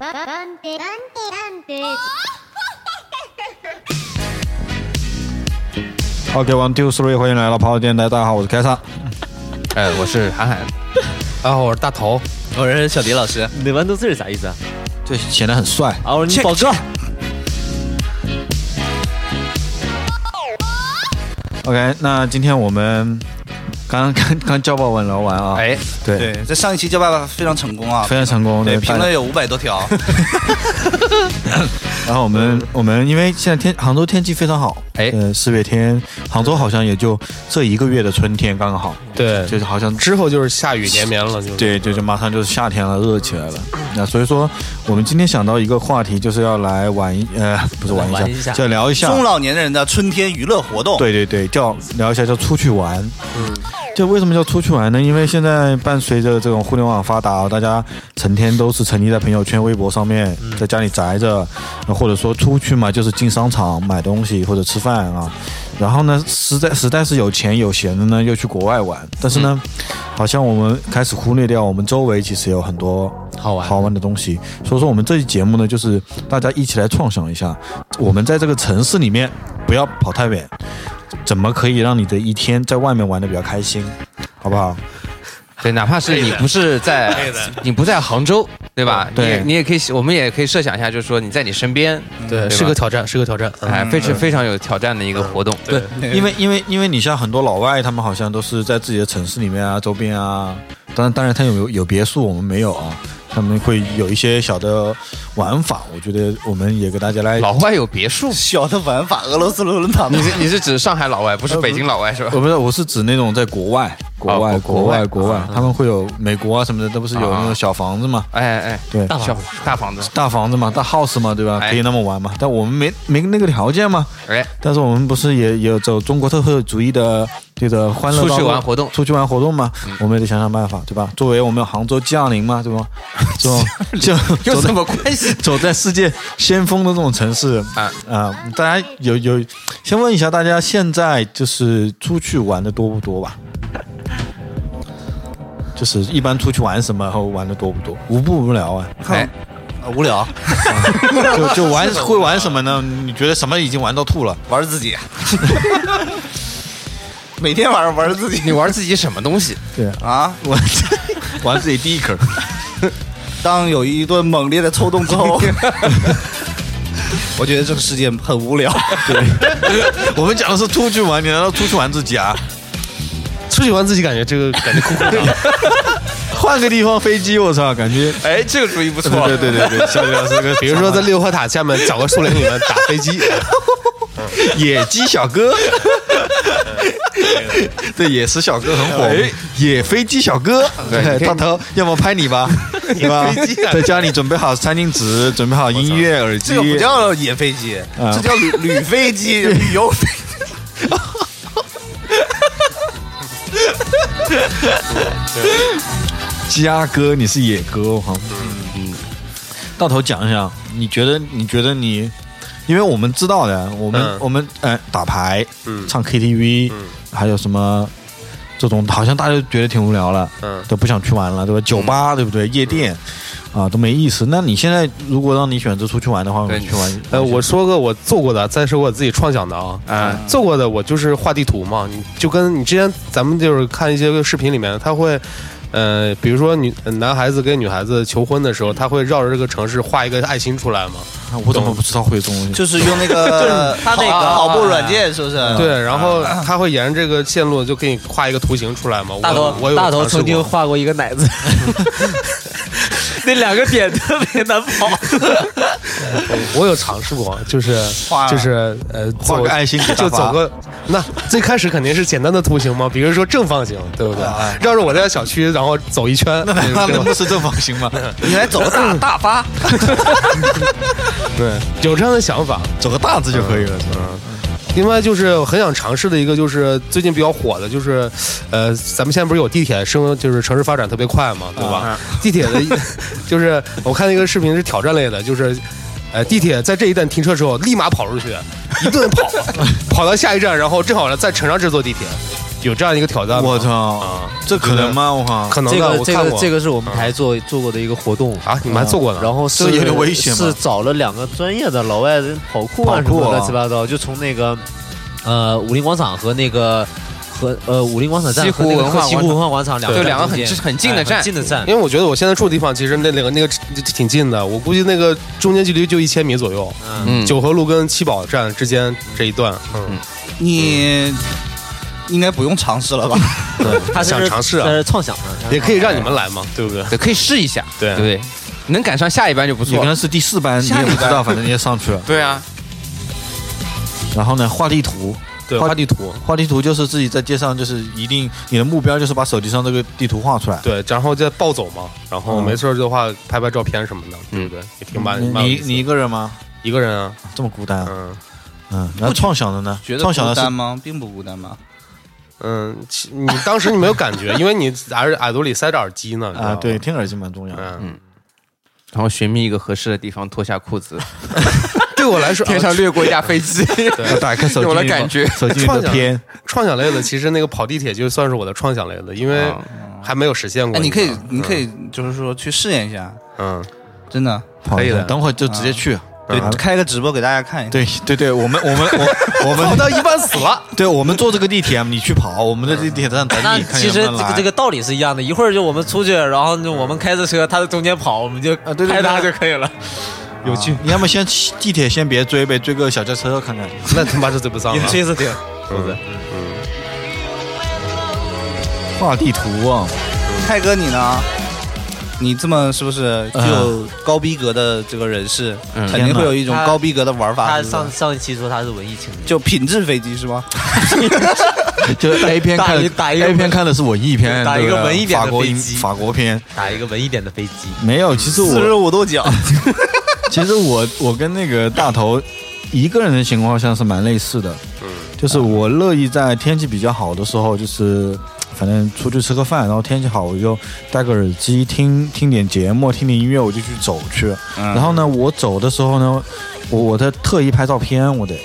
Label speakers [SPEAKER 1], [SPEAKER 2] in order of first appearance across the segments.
[SPEAKER 1] ババンテバンテバンテ
[SPEAKER 2] OK one two three，欢迎来到跑跑电台，大家好，我是凯撒。
[SPEAKER 3] 哎，我是韩寒，然后我是大头，我是小迪老师，
[SPEAKER 4] 你 one two three 是啥意思啊？
[SPEAKER 2] 对，显得很帅。
[SPEAKER 4] 啊，我说你宝哥，
[SPEAKER 2] OK，那今天我们刚刚刚教宝文聊完啊，
[SPEAKER 3] 哎，
[SPEAKER 2] 对，
[SPEAKER 5] 对，这上一期叫爸爸非常成功啊，
[SPEAKER 2] 非常成功。
[SPEAKER 5] 对，
[SPEAKER 2] 大
[SPEAKER 5] 评
[SPEAKER 2] 家
[SPEAKER 5] 论有五百多条，
[SPEAKER 2] 然后我们我们因为现在天杭州天气非常好，
[SPEAKER 3] 哎
[SPEAKER 2] 呃，四月天，杭州好像也就这一个月的春天刚刚好，
[SPEAKER 6] 对
[SPEAKER 2] 就是好像
[SPEAKER 6] 之后就是下雨连绵了，就
[SPEAKER 2] 对，就就马上就是夏天了，热起来了。那所以说，我们今天想到一个话题，就是要来玩一呃，不是玩一下，
[SPEAKER 4] 玩一下
[SPEAKER 2] 就聊一下
[SPEAKER 5] 中老年人的春天娱乐活动。，
[SPEAKER 2] 对对对，叫聊一下叫出去玩。嗯，就为什么叫出去玩呢？因为现在伴随着这种互联网发达，大家成天都是沉溺在朋友圈、微博上面，在家里宅着，呃或者说出去嘛，就是进商场买东西或者吃饭啊。然后呢，实在实在是有钱有闲的呢，又去国外玩。但是呢，好像我们开始忽略掉我们周围其实有很多
[SPEAKER 6] 好玩
[SPEAKER 2] 好玩的东西。所以说，我们这期节目呢，就是大家一起来创想一下，我们在这个城市里面不要跑太远，怎么可以让你的一天在外面玩的比较开心，好不 好？
[SPEAKER 3] 对，哪怕是你不是在， 你不在杭州，对吧？
[SPEAKER 2] 对
[SPEAKER 3] 你也你也可以，我们也可以设想一下，就是说你在你身边，
[SPEAKER 6] 对，
[SPEAKER 3] 吧
[SPEAKER 6] 是个挑战，是个挑战。嗯
[SPEAKER 3] 哎，非常非常有挑战的一个活动。对，
[SPEAKER 2] 因为因为因为你像很多老外，他们好像都是在自己的城市里面啊、周边啊，当然当然他有有别墅，我们没有啊，他们会有一些小的玩法，我觉得我们也给大家来。
[SPEAKER 3] 老外有别墅，
[SPEAKER 5] 小的玩法，俄罗斯轮轮盘嘛
[SPEAKER 3] 你是你是指上海老外，不是北京老 外是吧
[SPEAKER 2] 我？不是，我是指那种在国外、国外、
[SPEAKER 3] 哦
[SPEAKER 2] 国
[SPEAKER 3] 国外
[SPEAKER 2] 外、国外，他们会有美国啊什么的，那不是有
[SPEAKER 3] 啊
[SPEAKER 2] 那种小房子嘛？
[SPEAKER 3] 哎哎，
[SPEAKER 2] 对，
[SPEAKER 3] 哎小大房子，
[SPEAKER 2] 大房子嘛，大 house 嘛，对吧？
[SPEAKER 3] 哎
[SPEAKER 2] 可以那么玩嘛？但我们没没那个条件嘛。
[SPEAKER 3] 哎，
[SPEAKER 2] 但是我们不是也也有走中国特色主义的这个欢乐
[SPEAKER 3] 出去
[SPEAKER 2] 道路
[SPEAKER 3] 玩活动嗯
[SPEAKER 2] 出去玩活动嘛，我们也得想想办法，对吧？作为我们杭州降临嘛，对 吧？ 就就
[SPEAKER 3] 有
[SPEAKER 2] 走
[SPEAKER 3] 什
[SPEAKER 2] 在
[SPEAKER 3] 么关 系？
[SPEAKER 2] 走在世界先锋的这种城市啊
[SPEAKER 3] 啊
[SPEAKER 2] 啊、大家有有，先问一下大家现在就是出去玩的多不多吧？就是一般出去玩什么，然后玩的多不多？无不无聊啊？
[SPEAKER 3] 哎，
[SPEAKER 5] 啊 无聊，
[SPEAKER 2] 就就 玩会玩什么呢？你觉得什么已经玩到吐了？
[SPEAKER 5] 玩自己， 每天晚上玩自己
[SPEAKER 3] 你玩自己什么东西？
[SPEAKER 2] 对，
[SPEAKER 5] 啊。
[SPEAKER 2] 玩玩自己第一口。
[SPEAKER 5] 当有一顿猛烈的抽动之后， 我觉得这个世界很无 聊。
[SPEAKER 2] 我们讲的是出去玩，你难道出去玩自己啊？
[SPEAKER 6] 出去玩自己感觉这个感觉酷酷的，
[SPEAKER 2] 换个地方飞机，我操，感觉。
[SPEAKER 3] 哎，这个主意不错。
[SPEAKER 2] 对对对对，小李老师个，
[SPEAKER 6] 比如说在六合塔下面找个树林里面打飞机，
[SPEAKER 2] 野鸡小哥， 对，野食小哥很火，野飞机小哥，
[SPEAKER 3] 对你可以
[SPEAKER 2] 大头，要么拍你 吧，对吧？在家里准备好餐巾纸，准备好音乐耳机
[SPEAKER 5] 这个，不 叫野飞机，
[SPEAKER 2] 啊
[SPEAKER 5] 这叫旅旅飞机、旅游飞。
[SPEAKER 2] 家哥，你是野哥，哈，嗯，到头讲一讲，你觉得你觉得你，因为我们知道的，我们、
[SPEAKER 6] 嗯
[SPEAKER 2] 我们呃打牌，唱 KTV，、还有什么这种，好像大家都觉得挺无聊了，
[SPEAKER 6] 嗯
[SPEAKER 2] 都不想去玩了，对吧？酒吧，对不对？夜店。啊，都没意思。那你现在如果让你选择出去玩的话，
[SPEAKER 3] 对
[SPEAKER 2] 你去玩？
[SPEAKER 6] 呃，我说个我做过的，再说我自己创想的啊。
[SPEAKER 3] 啊
[SPEAKER 6] 做过的我就是画地图嘛，你就跟你之前咱们就是看一些视频里面，他会，呃，比如说女男孩子跟女孩子求婚的时候，他会绕着这个城市画一个爱心出来嘛。
[SPEAKER 2] 啊我怎么不知道会有这种东西？
[SPEAKER 5] 就是用那个啊
[SPEAKER 4] 他那个
[SPEAKER 5] 跑跑步软件，是不是？
[SPEAKER 6] 对，然后他会沿着这个线路就给你
[SPEAKER 5] 呃
[SPEAKER 6] 画一个图形出来嘛。我
[SPEAKER 4] 大
[SPEAKER 6] 我
[SPEAKER 4] 头
[SPEAKER 6] 有
[SPEAKER 4] 大头
[SPEAKER 6] 尝试
[SPEAKER 4] 曾经
[SPEAKER 6] 过
[SPEAKER 4] 画过一个奶子，
[SPEAKER 7] 那两个点特别难跑。
[SPEAKER 6] 我有尝试过，就是
[SPEAKER 5] 画
[SPEAKER 6] 就是呃，
[SPEAKER 8] 画
[SPEAKER 6] 走
[SPEAKER 8] 个爱心给
[SPEAKER 6] 就
[SPEAKER 8] 大发
[SPEAKER 6] 走个。那最开始肯定是简单的图形嘛，比如说正方形，对不对？绕着我家小区，然后走一圈，
[SPEAKER 8] 啊那
[SPEAKER 6] 对吧
[SPEAKER 8] 那是正方形吗？
[SPEAKER 5] 你来 走个大大发，
[SPEAKER 6] 对，有这样的想法。
[SPEAKER 5] 走个大字就可以了，是吧？
[SPEAKER 6] 另外就是我很想尝试的一个，就是最近比较火的，就是，呃，咱们现在不是有地铁，生就是城市发展特别快嘛，对吧？地铁的， 就是我看那个视频是挑战类的，就是，呃，地铁在这一站停车之后，立马跑出去，一顿跑，跑到下一站，然后正好再乘上这座地铁，有这样一个挑战吗？
[SPEAKER 8] 我操
[SPEAKER 6] 啊，
[SPEAKER 8] 这可能吗？我靠，
[SPEAKER 6] 可能
[SPEAKER 9] 这
[SPEAKER 6] 的，
[SPEAKER 9] 个
[SPEAKER 6] 我
[SPEAKER 9] 这
[SPEAKER 6] 看
[SPEAKER 9] 个
[SPEAKER 6] 过
[SPEAKER 9] 这个是我们台做做过的一个活动。
[SPEAKER 6] 啊，你们还做过呢？
[SPEAKER 9] 然后
[SPEAKER 8] 这
[SPEAKER 9] 是
[SPEAKER 8] 有点危险吧
[SPEAKER 9] 是找了两个专业的老外人跑酷
[SPEAKER 8] 跑
[SPEAKER 9] 啊什
[SPEAKER 8] 酷啊
[SPEAKER 9] 么乱七八糟，就从那个呃武林广场和那个和呃武林广场站
[SPEAKER 3] 西
[SPEAKER 9] 和
[SPEAKER 3] 湖
[SPEAKER 9] 那个
[SPEAKER 3] 文化
[SPEAKER 9] 西湖
[SPEAKER 3] 广场
[SPEAKER 9] 文化广场两个
[SPEAKER 3] 就
[SPEAKER 9] 站
[SPEAKER 3] 两个
[SPEAKER 9] 中
[SPEAKER 3] 很
[SPEAKER 9] 间
[SPEAKER 3] 很近的
[SPEAKER 9] 哎
[SPEAKER 3] 站嗯
[SPEAKER 9] 近的站
[SPEAKER 6] 因。为我觉得我现在住的地方其实那两个那个挺近的，我估计那个中间距离就一千米左右，
[SPEAKER 9] 嗯，
[SPEAKER 3] 嗯，
[SPEAKER 6] 九河路跟七宝站之间这一段，嗯，
[SPEAKER 5] 你应该不用尝试了吧？
[SPEAKER 9] 他
[SPEAKER 6] 想尝试啊
[SPEAKER 9] 呃，创想的，
[SPEAKER 6] 也可以让你们来嘛，对不对？
[SPEAKER 3] 对，可以试一下，
[SPEAKER 6] 对
[SPEAKER 3] 对不对？能赶上下一班就不
[SPEAKER 8] 你
[SPEAKER 3] 错
[SPEAKER 8] 可。能是第四班，你
[SPEAKER 3] 下
[SPEAKER 8] 也
[SPEAKER 3] 一
[SPEAKER 8] 不
[SPEAKER 3] 班
[SPEAKER 8] 知道，反正你也上去了。
[SPEAKER 3] 对啊，
[SPEAKER 8] 然后呢，画地图，
[SPEAKER 6] 对，
[SPEAKER 8] 画
[SPEAKER 6] 画地图，
[SPEAKER 8] 画地图就是自己在街上，就是一定你的目标就是把手机上这个地图画出来。
[SPEAKER 6] 对，然后再暴走嘛，然后
[SPEAKER 8] 嗯
[SPEAKER 6] 没事儿的话拍拍照片什么的，对
[SPEAKER 3] 嗯
[SPEAKER 6] 不对？也挺蛮蛮有
[SPEAKER 8] 你
[SPEAKER 6] 意思
[SPEAKER 8] 你一个人吗？
[SPEAKER 6] 一个人啊，
[SPEAKER 8] 这么孤单啊？
[SPEAKER 6] 嗯
[SPEAKER 8] 嗯，然后创想的呢
[SPEAKER 5] 觉？得
[SPEAKER 8] 创想
[SPEAKER 5] 孤
[SPEAKER 8] 的是
[SPEAKER 5] 单吗？并不孤单吗？
[SPEAKER 6] 嗯，其你当时你没有感觉，因为你耳耳朵里塞着耳机呢，你知道
[SPEAKER 8] 啊，
[SPEAKER 6] 吗
[SPEAKER 8] 对，，听耳机蛮重要 的。
[SPEAKER 6] 嗯，
[SPEAKER 3] 然后寻觅一个合适的地方，脱下裤 子，
[SPEAKER 6] 对 我来说，
[SPEAKER 3] 天上掠过一架飞机，
[SPEAKER 8] 要打开手机，
[SPEAKER 3] 有了感，觉。
[SPEAKER 8] 手机里的片，
[SPEAKER 6] 创想类的，其实那个跑地铁就算是我的创想类的，因为
[SPEAKER 3] 啊
[SPEAKER 6] 还没有实现过。
[SPEAKER 5] 哎，你可以，你
[SPEAKER 6] 嗯
[SPEAKER 5] 可，以，就是说去试验一下，
[SPEAKER 6] 嗯，
[SPEAKER 5] 真的，
[SPEAKER 6] 可以的嗯
[SPEAKER 8] 等会儿就直接去。
[SPEAKER 5] 对
[SPEAKER 8] 啊，
[SPEAKER 5] 开个直播给大家看一下。哎
[SPEAKER 8] 对对对，我们我们我 我
[SPEAKER 6] 跑
[SPEAKER 8] 们
[SPEAKER 6] 到一半死了，
[SPEAKER 8] 对，我们坐这个地铁，你去跑，我们在这地铁站等
[SPEAKER 9] 那
[SPEAKER 8] 你，看
[SPEAKER 9] 其实
[SPEAKER 8] 能
[SPEAKER 9] 这
[SPEAKER 8] 不能
[SPEAKER 9] 个
[SPEAKER 8] 来
[SPEAKER 9] 这个道理是一样的，一会儿就我们出去，然后我们开着车，他在中间跑，我们就
[SPEAKER 8] 啊对对
[SPEAKER 9] 拍他就可以了。
[SPEAKER 8] 有趣。你要么先骑地铁先别追呗，追个小轿车看看。
[SPEAKER 6] 那他妈是追不上
[SPEAKER 9] 也
[SPEAKER 6] 了。
[SPEAKER 9] 追着挺，
[SPEAKER 8] 画地图啊，
[SPEAKER 5] 泰哥，你呢？你这么是不是具有高逼格的这个人士，
[SPEAKER 3] 嗯
[SPEAKER 5] 肯定会有一种
[SPEAKER 9] 天哪
[SPEAKER 5] 高逼格的玩法
[SPEAKER 9] 他
[SPEAKER 5] 是不
[SPEAKER 9] 上
[SPEAKER 5] 是？
[SPEAKER 9] 上一期说他是文艺青年，
[SPEAKER 5] 就品质飞机是吗？
[SPEAKER 8] 就是 A 片
[SPEAKER 9] 打
[SPEAKER 8] 看的
[SPEAKER 9] 一打一个
[SPEAKER 8] A 片看的是文艺片，
[SPEAKER 9] 打一个
[SPEAKER 8] 对不对
[SPEAKER 9] 文艺点的
[SPEAKER 8] 法国
[SPEAKER 9] 飞
[SPEAKER 8] 英
[SPEAKER 9] 机
[SPEAKER 8] 法国片
[SPEAKER 9] 打一个文艺点的飞机，
[SPEAKER 8] 没有。其实
[SPEAKER 5] 四十
[SPEAKER 8] 我
[SPEAKER 5] 五度角，
[SPEAKER 8] 其实我我跟那个大头一个人的情况下是蛮类似的，就是我乐意在天气比较好的时候，就是反正出去吃个饭，然后天气好我就戴个耳机听听点节目，听点音乐，我就去走去。然后呢，我走的时候呢，我我得特意拍照片，我得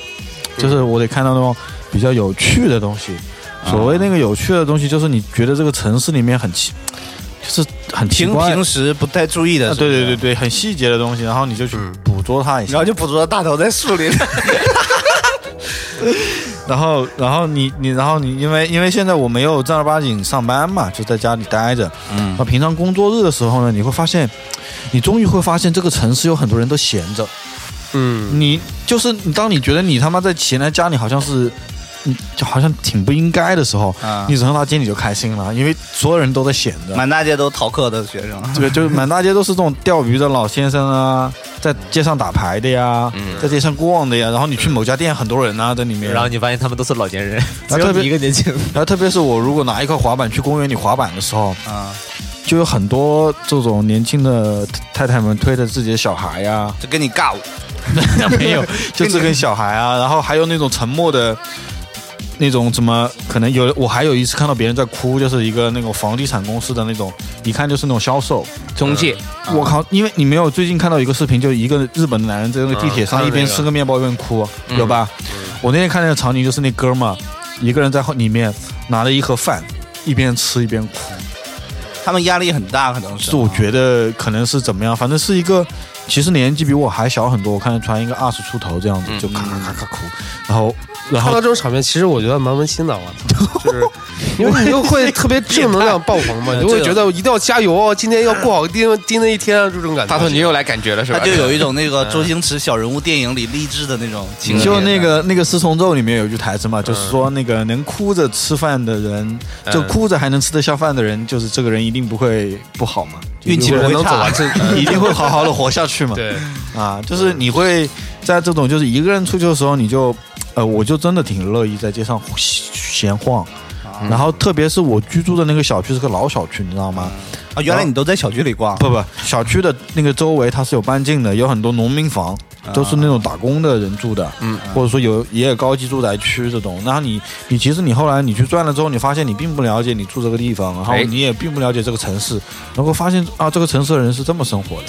[SPEAKER 8] 就是我得看到那种比较有趣的东西。所谓那个有趣的东西，就是你觉得这个城市里面很奇，就是很奇
[SPEAKER 5] 平
[SPEAKER 8] 怪。
[SPEAKER 5] 平时不太注意的
[SPEAKER 8] 啊，，对对对，对，很细节的东西，然后你就去捕捉它一下
[SPEAKER 5] 然。后就捕捉到大头在树林。
[SPEAKER 8] 然后，然后你你，然后你，因为因为现在我没有正儿八经上班嘛，就在家里待着。嗯。那平常工作日的时候呢，你会发现，你终于会发现这个城市有很多人都闲着。
[SPEAKER 6] 嗯，
[SPEAKER 8] 你就是你当你觉得你他妈在闲在家里好像是，你就好像挺不应该的时候，
[SPEAKER 5] 啊
[SPEAKER 8] 你走上大街你就开心了，因为所有人都在闲着。
[SPEAKER 5] 满大街都逃课的学生，
[SPEAKER 8] 对，就是满大街都是这种钓鱼的老先生啊，在街上打牌的呀，在街上逛的呀，然后你去某家店，很多人啊在里面，
[SPEAKER 9] 嗯然后你发现他们都是老 年人，
[SPEAKER 8] 啊
[SPEAKER 9] 只
[SPEAKER 8] 特
[SPEAKER 9] 有
[SPEAKER 8] 别
[SPEAKER 9] 你一个年轻人。
[SPEAKER 8] 然后特别是我如果拿一块滑板去公园里滑板的时候，
[SPEAKER 5] 啊，
[SPEAKER 8] 就有很多这种年轻的太太们推着自己的小孩呀、
[SPEAKER 5] 就跟你尬舞。
[SPEAKER 8] 没有，就是跟小孩啊，然后还有那种沉默的。那种怎么可能有？我还有一次看到别人在哭，就是一个那种房地产公司的那种，一看就是那种销售。
[SPEAKER 3] 中介，
[SPEAKER 8] 我靠！因为你没有最近看到一个视频，就一个日本的男人在那个地铁
[SPEAKER 6] 嗯看
[SPEAKER 8] 上
[SPEAKER 6] 到
[SPEAKER 8] 一边
[SPEAKER 6] 那个
[SPEAKER 8] 吃个面包一边哭，
[SPEAKER 3] 嗯
[SPEAKER 8] 有吧？我那天看那个场景就是那哥们儿一个人在后里面拿了一盒饭，一边吃一边哭。
[SPEAKER 5] 他们压力很大，可能是。
[SPEAKER 8] 是我觉得可能是怎么样，反正是一个其实年纪比我还小很多，我看穿一个二十出头这样子
[SPEAKER 3] 嗯
[SPEAKER 8] 就咔咔咔咔哭，然后然后
[SPEAKER 6] 看到这种场面，其实我觉得蛮温馨的，我操， 就是因为你就会特别正能量爆棚嘛，你就会觉得一定要加油，啊今天要过好今今天一天，啊就这种感
[SPEAKER 3] 大头，
[SPEAKER 6] 觉。
[SPEAKER 3] 你又来感觉了是
[SPEAKER 5] 他
[SPEAKER 3] 吧？
[SPEAKER 5] 就有一种 那个周星驰小人物电影里励志的嗯嗯那种情
[SPEAKER 8] 就
[SPEAKER 5] 节。
[SPEAKER 8] 那个那个《四重奏》里面有一句台词嘛，就是说那个能哭着吃饭的人，
[SPEAKER 5] 嗯
[SPEAKER 8] 就哭着还能吃得下饭的人，就是这个人一定不会不好嘛，
[SPEAKER 5] 运气不啊
[SPEAKER 6] 人
[SPEAKER 5] 会
[SPEAKER 6] 能走
[SPEAKER 5] 差
[SPEAKER 6] 完，这，
[SPEAKER 8] 一定会好好的活下 去嘛。
[SPEAKER 6] 对，
[SPEAKER 8] 啊，就是你会在这种就是一个人出去的时候，你就，呃，我就真的挺乐意在街上闲晃。
[SPEAKER 5] 嗯
[SPEAKER 8] 然后，特别是我居住的那个小区是个老小区，你知道吗？
[SPEAKER 5] 啊！原来你都在小区里逛，
[SPEAKER 8] 不不，小区的那个周围它是有半径的，有很多农民房，都是那种打工的人住的，
[SPEAKER 3] 嗯，
[SPEAKER 8] 或者说有也有高级住宅区这种。然后你你其实你后来你去转了之后，你发现你并不了解你住这个地方，然后
[SPEAKER 3] 哎
[SPEAKER 8] 你也并不了解这个城市，然后发现啊，这个城市的人是这么生活的。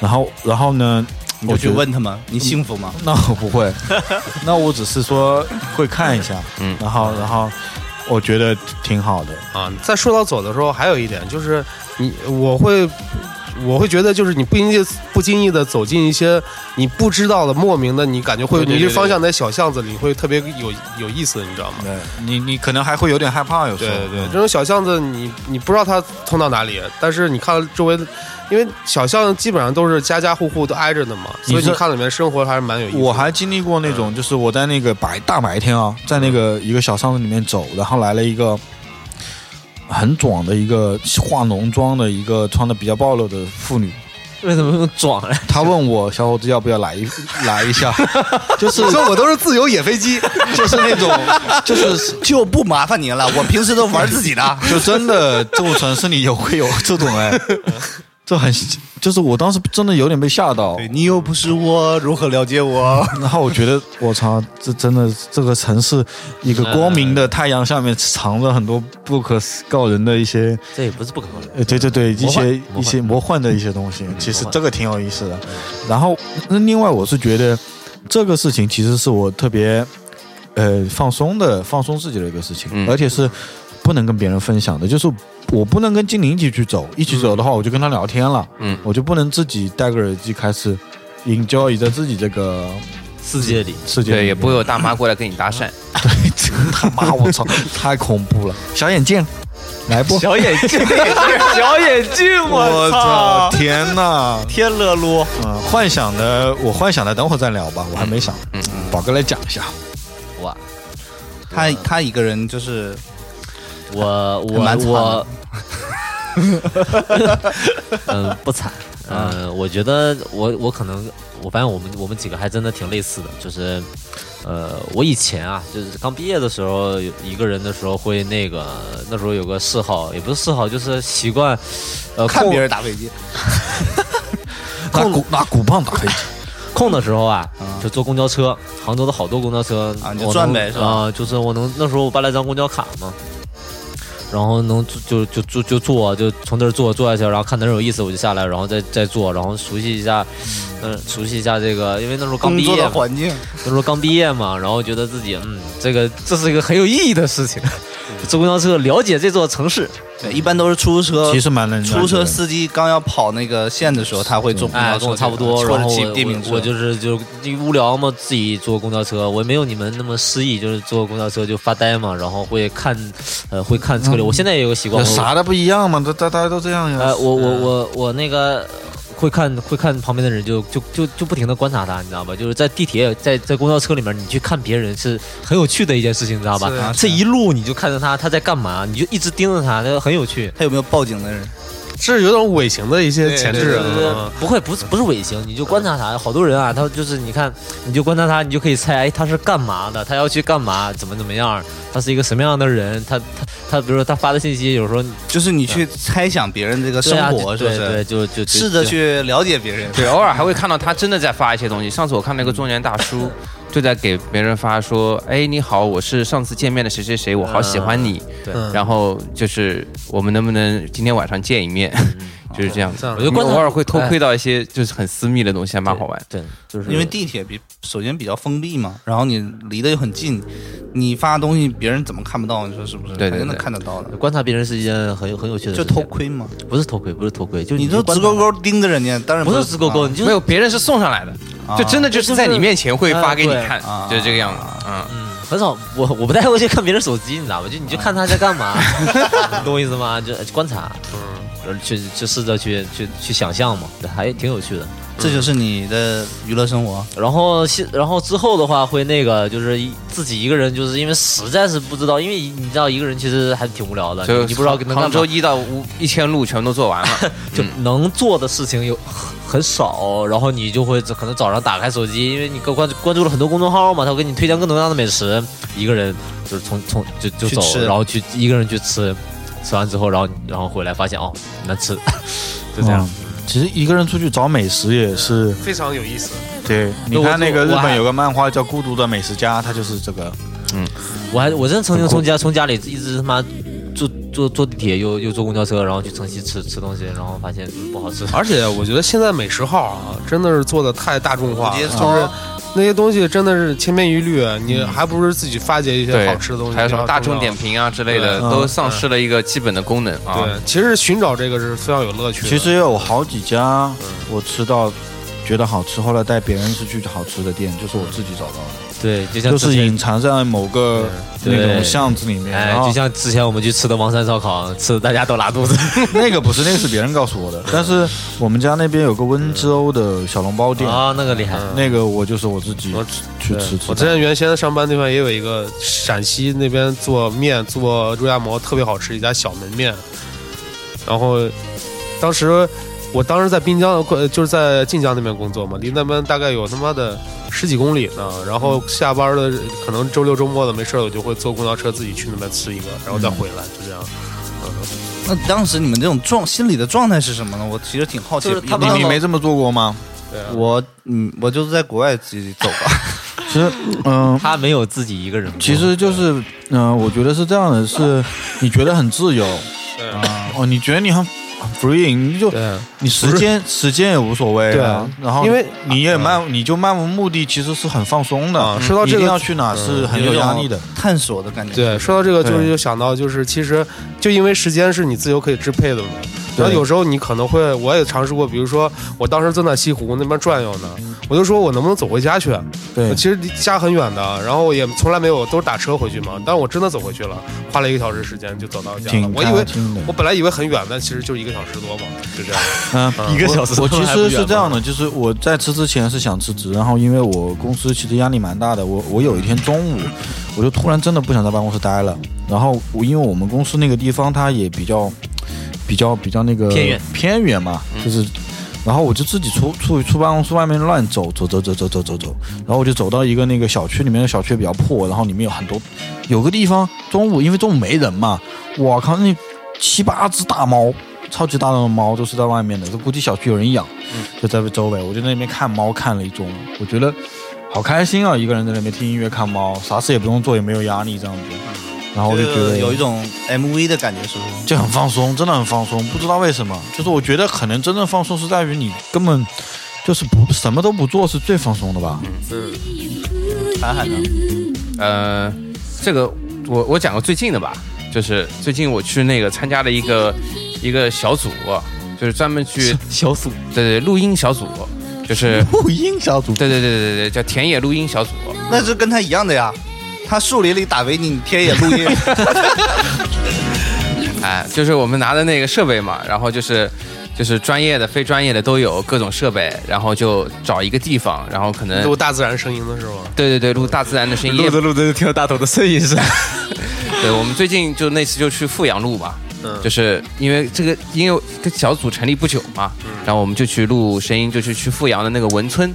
[SPEAKER 8] 然后然后呢，
[SPEAKER 5] 你就
[SPEAKER 8] 我
[SPEAKER 5] 去
[SPEAKER 8] 觉得
[SPEAKER 5] 问他们，你幸福 吗？
[SPEAKER 8] 那我不会， 那我只是说会看一下，
[SPEAKER 3] 嗯
[SPEAKER 8] 然后然后我觉得挺好的，
[SPEAKER 6] 啊，在说到走的时候，还有一点就是你，我会，我会觉得就是你不经意不经意的走进一些你不知道的、莫名的，你感觉会
[SPEAKER 3] 对对
[SPEAKER 6] 迷
[SPEAKER 3] 对
[SPEAKER 6] 失方向的小巷子里，你会特别有有意思，你知道吗？
[SPEAKER 8] 对你你可能还会有点害 怕，有时
[SPEAKER 6] 对
[SPEAKER 8] 候
[SPEAKER 6] 对对，这种小巷子你你不知道它通到哪里，但是你看周围，因为小巷基本上都是家家户户都挨着的嘛，
[SPEAKER 8] 你
[SPEAKER 6] 所以
[SPEAKER 8] 是
[SPEAKER 6] 你看里面生活还是蛮有意思嗯的。
[SPEAKER 8] 我还经历过那种，就是我在那个白大白天啊，在那
[SPEAKER 6] 嗯
[SPEAKER 8] 个一个小巷子里面走，然后来了一个很壮的一个化浓妆的一个穿的比较暴露的妇女，
[SPEAKER 9] 为什么用
[SPEAKER 6] 啊
[SPEAKER 9] 壮呢？
[SPEAKER 8] 她问我小伙子要不要来 一来一下，就是
[SPEAKER 6] 你说我都是自由野飞机，
[SPEAKER 8] 就是那种就是。。
[SPEAKER 5] 就不麻烦你了，我平时都玩自己的
[SPEAKER 8] 就真的，这种城市里有会有这种 哎，这很就是我当时真的有点被吓 到，
[SPEAKER 5] 对你又不是我，如何了解我？
[SPEAKER 8] 然后我觉得我操，这真的这个城市一个光明的太阳下面藏着很多不可告人的一些，
[SPEAKER 9] 这也不是不可能的。
[SPEAKER 8] 呃，对对对，一
[SPEAKER 9] 魔幻
[SPEAKER 8] 些
[SPEAKER 9] 魔幻
[SPEAKER 8] 一些魔幻的一些东西，
[SPEAKER 3] 嗯
[SPEAKER 8] 其实这个挺有意思的。然后那另外我是觉得这个事情其实是我特别呃放松的放松自己的一个事情，
[SPEAKER 3] 嗯
[SPEAKER 8] 而且是不能跟别人分享的，就是。我不能跟精灵一起去走，一起走的话，我就跟他聊天了。
[SPEAKER 3] 嗯
[SPEAKER 8] 我就不能自己戴个耳机开始 enjoy 在自己这个
[SPEAKER 9] 世界里，
[SPEAKER 8] 世界里面。
[SPEAKER 3] 对，也不会有大妈过来跟你搭 讪。
[SPEAKER 8] 这个他妈，我操，太恐怖了！小眼镜，来不？
[SPEAKER 7] 小眼镜，小眼镜，我操！
[SPEAKER 8] 天哪！
[SPEAKER 7] 天乐噜，
[SPEAKER 8] 啊，幻想的，我幻想的，等会儿再聊吧，我还没想。
[SPEAKER 3] 嗯
[SPEAKER 8] 宝哥来讲一下，
[SPEAKER 9] 哇！
[SPEAKER 5] 他他一个人就是
[SPEAKER 9] 我我
[SPEAKER 5] 蛮惨
[SPEAKER 9] 我，嗯，不惨，
[SPEAKER 5] 啊
[SPEAKER 9] 嗯，我觉得我我可能，我发现我们我们几个还真的挺类似的，就是，呃，我以前啊，就是刚毕业的时候，有一个人的时候会那个，那时候有个嗜好，也不是嗜好，就是习惯，呃，
[SPEAKER 5] 看
[SPEAKER 9] 空
[SPEAKER 5] 别人打飞机，
[SPEAKER 8] 拿鼓拿鼓棒打飞机，
[SPEAKER 9] 空的时候啊，就坐公交车，杭州的好多公交车
[SPEAKER 5] 啊你就
[SPEAKER 9] 我能
[SPEAKER 5] 转呗是吧
[SPEAKER 9] 啊，就是我能那时候我办了一张公交卡嘛，然后能就就就就坐，就从这儿坐坐下去，然后看哪儿有意思我就下来，然后再再坐，然后熟悉一下，嗯、熟悉一下这个，因为那时候刚
[SPEAKER 5] 工
[SPEAKER 9] 毕
[SPEAKER 5] 作
[SPEAKER 9] 业
[SPEAKER 5] 的
[SPEAKER 9] 嘛，
[SPEAKER 5] 环境，
[SPEAKER 9] 那时候刚毕业嘛，然后觉得自己嗯，这个这是一个很有意义的事情，
[SPEAKER 5] 嗯
[SPEAKER 9] 坐公交车了解这座城市，
[SPEAKER 5] 对，一般都是出租车
[SPEAKER 8] 其。实蛮能。
[SPEAKER 5] 呃出租车司机刚要跑那个线的时候，他会坐公交
[SPEAKER 9] 哎，
[SPEAKER 5] 车，
[SPEAKER 9] 跟我差不多，
[SPEAKER 5] 或
[SPEAKER 9] 然
[SPEAKER 5] 者
[SPEAKER 9] 后
[SPEAKER 5] 骑
[SPEAKER 9] 我
[SPEAKER 5] 电瓶车。
[SPEAKER 9] 我我就是就因为无聊嘛，自己坐公交车，我没有你们那么诗意，就是坐公交车就发呆嘛，然后会看，呃，会看车流。我现在也有个习惯，
[SPEAKER 8] 这
[SPEAKER 9] 我
[SPEAKER 8] 啥嗯的不一样嘛，这大大家都这样呀
[SPEAKER 9] 呃，。我我我我那个会看会看旁边的人就，就就就不停的观察他，你知道吧？就是在地铁在在公交车里面，你去看别人是很有趣的一件事情，你知道吧
[SPEAKER 6] 是啊？
[SPEAKER 9] 这一路你就看着他他在干嘛，你就一直盯着他，那很有趣。
[SPEAKER 5] 他有没有报警的人？
[SPEAKER 6] 这是有种尾行的一些潜质
[SPEAKER 9] 对对对
[SPEAKER 5] 嗯
[SPEAKER 6] 啊。
[SPEAKER 9] 不会，不是不是尾行，你就观察他。好多人啊，他就是你看，你就观察他，你就可以猜，哎，他是干嘛的？他要去干嘛？怎么怎么样？他是一个什么样的人？他他他，比如说他发的信息，有时候
[SPEAKER 5] 就是你去猜想别人这个
[SPEAKER 9] 啊对
[SPEAKER 5] 生
[SPEAKER 9] 啊
[SPEAKER 5] 活，是不
[SPEAKER 9] 对
[SPEAKER 5] 是？
[SPEAKER 9] 对，就就
[SPEAKER 5] 试着。去了解别人。
[SPEAKER 3] 对，偶尔还会看到他真的在发一些东西。上次我看那个中年大叔，就在给别人发说，哎，你好，我是上次见面的谁谁谁，我好喜欢你。
[SPEAKER 9] 对
[SPEAKER 6] 嗯
[SPEAKER 3] 然后就是我们能不能今天晚上见一面，就是这样子。
[SPEAKER 6] 这样
[SPEAKER 3] 我觉得
[SPEAKER 9] 观察
[SPEAKER 3] 偶尔会偷窥到一些就是很私密的东西，还蛮好玩。
[SPEAKER 9] 对，就是
[SPEAKER 5] 因为地铁比首先比较封闭嘛，然后你离得又很近，你发东西别人怎么看不到？你说是不是？
[SPEAKER 3] 对对对
[SPEAKER 5] 肯定能看得到的，
[SPEAKER 9] 观察别人是一件很有很有趣的
[SPEAKER 5] 就
[SPEAKER 9] 事情，
[SPEAKER 5] 偷窥嘛。
[SPEAKER 9] 不是偷窥，不是偷窥，就
[SPEAKER 5] 你
[SPEAKER 9] 就
[SPEAKER 5] 都
[SPEAKER 9] 观
[SPEAKER 5] 直
[SPEAKER 9] 察
[SPEAKER 5] 勾，勾盯着人家，当然
[SPEAKER 9] 不是
[SPEAKER 5] 是
[SPEAKER 9] 直勾勾，你就
[SPEAKER 3] 没有，别人是送上来的，
[SPEAKER 5] 啊
[SPEAKER 3] 就真的就是在你面前会发给你看
[SPEAKER 5] 啊，
[SPEAKER 3] 就是这个样子。嗯，
[SPEAKER 9] 嗯很少，我我不太会去看别人手机，你知道吧？就你就看他在干嘛，
[SPEAKER 3] 嗯
[SPEAKER 9] 你懂我意思吗？就观察，嗯，去去试着去去去想象嘛，对还挺有趣的。
[SPEAKER 5] 这就是你的娱乐生活。
[SPEAKER 9] 然后现，然后之后的话会那个，就是一自己一个人，就是因为实在是不知道，因为你知道一个人其实还挺无聊的，
[SPEAKER 3] 就
[SPEAKER 9] 你你不知道能干
[SPEAKER 3] 杭州
[SPEAKER 9] 嘛，
[SPEAKER 3] 一到五一千路全都做完了，
[SPEAKER 9] 就能做的事情有很很少，然后你就会可能早上打开手机，因为你关关注了很多公众号嘛，他会给你推荐各种各样的美食，一个人就是从从就就
[SPEAKER 5] 去
[SPEAKER 9] 走，
[SPEAKER 5] 吃
[SPEAKER 9] 然后去一个人去吃，吃完之后，然后然后回来发现哦难吃，就这样。
[SPEAKER 8] 嗯其实一个人出去找美食也是，
[SPEAKER 6] 非常有意思。
[SPEAKER 8] 对，你
[SPEAKER 9] 我
[SPEAKER 8] 看那个日
[SPEAKER 9] 我还
[SPEAKER 8] 本有个漫画叫《孤独的美食家》，他就是这个，
[SPEAKER 9] 我还我真的曾经从家 从家里一直他妈坐坐坐地铁又又坐公交车，然后去城西吃吃东西，然后发现嗯不好吃。
[SPEAKER 6] 而且我觉得现在美食号啊，真的是做的太大众
[SPEAKER 5] 我
[SPEAKER 6] 化了，
[SPEAKER 5] 接
[SPEAKER 6] 就
[SPEAKER 5] 受
[SPEAKER 6] 是那些东西真的是千篇一律，啊你还不如自己发掘一些
[SPEAKER 3] 对，
[SPEAKER 6] 好吃的东西。
[SPEAKER 3] 还有什么
[SPEAKER 6] 比较
[SPEAKER 3] 大众
[SPEAKER 6] 要
[SPEAKER 3] 点？评啊之类的，
[SPEAKER 8] 对
[SPEAKER 3] 都丧失了一个基本的功能啊。
[SPEAKER 6] 对，其实寻找这个是非常有乐趣的。
[SPEAKER 8] 其实也有好几家我吃到觉得好吃，后来带别人是去好吃的店，就是我自己找到的，
[SPEAKER 9] 对，就像
[SPEAKER 8] 就
[SPEAKER 9] 之
[SPEAKER 8] 是
[SPEAKER 9] 前
[SPEAKER 8] 隐藏在某个
[SPEAKER 9] 对
[SPEAKER 8] 那
[SPEAKER 9] 对
[SPEAKER 8] 种巷子里面，
[SPEAKER 9] 哎
[SPEAKER 8] 然，后
[SPEAKER 9] 就像之前我们去吃的王山烧烤，吃的大家都拉肚子。
[SPEAKER 8] 那个不是，那个是别人告诉我 的。但是我们家那边有个温州的小笼包店，
[SPEAKER 9] 啊，那个厉害，
[SPEAKER 8] 那个我就是我自己
[SPEAKER 6] 我
[SPEAKER 8] 去
[SPEAKER 6] 对
[SPEAKER 8] 吃吃
[SPEAKER 6] 我之
[SPEAKER 8] 的。
[SPEAKER 6] 前原先上班地方也有一个陕西那边做面做肉夹馍特别好吃一家小门面，然后当时我当时在滨江呃就是在晋江那边工作嘛，离那边大概有他妈的十几公里呢。然
[SPEAKER 8] 嗯
[SPEAKER 6] 后下班的可能周六周末的没事儿，我就会坐公交车自己去那边吃一个，然后再回来，就这样。
[SPEAKER 5] 那当时你们这种状心理的状态是什么呢？我其实挺好奇的。
[SPEAKER 9] 就是他
[SPEAKER 5] 因为
[SPEAKER 9] 们
[SPEAKER 8] 你你没这么做过吗？
[SPEAKER 5] 我嗯，我就是在国外自己走吧。
[SPEAKER 8] 其实，嗯、
[SPEAKER 9] 他没有自己一个人过。
[SPEAKER 8] 其实就是，嗯、我觉得是这样的，是你觉得很自由
[SPEAKER 6] 啊对
[SPEAKER 8] 哦，你觉得你很很 free，你就
[SPEAKER 6] 对
[SPEAKER 8] 你时间时间也无所谓
[SPEAKER 6] 对
[SPEAKER 8] 啊
[SPEAKER 6] 啊，
[SPEAKER 8] 然后
[SPEAKER 6] 因为
[SPEAKER 8] 你也漫、你就漫无目的，其实是很放松的。
[SPEAKER 6] 啊说到
[SPEAKER 8] 你
[SPEAKER 6] 这
[SPEAKER 8] 一定
[SPEAKER 6] 个
[SPEAKER 8] 要去哪是很有压力的，
[SPEAKER 5] 探索的感觉。
[SPEAKER 6] 对，说到这个，就是
[SPEAKER 8] 对
[SPEAKER 6] 就想到，就是其实就因为时间是你自由可以支配的嘛。
[SPEAKER 8] 对
[SPEAKER 6] 然后有时候你可能会，我也尝试过，比如说我当时正在西湖那边转悠呢，我就说我能不能走回家去？
[SPEAKER 8] 对
[SPEAKER 6] 呃我其实离家很远的，然后我也从来没有都是打车回去嘛，但我真的走回去了，花了一个小时时间就走到家了
[SPEAKER 8] 挺。
[SPEAKER 6] 我以为
[SPEAKER 8] 开心的
[SPEAKER 6] 我本来以为很远，但其实就一个小时多嘛，就这样。
[SPEAKER 8] 嗯，
[SPEAKER 6] 一
[SPEAKER 8] 个小时我。我其实是这样的，就是我在吃之前是想辞职，然后因为我公司其实压力蛮大的，我我有一天中午，我就突然真的不想在办公室待了。然后我因为我们公司那个地方它也比较比较比较那个
[SPEAKER 9] 偏远
[SPEAKER 8] 偏远嘛，就是。然后我就自己出出出办公室外面乱走走走走走走走走，然后我就走到一个那个小区里面，那个小区比较破，然后里面有很多，有个地方中午因为中午没人嘛，我靠那七八只大猫，超级大的猫都是在外面的，这估计小区有人养，
[SPEAKER 5] 嗯
[SPEAKER 8] 就在周围，我就在那边看猫看了一中午，我觉得好开心啊，一个人在那边听音乐看猫，啥事也不用做，也没有压力这样子，然后我就觉
[SPEAKER 5] 这
[SPEAKER 8] 得
[SPEAKER 5] 个嗯有一种 MV 的感觉，是不是？
[SPEAKER 8] 就很放松，真的很放松，不知道为什么，就是我觉得可能真正放松是在于你根本就是不什么都不做是最放松的
[SPEAKER 5] 嗯
[SPEAKER 8] 吧，
[SPEAKER 5] 韩寒呢？
[SPEAKER 3] 呃，这个我我讲个最近的吧，就是最近我去那个参加了一个一个小组，就是专门去
[SPEAKER 9] 小组
[SPEAKER 3] 对对录音小组，就是
[SPEAKER 8] 录音小组
[SPEAKER 3] 对对对对对叫田野录音小组。
[SPEAKER 5] 那是跟他一样的呀。他树林里打围你，你天也录音。
[SPEAKER 3] 哎，就是我们拿的那个设备嘛，然后就是就是专业的、非专业的都有各种设备，然后就找一个地方，然后可
[SPEAKER 8] 哎
[SPEAKER 3] 能
[SPEAKER 6] 录大自然声音的是吗？
[SPEAKER 3] 对对对录大自然的声音。
[SPEAKER 9] 录着就听到大头的声音是。
[SPEAKER 3] 对，我们最近就那次就去富阳路嘛，
[SPEAKER 9] 嗯
[SPEAKER 3] 就是因为这个因为这个小组成立不久嘛，
[SPEAKER 9] 嗯
[SPEAKER 3] 然后我们就去录声音，就去去富阳的那个文村，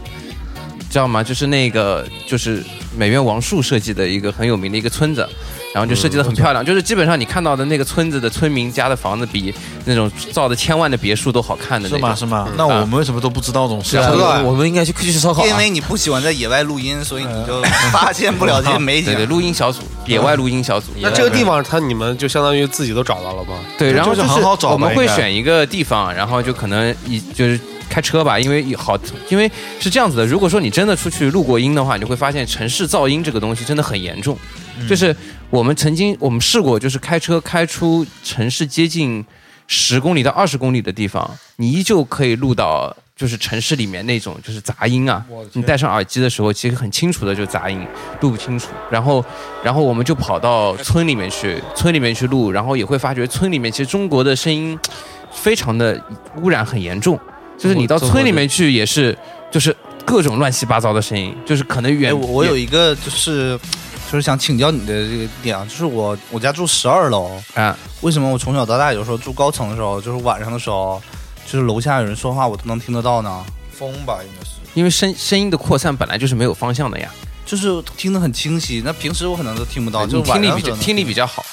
[SPEAKER 3] 知道吗？就是那个就是美院王树设计的一个很有名的一个村子。然后就设计的很漂亮，
[SPEAKER 9] 嗯
[SPEAKER 3] 就是基本上你看到的那个村子的村民家的房子比那种造的千万的别墅都好看的
[SPEAKER 8] 是
[SPEAKER 3] 那
[SPEAKER 8] 吗？
[SPEAKER 3] 种。
[SPEAKER 8] 是吗？那我们为什么都不知道这种
[SPEAKER 5] 嗯是？
[SPEAKER 8] 事
[SPEAKER 5] 啊
[SPEAKER 6] 不知道呀
[SPEAKER 9] 我们应该去去吃烧烤啊，
[SPEAKER 5] 因为你不喜欢在野外录音，所以你就发现不了这些啊美
[SPEAKER 3] 对对，
[SPEAKER 5] 景。
[SPEAKER 3] 录音小组，野
[SPEAKER 9] 嗯
[SPEAKER 3] 外录音小组。
[SPEAKER 6] 那这个地方，他你们就相当于自己都找到了吗？
[SPEAKER 3] 对，然后
[SPEAKER 8] 就是
[SPEAKER 3] 是
[SPEAKER 8] 很好找吧
[SPEAKER 3] 我们会
[SPEAKER 8] 应该
[SPEAKER 3] 选一个地方，然后就可能一就是开车吧，因为好，因为是这样子的。如果说你真的出去录过音的话，你就会发现城市噪音这个东西真的很严重。
[SPEAKER 8] 嗯
[SPEAKER 3] 就是我们曾经我们试过，就是开车开出城市接近十公里到二十公里的地方，你依旧可以录到。就是城市里面那种就是杂音啊，你戴上耳机的时候，其实很清楚的就是杂音，录不清楚。然后然后我们就跑到村里面去，村里面去录，然后也会发觉村里面其实中国的声音非常的污染很严重，就是你到村里面去也是，就是各种乱七八糟的声音，就是可能
[SPEAKER 5] 哎，
[SPEAKER 3] 远
[SPEAKER 5] 我我有一个就是就是想请教你的这个点啊，就是我我家住十二楼，
[SPEAKER 3] 啊，
[SPEAKER 5] 为什么我从小到大有时候住高层的时候，就是晚上的时候，就是楼下有人说话我都能听得到呢？
[SPEAKER 8] 风吧，应该是。
[SPEAKER 3] 因为声声音的扩散本来就是没有方向的呀，
[SPEAKER 5] 就是听得很清晰，那平时我可能都听不哦到，就
[SPEAKER 3] 哎你
[SPEAKER 5] 是晚
[SPEAKER 3] 听力
[SPEAKER 5] 上的
[SPEAKER 3] 比较
[SPEAKER 5] 时候能
[SPEAKER 3] 听力比较好，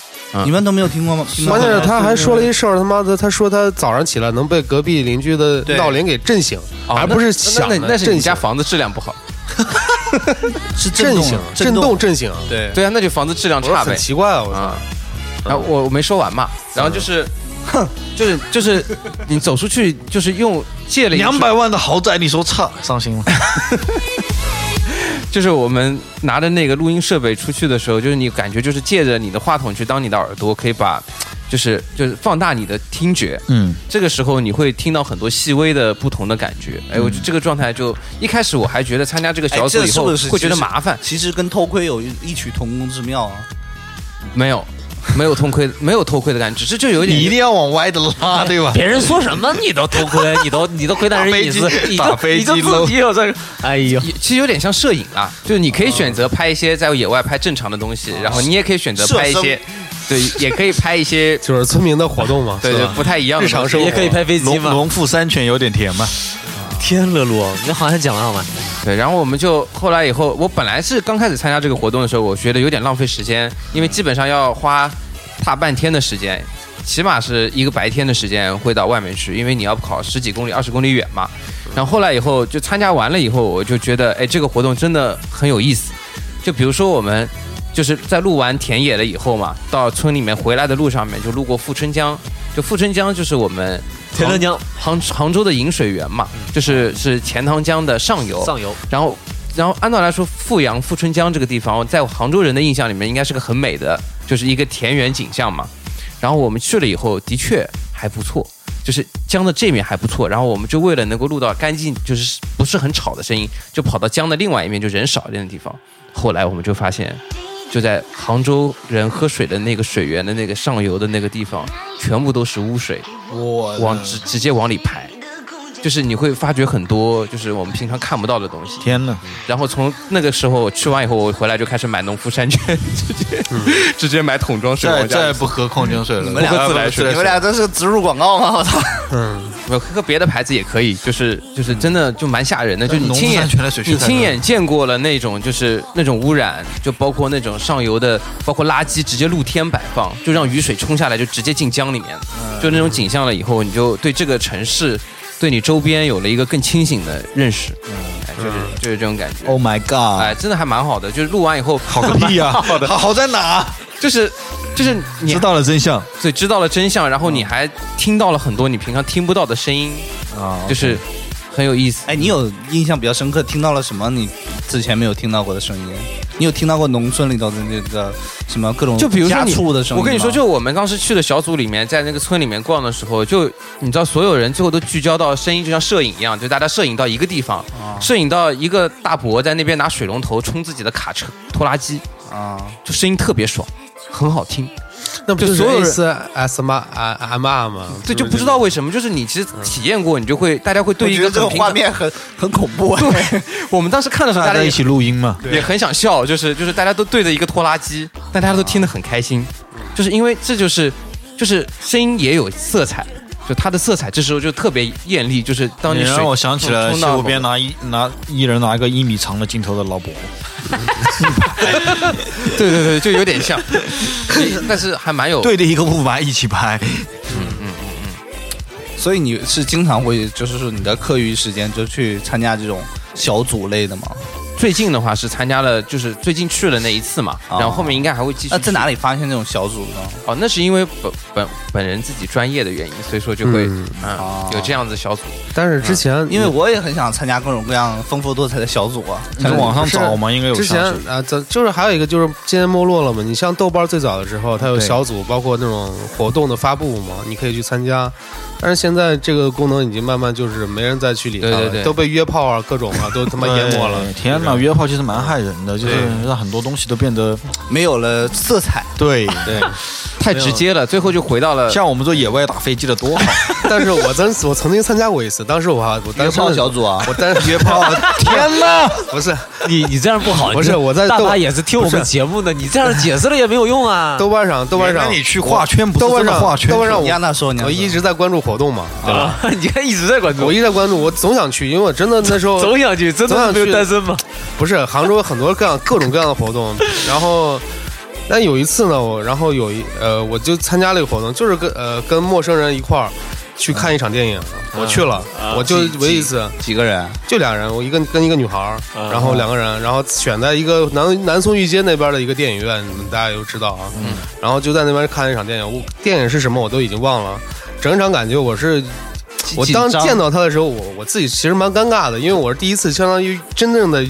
[SPEAKER 5] 你们都没有听过吗？听到
[SPEAKER 6] 关键是
[SPEAKER 5] 吗
[SPEAKER 6] 他还说了一事儿，他妈的，他说他早上起来能被隔壁邻居的
[SPEAKER 5] 对
[SPEAKER 6] 闹铃给震醒，
[SPEAKER 3] 哦
[SPEAKER 5] 啊
[SPEAKER 6] 而不是响
[SPEAKER 3] 那
[SPEAKER 6] 的
[SPEAKER 3] 那那是
[SPEAKER 6] 震
[SPEAKER 3] 你家
[SPEAKER 6] 醒，
[SPEAKER 3] 房子质量不好，
[SPEAKER 5] 是震
[SPEAKER 6] 震
[SPEAKER 5] 动
[SPEAKER 6] 醒，，
[SPEAKER 5] 震
[SPEAKER 6] 震动，震醒。
[SPEAKER 5] 对，
[SPEAKER 3] 对啊，那就房子质量
[SPEAKER 6] 我说
[SPEAKER 3] 差
[SPEAKER 6] 很
[SPEAKER 3] 呗
[SPEAKER 6] 奇怪啊，我操！
[SPEAKER 3] 啊。然后我我没说完嘛，然后就是，就是就是你走出去就是用借了一
[SPEAKER 8] 两
[SPEAKER 3] 处
[SPEAKER 8] 百万的豪宅，你说差伤心吗？
[SPEAKER 3] 就是我们拿着那个录音设备出去的时候，就是你感觉就是借着你的话筒去当你的耳朵，可以把，就是就是放大你的听觉。
[SPEAKER 8] 嗯，
[SPEAKER 3] 这个时候你会听到很多细微的不同的感觉。哎，我觉得这个状态就一开始我还觉得参加这个小组
[SPEAKER 5] 哎
[SPEAKER 3] 以
[SPEAKER 5] 这是
[SPEAKER 3] 后
[SPEAKER 5] 不是
[SPEAKER 3] 会觉得麻烦，
[SPEAKER 5] 其实跟偷窥有一异曲同工之妙啊。
[SPEAKER 3] 没有。没有偷窥，没有偷窥的感觉，只是就有一点
[SPEAKER 8] 你一定要往歪的拉，对吧？
[SPEAKER 9] 别人说什么你都偷窥，你都你都窥探人隐私，你
[SPEAKER 8] 打
[SPEAKER 9] 都
[SPEAKER 8] 飞
[SPEAKER 9] 你都
[SPEAKER 8] 机
[SPEAKER 9] 自
[SPEAKER 8] 喽
[SPEAKER 9] 己！有这个，哎呦，
[SPEAKER 3] 也其实有点像摄影啦，就是你可以选择拍一些在野外拍正常的东西，然后你也可以选择拍一
[SPEAKER 5] 摄
[SPEAKER 6] 哦
[SPEAKER 3] 些，对，也可以拍一些，
[SPEAKER 6] 就是村民的活动嘛，
[SPEAKER 3] 对
[SPEAKER 6] 是
[SPEAKER 3] 对，
[SPEAKER 6] 吧
[SPEAKER 3] 不太一样的
[SPEAKER 6] 日常
[SPEAKER 3] 东西
[SPEAKER 6] 生活
[SPEAKER 9] 也可以拍飞机
[SPEAKER 8] 农
[SPEAKER 9] 嘛。
[SPEAKER 8] 农夫山泉有点甜嘛，
[SPEAKER 9] 天了噜，你好像讲了好吗？
[SPEAKER 3] 对，然后我们就后来以后，我本来是刚开始参加这个活动的时候，我觉得有点浪费时间，因为基本上要花大半天的时间，起码是一个白天的时间会到外面去，因为你要跑十几公里、二十公里远嘛。然后后来以后就参加完了以后，我就觉得，哎，这个活动真的很有意思。就比如说我们就是在录完田野了以后嘛，到村里面回来的路上面就路过富春江，就富春江就是我们
[SPEAKER 9] 田乐江
[SPEAKER 3] 杭杭州的引水源嘛，就是是钱塘江的上游。
[SPEAKER 9] 上游，
[SPEAKER 3] 然后，然后按照来说，富阳富春江这个地方，在杭州人的印象里面，应该是个很美的，就是一个田园景象嘛。然后我们去了以后，的确还不错，就是江的这面还不错。然后我们就为了能够录到干净，就是不是很吵的声音，就跑到江的另外一面，就人少一点的地方。后来我们就发现，就在杭州人喝水的那个水源的那个上游的那个地方，全部都是污水，
[SPEAKER 8] 我
[SPEAKER 3] 往直直接往里排。就是你会发觉很多，就是我们平常看不到的东西。
[SPEAKER 8] 天呐，
[SPEAKER 3] 然后从那个时候我去完以后，我回来就开始买农夫山泉，直接、直接买桶装水
[SPEAKER 8] 再
[SPEAKER 3] 往家
[SPEAKER 8] 再
[SPEAKER 3] 里
[SPEAKER 8] 也不喝矿泉水了，
[SPEAKER 5] 你
[SPEAKER 3] 嗯
[SPEAKER 5] 们俩
[SPEAKER 8] 不喝自来
[SPEAKER 5] 你
[SPEAKER 8] 水
[SPEAKER 5] 们。俩这是植入广告吗？我操！
[SPEAKER 3] 不喝别的牌子也可以，就是就是真的就蛮吓人的，就你
[SPEAKER 8] 农
[SPEAKER 3] 亲
[SPEAKER 8] 夫
[SPEAKER 3] 眼
[SPEAKER 8] 山泉的水质
[SPEAKER 3] 你
[SPEAKER 8] 太
[SPEAKER 3] 亲
[SPEAKER 8] 恶
[SPEAKER 3] 眼见过了那种就是那种污染，就包括那种上游的，包括垃圾直接露天摆放，就让雨水冲下来就直接进江里面，就那种景象了以后，你就对这个城市，对你周边有了一个更清醒的认识，哎就是就是这种感觉，
[SPEAKER 8] Oh my god！
[SPEAKER 3] 哎，真的还蛮好的，就是录完以后
[SPEAKER 8] 好个屁呀！
[SPEAKER 3] 好的
[SPEAKER 8] 好好在哪？
[SPEAKER 3] 就是就是你
[SPEAKER 8] 知道了真相
[SPEAKER 3] 对知道了真相，然后你还听到了很多你平常听不到的声音，
[SPEAKER 5] 嗯
[SPEAKER 8] 啊
[SPEAKER 3] 就是很有意思。
[SPEAKER 5] 哎，你有印象比较深刻，听到了什么？你之前没有听到过的声音？你有听到过农村里头的那个什么各种
[SPEAKER 3] 就比如说
[SPEAKER 5] 家
[SPEAKER 3] 你
[SPEAKER 5] 畜嗯的声音吗？
[SPEAKER 3] 我跟你说，就我们当时去的小组里面，在那个村里面逛的时候，就你知道，所有人最后都聚焦到声音，就像摄影一样，就大家摄影到一个地方，
[SPEAKER 5] 啊
[SPEAKER 3] 摄影到一个大伯在那边拿水龙头冲自己的卡车拖拉机，
[SPEAKER 5] 啊，
[SPEAKER 3] 就声音特别爽，很好听。
[SPEAKER 6] 那不
[SPEAKER 3] 就
[SPEAKER 6] 就是
[SPEAKER 3] 所有人
[SPEAKER 6] S S M R M R 吗？
[SPEAKER 3] 对，就不知道为什么，就是你其实体验过，你就会大家会
[SPEAKER 5] 我
[SPEAKER 3] 对一
[SPEAKER 5] 觉
[SPEAKER 3] 个
[SPEAKER 5] 得这
[SPEAKER 3] 很
[SPEAKER 5] 个
[SPEAKER 3] 平
[SPEAKER 5] 画
[SPEAKER 3] 常。
[SPEAKER 5] 面很很恐怖。
[SPEAKER 3] 对，我们当时看的 时候，
[SPEAKER 8] 大
[SPEAKER 3] 大
[SPEAKER 8] 家
[SPEAKER 3] 家
[SPEAKER 8] 一起录音嘛，
[SPEAKER 3] 也很想笑，就是就是大家都对着一个拖拉机，但大家都听得很开心，就是因为这就是就是声音也有色彩，就它的色彩这时候就特别艳丽，就是当你水
[SPEAKER 8] 让我想起了
[SPEAKER 3] 冲
[SPEAKER 8] 西
[SPEAKER 3] 到
[SPEAKER 8] 湖边拿一拿一人拿一个一米长的镜头的老伯，
[SPEAKER 3] 对对对，就有点 像，但是还蛮有
[SPEAKER 8] 对着一个雾霾一起拍。
[SPEAKER 5] 所以你是经常会，就是说你的课余时间就去参加这种小组类的吗？
[SPEAKER 3] 最近的话是参加了，就是最近去了那一次嘛，
[SPEAKER 5] 哦
[SPEAKER 3] 然后后面应该还会继续去。
[SPEAKER 5] 那在哪里发现这种小组呢？
[SPEAKER 3] 哦，那是因为本本本人自己专业的原因，所以说就会
[SPEAKER 6] 嗯
[SPEAKER 3] 嗯
[SPEAKER 5] 哦
[SPEAKER 3] 有这样子小组。
[SPEAKER 6] 但是之前
[SPEAKER 9] 嗯
[SPEAKER 5] 因为我也很想参加各种各样丰富多彩的小组啊。
[SPEAKER 8] 你在网上找吗？应该有
[SPEAKER 6] 之
[SPEAKER 8] 上
[SPEAKER 6] 前
[SPEAKER 8] 去。
[SPEAKER 6] 啊，咱就是还有一个就是今年没落了嘛。你像豆瓣最早的时候，它有小组，包括那种活动的发布嘛，你可以去参加。但是现在这个功能已经慢慢就是没人再去理它了，
[SPEAKER 3] 对对对
[SPEAKER 6] 都被约炮啊、各种啊都他妈淹没了
[SPEAKER 8] 对。天哪，约炮其实蛮害人的，就是
[SPEAKER 3] 对
[SPEAKER 8] 让很多东西都变得
[SPEAKER 5] 没有了色彩，
[SPEAKER 8] 对，
[SPEAKER 6] 对，
[SPEAKER 3] 太直接了，最后就回到了
[SPEAKER 8] 像我们做野外打飞机的多好。
[SPEAKER 6] 但是我曾我曾经参加过一次，当时我还我单
[SPEAKER 5] 约
[SPEAKER 6] 身
[SPEAKER 5] 炮
[SPEAKER 6] 的
[SPEAKER 5] 小，组啊，
[SPEAKER 6] 我单约炮，天哪，不是
[SPEAKER 9] 你你这样嗯不好，
[SPEAKER 6] 不是
[SPEAKER 9] 你这
[SPEAKER 6] 我在
[SPEAKER 9] 大
[SPEAKER 6] 逗
[SPEAKER 9] 妈也是听我们节目的，你这样解释了也没有用啊。
[SPEAKER 6] 豆瓣上豆瓣上
[SPEAKER 8] 那你去画圈不是
[SPEAKER 6] 豆瓣
[SPEAKER 8] 真的
[SPEAKER 6] 上
[SPEAKER 8] 画圈，
[SPEAKER 6] 豆瓣上
[SPEAKER 5] 你让他说，你让
[SPEAKER 6] 我
[SPEAKER 5] 他说
[SPEAKER 6] 一直在关注活动嘛，对吧？
[SPEAKER 9] 你看一直在关注
[SPEAKER 6] 我一，直在关注，我总想去，因为我真的那时候
[SPEAKER 9] 总想去，真
[SPEAKER 6] 总
[SPEAKER 9] 的
[SPEAKER 6] 想
[SPEAKER 9] 没有
[SPEAKER 6] 去
[SPEAKER 9] 单身吗？
[SPEAKER 6] 不是杭州有很多各样各种各样的 活动，然后。但有一次呢，我然后有一呃，我就参加了一个活动，就是跟呃跟陌生人一块儿去看一场电影，我去了，我就
[SPEAKER 5] 嗯啊几
[SPEAKER 6] 唯一一次，
[SPEAKER 5] 几个人？嗯
[SPEAKER 6] 就俩人，我一个跟一个女孩儿，然后两个人，然后选在一个南南松玉街那边的一个电影院，你们大家都知道啊。嗯。然后就在那边看一场电影，我电影是什么我都已经忘了，整场感觉我是。我当
[SPEAKER 5] 紧张
[SPEAKER 6] 见到他的时候，我我自己其实蛮尴尬的，因为我是第一次相当于真正的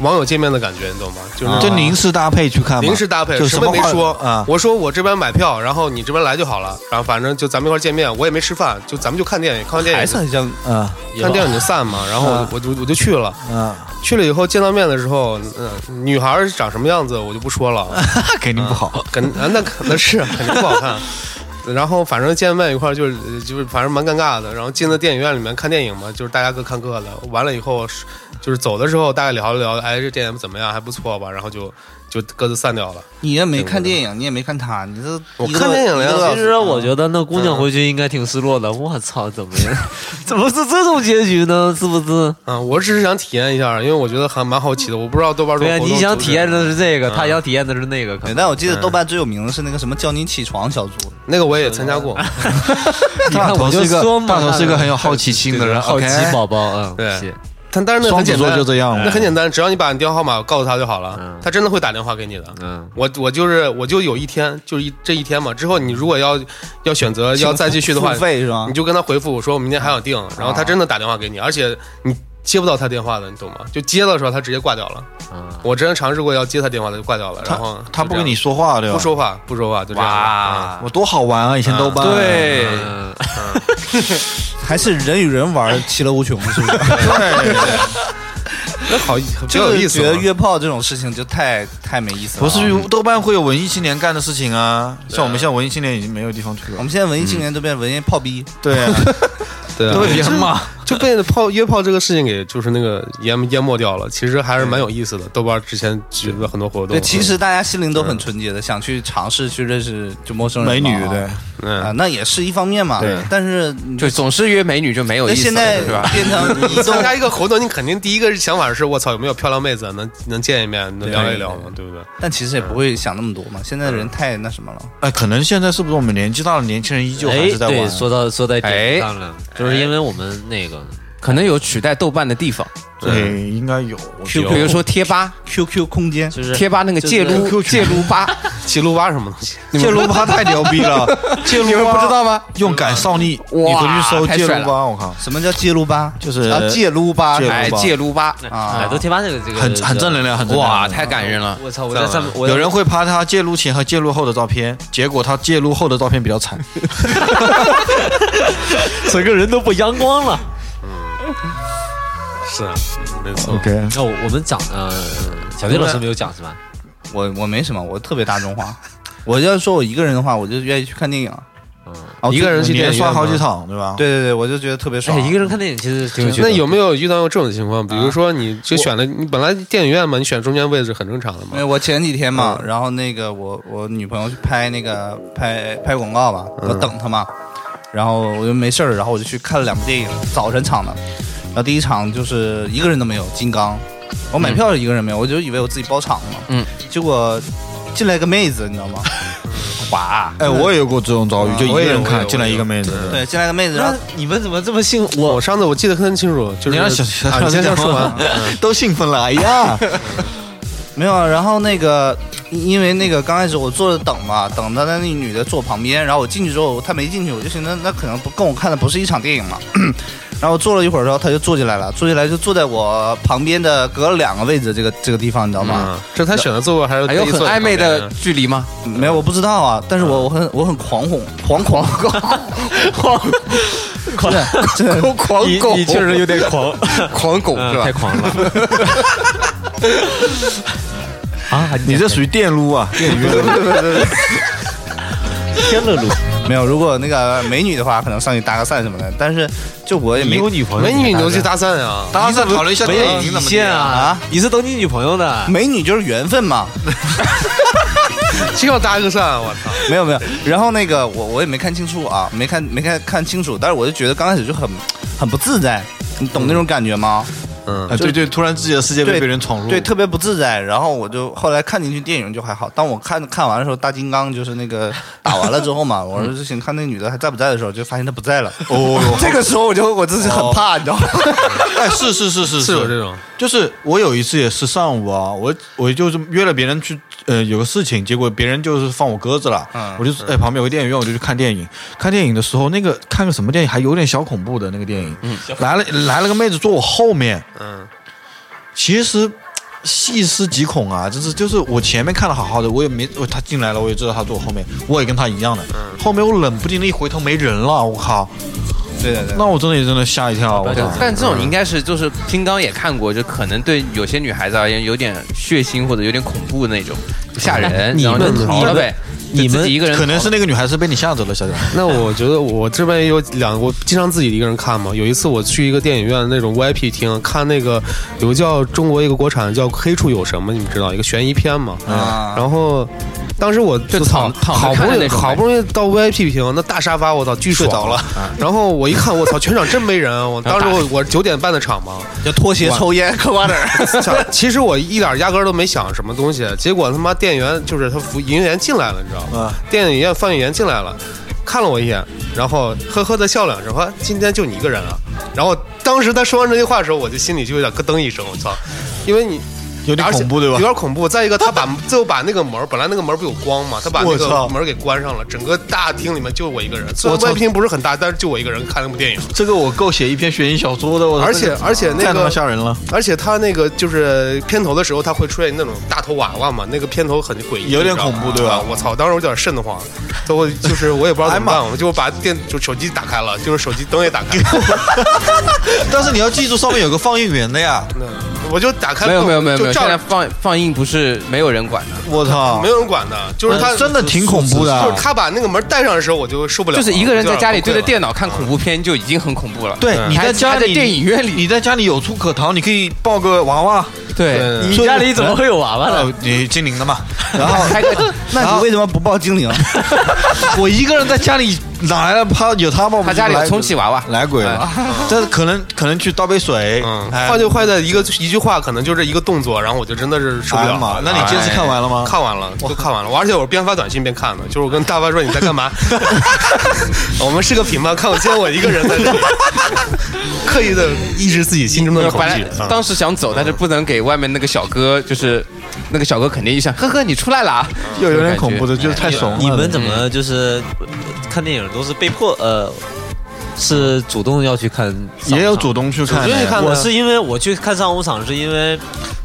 [SPEAKER 6] 网友见面的感觉，你懂吗？就是
[SPEAKER 8] 就临时搭配去看嘛，
[SPEAKER 6] 啊临时搭配，
[SPEAKER 8] 啊就
[SPEAKER 6] 什
[SPEAKER 8] 什么
[SPEAKER 6] 没
[SPEAKER 8] 话
[SPEAKER 6] 说
[SPEAKER 8] 啊
[SPEAKER 6] 我说我这边买票，然后你这边来就好了，然后反正就咱们一块儿见面，我也没吃饭，就咱们就看电影，看完电
[SPEAKER 5] 还
[SPEAKER 6] 影
[SPEAKER 5] 是很像
[SPEAKER 8] 嗯
[SPEAKER 6] 看电影就散嘛，然后我我就我就去了，
[SPEAKER 8] 嗯，
[SPEAKER 6] 去了以后见到面的时候，嗯、女孩儿长什么样子我就不说了，
[SPEAKER 8] 那肯定不好。
[SPEAKER 6] 肯啊那可那是肯定不好看。然后反正见面一块儿就是呃就是反正蛮尴尬的。然后进到电影院里面看电影嘛，就是大家各看各的。完了以后是就是走的时候大概聊一聊，哎这电影怎么样，还不错吧？然后就就各自散掉了。
[SPEAKER 5] 你也没看电影，你也没看他，你这
[SPEAKER 6] 我
[SPEAKER 5] 一个
[SPEAKER 6] 看电影了呀
[SPEAKER 5] 一个
[SPEAKER 6] 老
[SPEAKER 8] 啊
[SPEAKER 5] 小
[SPEAKER 9] 其
[SPEAKER 5] 时
[SPEAKER 9] 实我觉得那姑
[SPEAKER 8] 嗯
[SPEAKER 9] 娘回去应该挺失落的。我操，怎么样？ 怎么是这种结局呢？是不是？
[SPEAKER 6] 啊，我只是想体验一下，因为我觉得还蛮好奇的。我不知道豆瓣儿
[SPEAKER 9] 对呀，啊
[SPEAKER 6] 活
[SPEAKER 9] 你
[SPEAKER 6] 动
[SPEAKER 9] 想
[SPEAKER 6] 组
[SPEAKER 9] 体
[SPEAKER 6] 织
[SPEAKER 9] 验的是这个，他
[SPEAKER 8] 啊
[SPEAKER 9] 想体验的是那个。可
[SPEAKER 5] 对，
[SPEAKER 9] 能
[SPEAKER 5] 但我记得豆瓣最有名的是那个什么叫你起床小组，
[SPEAKER 6] 那个我也参加过，
[SPEAKER 9] 你
[SPEAKER 8] 大
[SPEAKER 9] 看
[SPEAKER 8] 头
[SPEAKER 9] 我就是
[SPEAKER 8] 一个
[SPEAKER 9] 说嘛，
[SPEAKER 8] 大头是一个很有好奇
[SPEAKER 9] 对
[SPEAKER 8] 心的
[SPEAKER 9] 对
[SPEAKER 8] 人，
[SPEAKER 9] 好奇
[SPEAKER 8] OK
[SPEAKER 9] 宝宝，嗯，
[SPEAKER 6] 对
[SPEAKER 9] 是
[SPEAKER 6] 但但是那个
[SPEAKER 8] 双
[SPEAKER 6] 很
[SPEAKER 8] 子
[SPEAKER 6] 简
[SPEAKER 8] 座
[SPEAKER 6] 单，
[SPEAKER 8] 就这样
[SPEAKER 6] 那很简单，只要你把你电话号码告诉他就好了，
[SPEAKER 9] 嗯
[SPEAKER 6] 他真的会打电话给你的。
[SPEAKER 9] 嗯，
[SPEAKER 6] 我我就是我就有一天，就是一这一天嘛。之后你如果要要选择要再继续的话
[SPEAKER 5] 付，费是吧
[SPEAKER 6] 你？就跟他回复我说我明天还想定，
[SPEAKER 8] 嗯
[SPEAKER 6] 然后他真的打电话给你，而且你接不到他电话的，你懂吗？就接的时候他直接挂掉了。
[SPEAKER 9] 啊
[SPEAKER 6] 我真的尝试过要接他电话，他就挂掉了。然后
[SPEAKER 8] 嗯他
[SPEAKER 6] 就
[SPEAKER 8] 不
[SPEAKER 6] 这样
[SPEAKER 8] 跟你说话对吧？
[SPEAKER 6] 不说话，不说话，就这样了。嗯
[SPEAKER 8] 我多好玩啊！以前豆瓣
[SPEAKER 3] 对，
[SPEAKER 9] 嗯
[SPEAKER 5] 还是人与人玩其乐无穷，是不是？
[SPEAKER 6] 嗯那好，比较有
[SPEAKER 5] 就
[SPEAKER 6] 意
[SPEAKER 5] 是
[SPEAKER 6] 思
[SPEAKER 5] 觉得
[SPEAKER 6] 嘛。
[SPEAKER 5] 约炮这种事情就太太没意思了。
[SPEAKER 8] 不是豆瓣会有文艺青年干的事情啊，像我们现在文艺青年已经没有地方去
[SPEAKER 5] 我
[SPEAKER 8] 了
[SPEAKER 5] 们。现在文艺青年都变文艺炮逼，
[SPEAKER 8] 对啊，
[SPEAKER 6] 对啊，
[SPEAKER 8] 都被 别人骂。
[SPEAKER 6] 就被炮约炮这个事情给就是那个淹淹没掉了。其实还是蛮有意思的。豆瓣之前举了很多活
[SPEAKER 5] 对，
[SPEAKER 6] 动，
[SPEAKER 5] 其实大家心灵都很纯洁的，想去尝试去认识就陌生人
[SPEAKER 8] 美
[SPEAKER 5] 嘛
[SPEAKER 8] 女对，
[SPEAKER 6] 嗯
[SPEAKER 5] 啊，，那也是一方面嘛。
[SPEAKER 8] 对
[SPEAKER 5] 但是
[SPEAKER 3] 就总是约美女就没有
[SPEAKER 5] 嗯那
[SPEAKER 3] 意思
[SPEAKER 5] 现
[SPEAKER 3] 了，
[SPEAKER 5] 在
[SPEAKER 3] 是吧？
[SPEAKER 5] 变成移
[SPEAKER 6] 你
[SPEAKER 5] 动
[SPEAKER 6] 参加一个活动，你肯定第一个想法是我操，有没有漂亮妹子啊能能见一面，能
[SPEAKER 5] 对
[SPEAKER 6] 聊一聊嘛，对不对？
[SPEAKER 5] 但其实也不会想那么多嘛。现在人太那什么了，
[SPEAKER 8] 哎，可能现在是不是我们年纪大了，年轻人依旧还
[SPEAKER 9] 哎
[SPEAKER 8] 是，在
[SPEAKER 9] 对，
[SPEAKER 8] 玩？
[SPEAKER 9] 说到说到点
[SPEAKER 3] 哎
[SPEAKER 9] 子上了，就是因为我们那个
[SPEAKER 3] 可能有取代豆瓣的地方，
[SPEAKER 8] 对，应该有。我觉得
[SPEAKER 3] 比如说贴吧，
[SPEAKER 5] QQ 空间
[SPEAKER 9] 就是
[SPEAKER 3] 贴吧那个
[SPEAKER 9] 就是
[SPEAKER 3] 戒撸
[SPEAKER 9] QQ
[SPEAKER 3] 戒撸吧，
[SPEAKER 6] 骑撸吧什么东西？
[SPEAKER 8] 戒撸吧太牛逼 了，戒撸吧不知道吗？用感少力，你回去搜
[SPEAKER 3] 太
[SPEAKER 8] 戒
[SPEAKER 3] 帅
[SPEAKER 8] 撸吧，我靠，
[SPEAKER 5] 什么叫戒撸吧？
[SPEAKER 8] 就是
[SPEAKER 5] 啊，戒撸吧
[SPEAKER 8] 戒撸吧
[SPEAKER 3] 哎，戒撸吧，
[SPEAKER 5] 啊
[SPEAKER 9] 百度贴吧这个这个
[SPEAKER 8] 很很正能量，很正能量
[SPEAKER 3] 哇，太感人了。嗯
[SPEAKER 9] 我操！我在上面，我在
[SPEAKER 8] 有人会拍他介入前和介入后的照片，结果他介入后的照片比较惨。
[SPEAKER 9] 整个人都不阳光了。
[SPEAKER 6] 是啊，没错。
[SPEAKER 9] 那我我们讲呃，小丁老师没有讲是吧？
[SPEAKER 8] 哦
[SPEAKER 5] 我我没什么，我特别大众化。我要说我一个人的话，我就愿意去看电影。嗯，
[SPEAKER 6] 一个人去
[SPEAKER 8] 你
[SPEAKER 6] 电
[SPEAKER 8] 连
[SPEAKER 6] 影
[SPEAKER 8] 刷
[SPEAKER 6] 院
[SPEAKER 8] 好
[SPEAKER 6] 吗
[SPEAKER 8] 几场，对吧？
[SPEAKER 5] 对对对，我就觉得特别爽。
[SPEAKER 9] 哎，一个人看电影其实挺有趣
[SPEAKER 6] 那
[SPEAKER 9] 的。
[SPEAKER 6] 有没有遇到过这种情况？比如说，你就选了你本来电影院嘛，你选中间位置很正常的
[SPEAKER 5] 因
[SPEAKER 6] 嘛
[SPEAKER 5] 为。我前几天嘛，然后那个我我女朋友去拍那个拍拍广告吧，我等她嘛，然后我就没事儿，然后我就去看了两部电影，早晨场的。然后第一场就是一个人都没有，《金刚》，我买票是一个人没有，我就以为我自己包场了嘛。
[SPEAKER 3] 嗯，
[SPEAKER 5] 结果进来个妹子，你知道吗？滑，
[SPEAKER 8] 哎，我也有过这种遭遇，就一个人看进来一个妹子，
[SPEAKER 5] 对，进来个妹子，然后
[SPEAKER 9] 那你们怎么这么信我？
[SPEAKER 6] 我上次我记得很清楚，就是
[SPEAKER 8] 你让小
[SPEAKER 6] 啊，你先先说完。
[SPEAKER 8] 都兴奋了，哎呀，
[SPEAKER 5] 没有，啊然后那个，因为那个刚开始我坐着等嘛，等到那女的坐我旁边，然后我进去之后，她没进去，我就寻思那可能不跟我看的不是一场电影嘛。 然后坐了一会儿之后，她就坐进来了，坐进来就坐在我旁边的隔了两个位置这个这个地方，你知道吗？
[SPEAKER 6] 嗯，这是他选的座位还是
[SPEAKER 3] 还有
[SPEAKER 6] 特意
[SPEAKER 3] 很
[SPEAKER 6] 坐你
[SPEAKER 3] 暧昧
[SPEAKER 6] 旁边
[SPEAKER 3] 的距离吗？
[SPEAKER 9] 嗯
[SPEAKER 5] 没有，我不知道啊，但是我我很我很狂恐，狂狂狂狂狂 狂狂
[SPEAKER 9] 你
[SPEAKER 5] 狗
[SPEAKER 9] 你确实有点狂，
[SPEAKER 5] 狂狗
[SPEAKER 9] 嗯
[SPEAKER 5] 是吧
[SPEAKER 9] 太？狂 了。啊，
[SPEAKER 8] 你这属于电撸啊，电娱乐
[SPEAKER 9] 天乐路，
[SPEAKER 5] 没有，如果那个美女的话，可能上去搭个讪什么的，但是就我也
[SPEAKER 9] 你
[SPEAKER 5] 没
[SPEAKER 9] 有女朋友？
[SPEAKER 6] 美女牛去搭讪啊！
[SPEAKER 5] 搭讪
[SPEAKER 8] 考虑一下
[SPEAKER 9] 没有底线啊
[SPEAKER 5] 啊！
[SPEAKER 9] 你是等你女朋友的，
[SPEAKER 5] 美女就是缘分嘛。
[SPEAKER 6] 就要搭个讪，我操！
[SPEAKER 5] 没有没有，然后那个我我也没看清楚啊，没看没看看清楚，但是我就觉得刚开始就很很不自在，你懂那种感觉吗？呃
[SPEAKER 8] 啊，对对，突然自己的世界被别人闯入，
[SPEAKER 5] 对，特别不自在。然后我就后来看进去电影就还好，当我看看完的时候，大金刚就是那个打完了之后嘛，我说就想看那女的还在不在的时候，就发现她不在了。
[SPEAKER 8] 嗯哦，
[SPEAKER 5] 这个时候我就我真是很怕，你知道吗？
[SPEAKER 8] 哎，是是是是
[SPEAKER 6] 是有这种，
[SPEAKER 8] 就是我有一次也是上午啊，我我就是约了别人去，呃，有个事情，结果别人就是放我鸽子了，
[SPEAKER 5] 嗯
[SPEAKER 8] 我就哎旁边有个电影院，我就去看电影。看电影的时候，那个看个什么电影，还有点小恐怖的那个电影，来了来了个妹子坐我后面，
[SPEAKER 6] 嗯，
[SPEAKER 8] 其实。细思极恐啊！就是就是，我前面看的好好的，我也没我他进来了，我也知道他坐我后面，我也跟他一样的。后面我冷不丁的一回头没人了，我靠！
[SPEAKER 5] 对对对。
[SPEAKER 8] 那我真的也真的吓一跳，我
[SPEAKER 9] 不要
[SPEAKER 8] 操
[SPEAKER 9] 紧！
[SPEAKER 3] 但这种应该是就是金刚也看过，就可能对有些女孩子而言有点血腥或者有点恐怖的那种，吓人，
[SPEAKER 9] 你
[SPEAKER 3] 然后
[SPEAKER 9] 们
[SPEAKER 3] 就逃了呗，
[SPEAKER 9] 你们
[SPEAKER 3] 就自己一个人逃
[SPEAKER 8] 可
[SPEAKER 3] 了，
[SPEAKER 8] 能是那个女孩子被你吓着了，小姐。
[SPEAKER 6] 那我觉得我这边也有两，我经常自己一个人看嘛。有一次我去一个电影院那种 VIP 厅看那个有个叫中国一个国产叫《黑处有什么》，你们知道一个悬疑片嘛。
[SPEAKER 5] 啊
[SPEAKER 6] 然后当时我
[SPEAKER 3] 就躺躺着
[SPEAKER 6] 好不
[SPEAKER 3] 看的
[SPEAKER 6] 容易
[SPEAKER 3] 那种
[SPEAKER 6] 好不容易到 VIP 厅那大沙发，我操，巨爽
[SPEAKER 5] 着了。
[SPEAKER 6] 然后我一看，我操，全场真没人。啊我当时我我九点半的场嘛，
[SPEAKER 5] 就脱鞋、抽烟、嗑瓜子儿，
[SPEAKER 6] 想，其实我一点压根儿都没想什么东西，结果他妈店员就是他服营业员进来了，你知道
[SPEAKER 8] 啊
[SPEAKER 6] 吗？电影院放映员进来了，看了我一眼，然后呵呵的笑两声，说今天就你一个人啊。然后当时他说完这句话的时候，我就心里就有点咯噔一声，我操，因为你。
[SPEAKER 8] 有点
[SPEAKER 6] 而且
[SPEAKER 8] 恐怖对吧
[SPEAKER 6] 有点恐怖。再一个，他把 最后把那个门儿，本来那个门儿不有光嘛，他把那
[SPEAKER 8] 我操
[SPEAKER 6] 个门儿给关上了，整个大厅里面就我一个人。虽
[SPEAKER 8] 我
[SPEAKER 6] 然
[SPEAKER 8] 操
[SPEAKER 6] 外厅不是很大，但是就我一个人看那部电影。
[SPEAKER 8] 这个我够写一篇悬疑小说的，我
[SPEAKER 6] 而且而且那个
[SPEAKER 8] 太他妈吓人了，
[SPEAKER 6] 而且他那个就是片头的时候，他会出现那种大头娃娃嘛，那个片头很诡异，
[SPEAKER 8] 有点
[SPEAKER 6] 你知道吗
[SPEAKER 8] 恐怖对吧
[SPEAKER 6] 啊我操，当时我有点瘆得慌，最后就是我也不知道怎么办，我就把电就手机打开了，就是手机灯也打开了，
[SPEAKER 8] 但是你要记住上面有个放映员的 呀，
[SPEAKER 6] 那我就打开了，
[SPEAKER 3] 没有没有没有
[SPEAKER 6] 就
[SPEAKER 3] 没有，
[SPEAKER 6] 照
[SPEAKER 3] 现在放放映不是没有人管的，
[SPEAKER 8] 我操
[SPEAKER 6] 没！有人管的，就是他
[SPEAKER 8] 嗯真的挺恐怖的啊
[SPEAKER 6] 就是他把那个门带上的时候，我就受不了
[SPEAKER 3] 就
[SPEAKER 6] 了，
[SPEAKER 3] 是一个人在家里对着
[SPEAKER 6] 电。
[SPEAKER 3] 电脑看恐怖片就已经很恐怖了。
[SPEAKER 8] 对，你
[SPEAKER 3] 还
[SPEAKER 8] 在家
[SPEAKER 3] 还在
[SPEAKER 8] 里，
[SPEAKER 3] 电影院里
[SPEAKER 8] 你在家里有处可逃，你可以抱个娃娃，
[SPEAKER 3] 对，
[SPEAKER 9] 你家里怎么啊会有娃娃 呢？
[SPEAKER 8] 呃，你精灵的 嘛。
[SPEAKER 5] 然后
[SPEAKER 3] 开个
[SPEAKER 5] 那你为什么不报精啊灵？
[SPEAKER 8] 我一个人在家里哪来的怕有他抱？
[SPEAKER 3] 他家里有充气娃娃，
[SPEAKER 8] 来鬼了， 但是可能可能去倒杯水，
[SPEAKER 6] 嗯，
[SPEAKER 8] 哎
[SPEAKER 6] 坏就坏在一个一句话，可能就这一个动作，然后我就真的是受不了
[SPEAKER 8] 哎妈
[SPEAKER 6] 了。
[SPEAKER 8] 那你今天是看完了吗？
[SPEAKER 6] 看完了，都看完了，我而且我边发短信边看的，就是我跟大发说你在干嘛， 我们视个频吧，看我今天我一个人在这里，刻意的抑制自己心中的恐
[SPEAKER 3] 本来
[SPEAKER 6] 惧。
[SPEAKER 8] 嗯
[SPEAKER 6] 啊
[SPEAKER 3] 当时想走，但是不能给外面那个小哥，就是那个小哥肯定一想， 呵呵，你出来了啊，
[SPEAKER 8] 又有
[SPEAKER 3] 这
[SPEAKER 8] 点哎
[SPEAKER 3] 种感
[SPEAKER 8] 恐
[SPEAKER 3] 觉
[SPEAKER 8] 怖的，就是太怂了。
[SPEAKER 9] 你们怎么就是呃看电影都是被迫呃，是主动要去看？
[SPEAKER 8] 也有主。动去看的
[SPEAKER 6] 主动去
[SPEAKER 8] 呀？
[SPEAKER 6] 看的
[SPEAKER 9] 我是因为我去看商务场，是因为，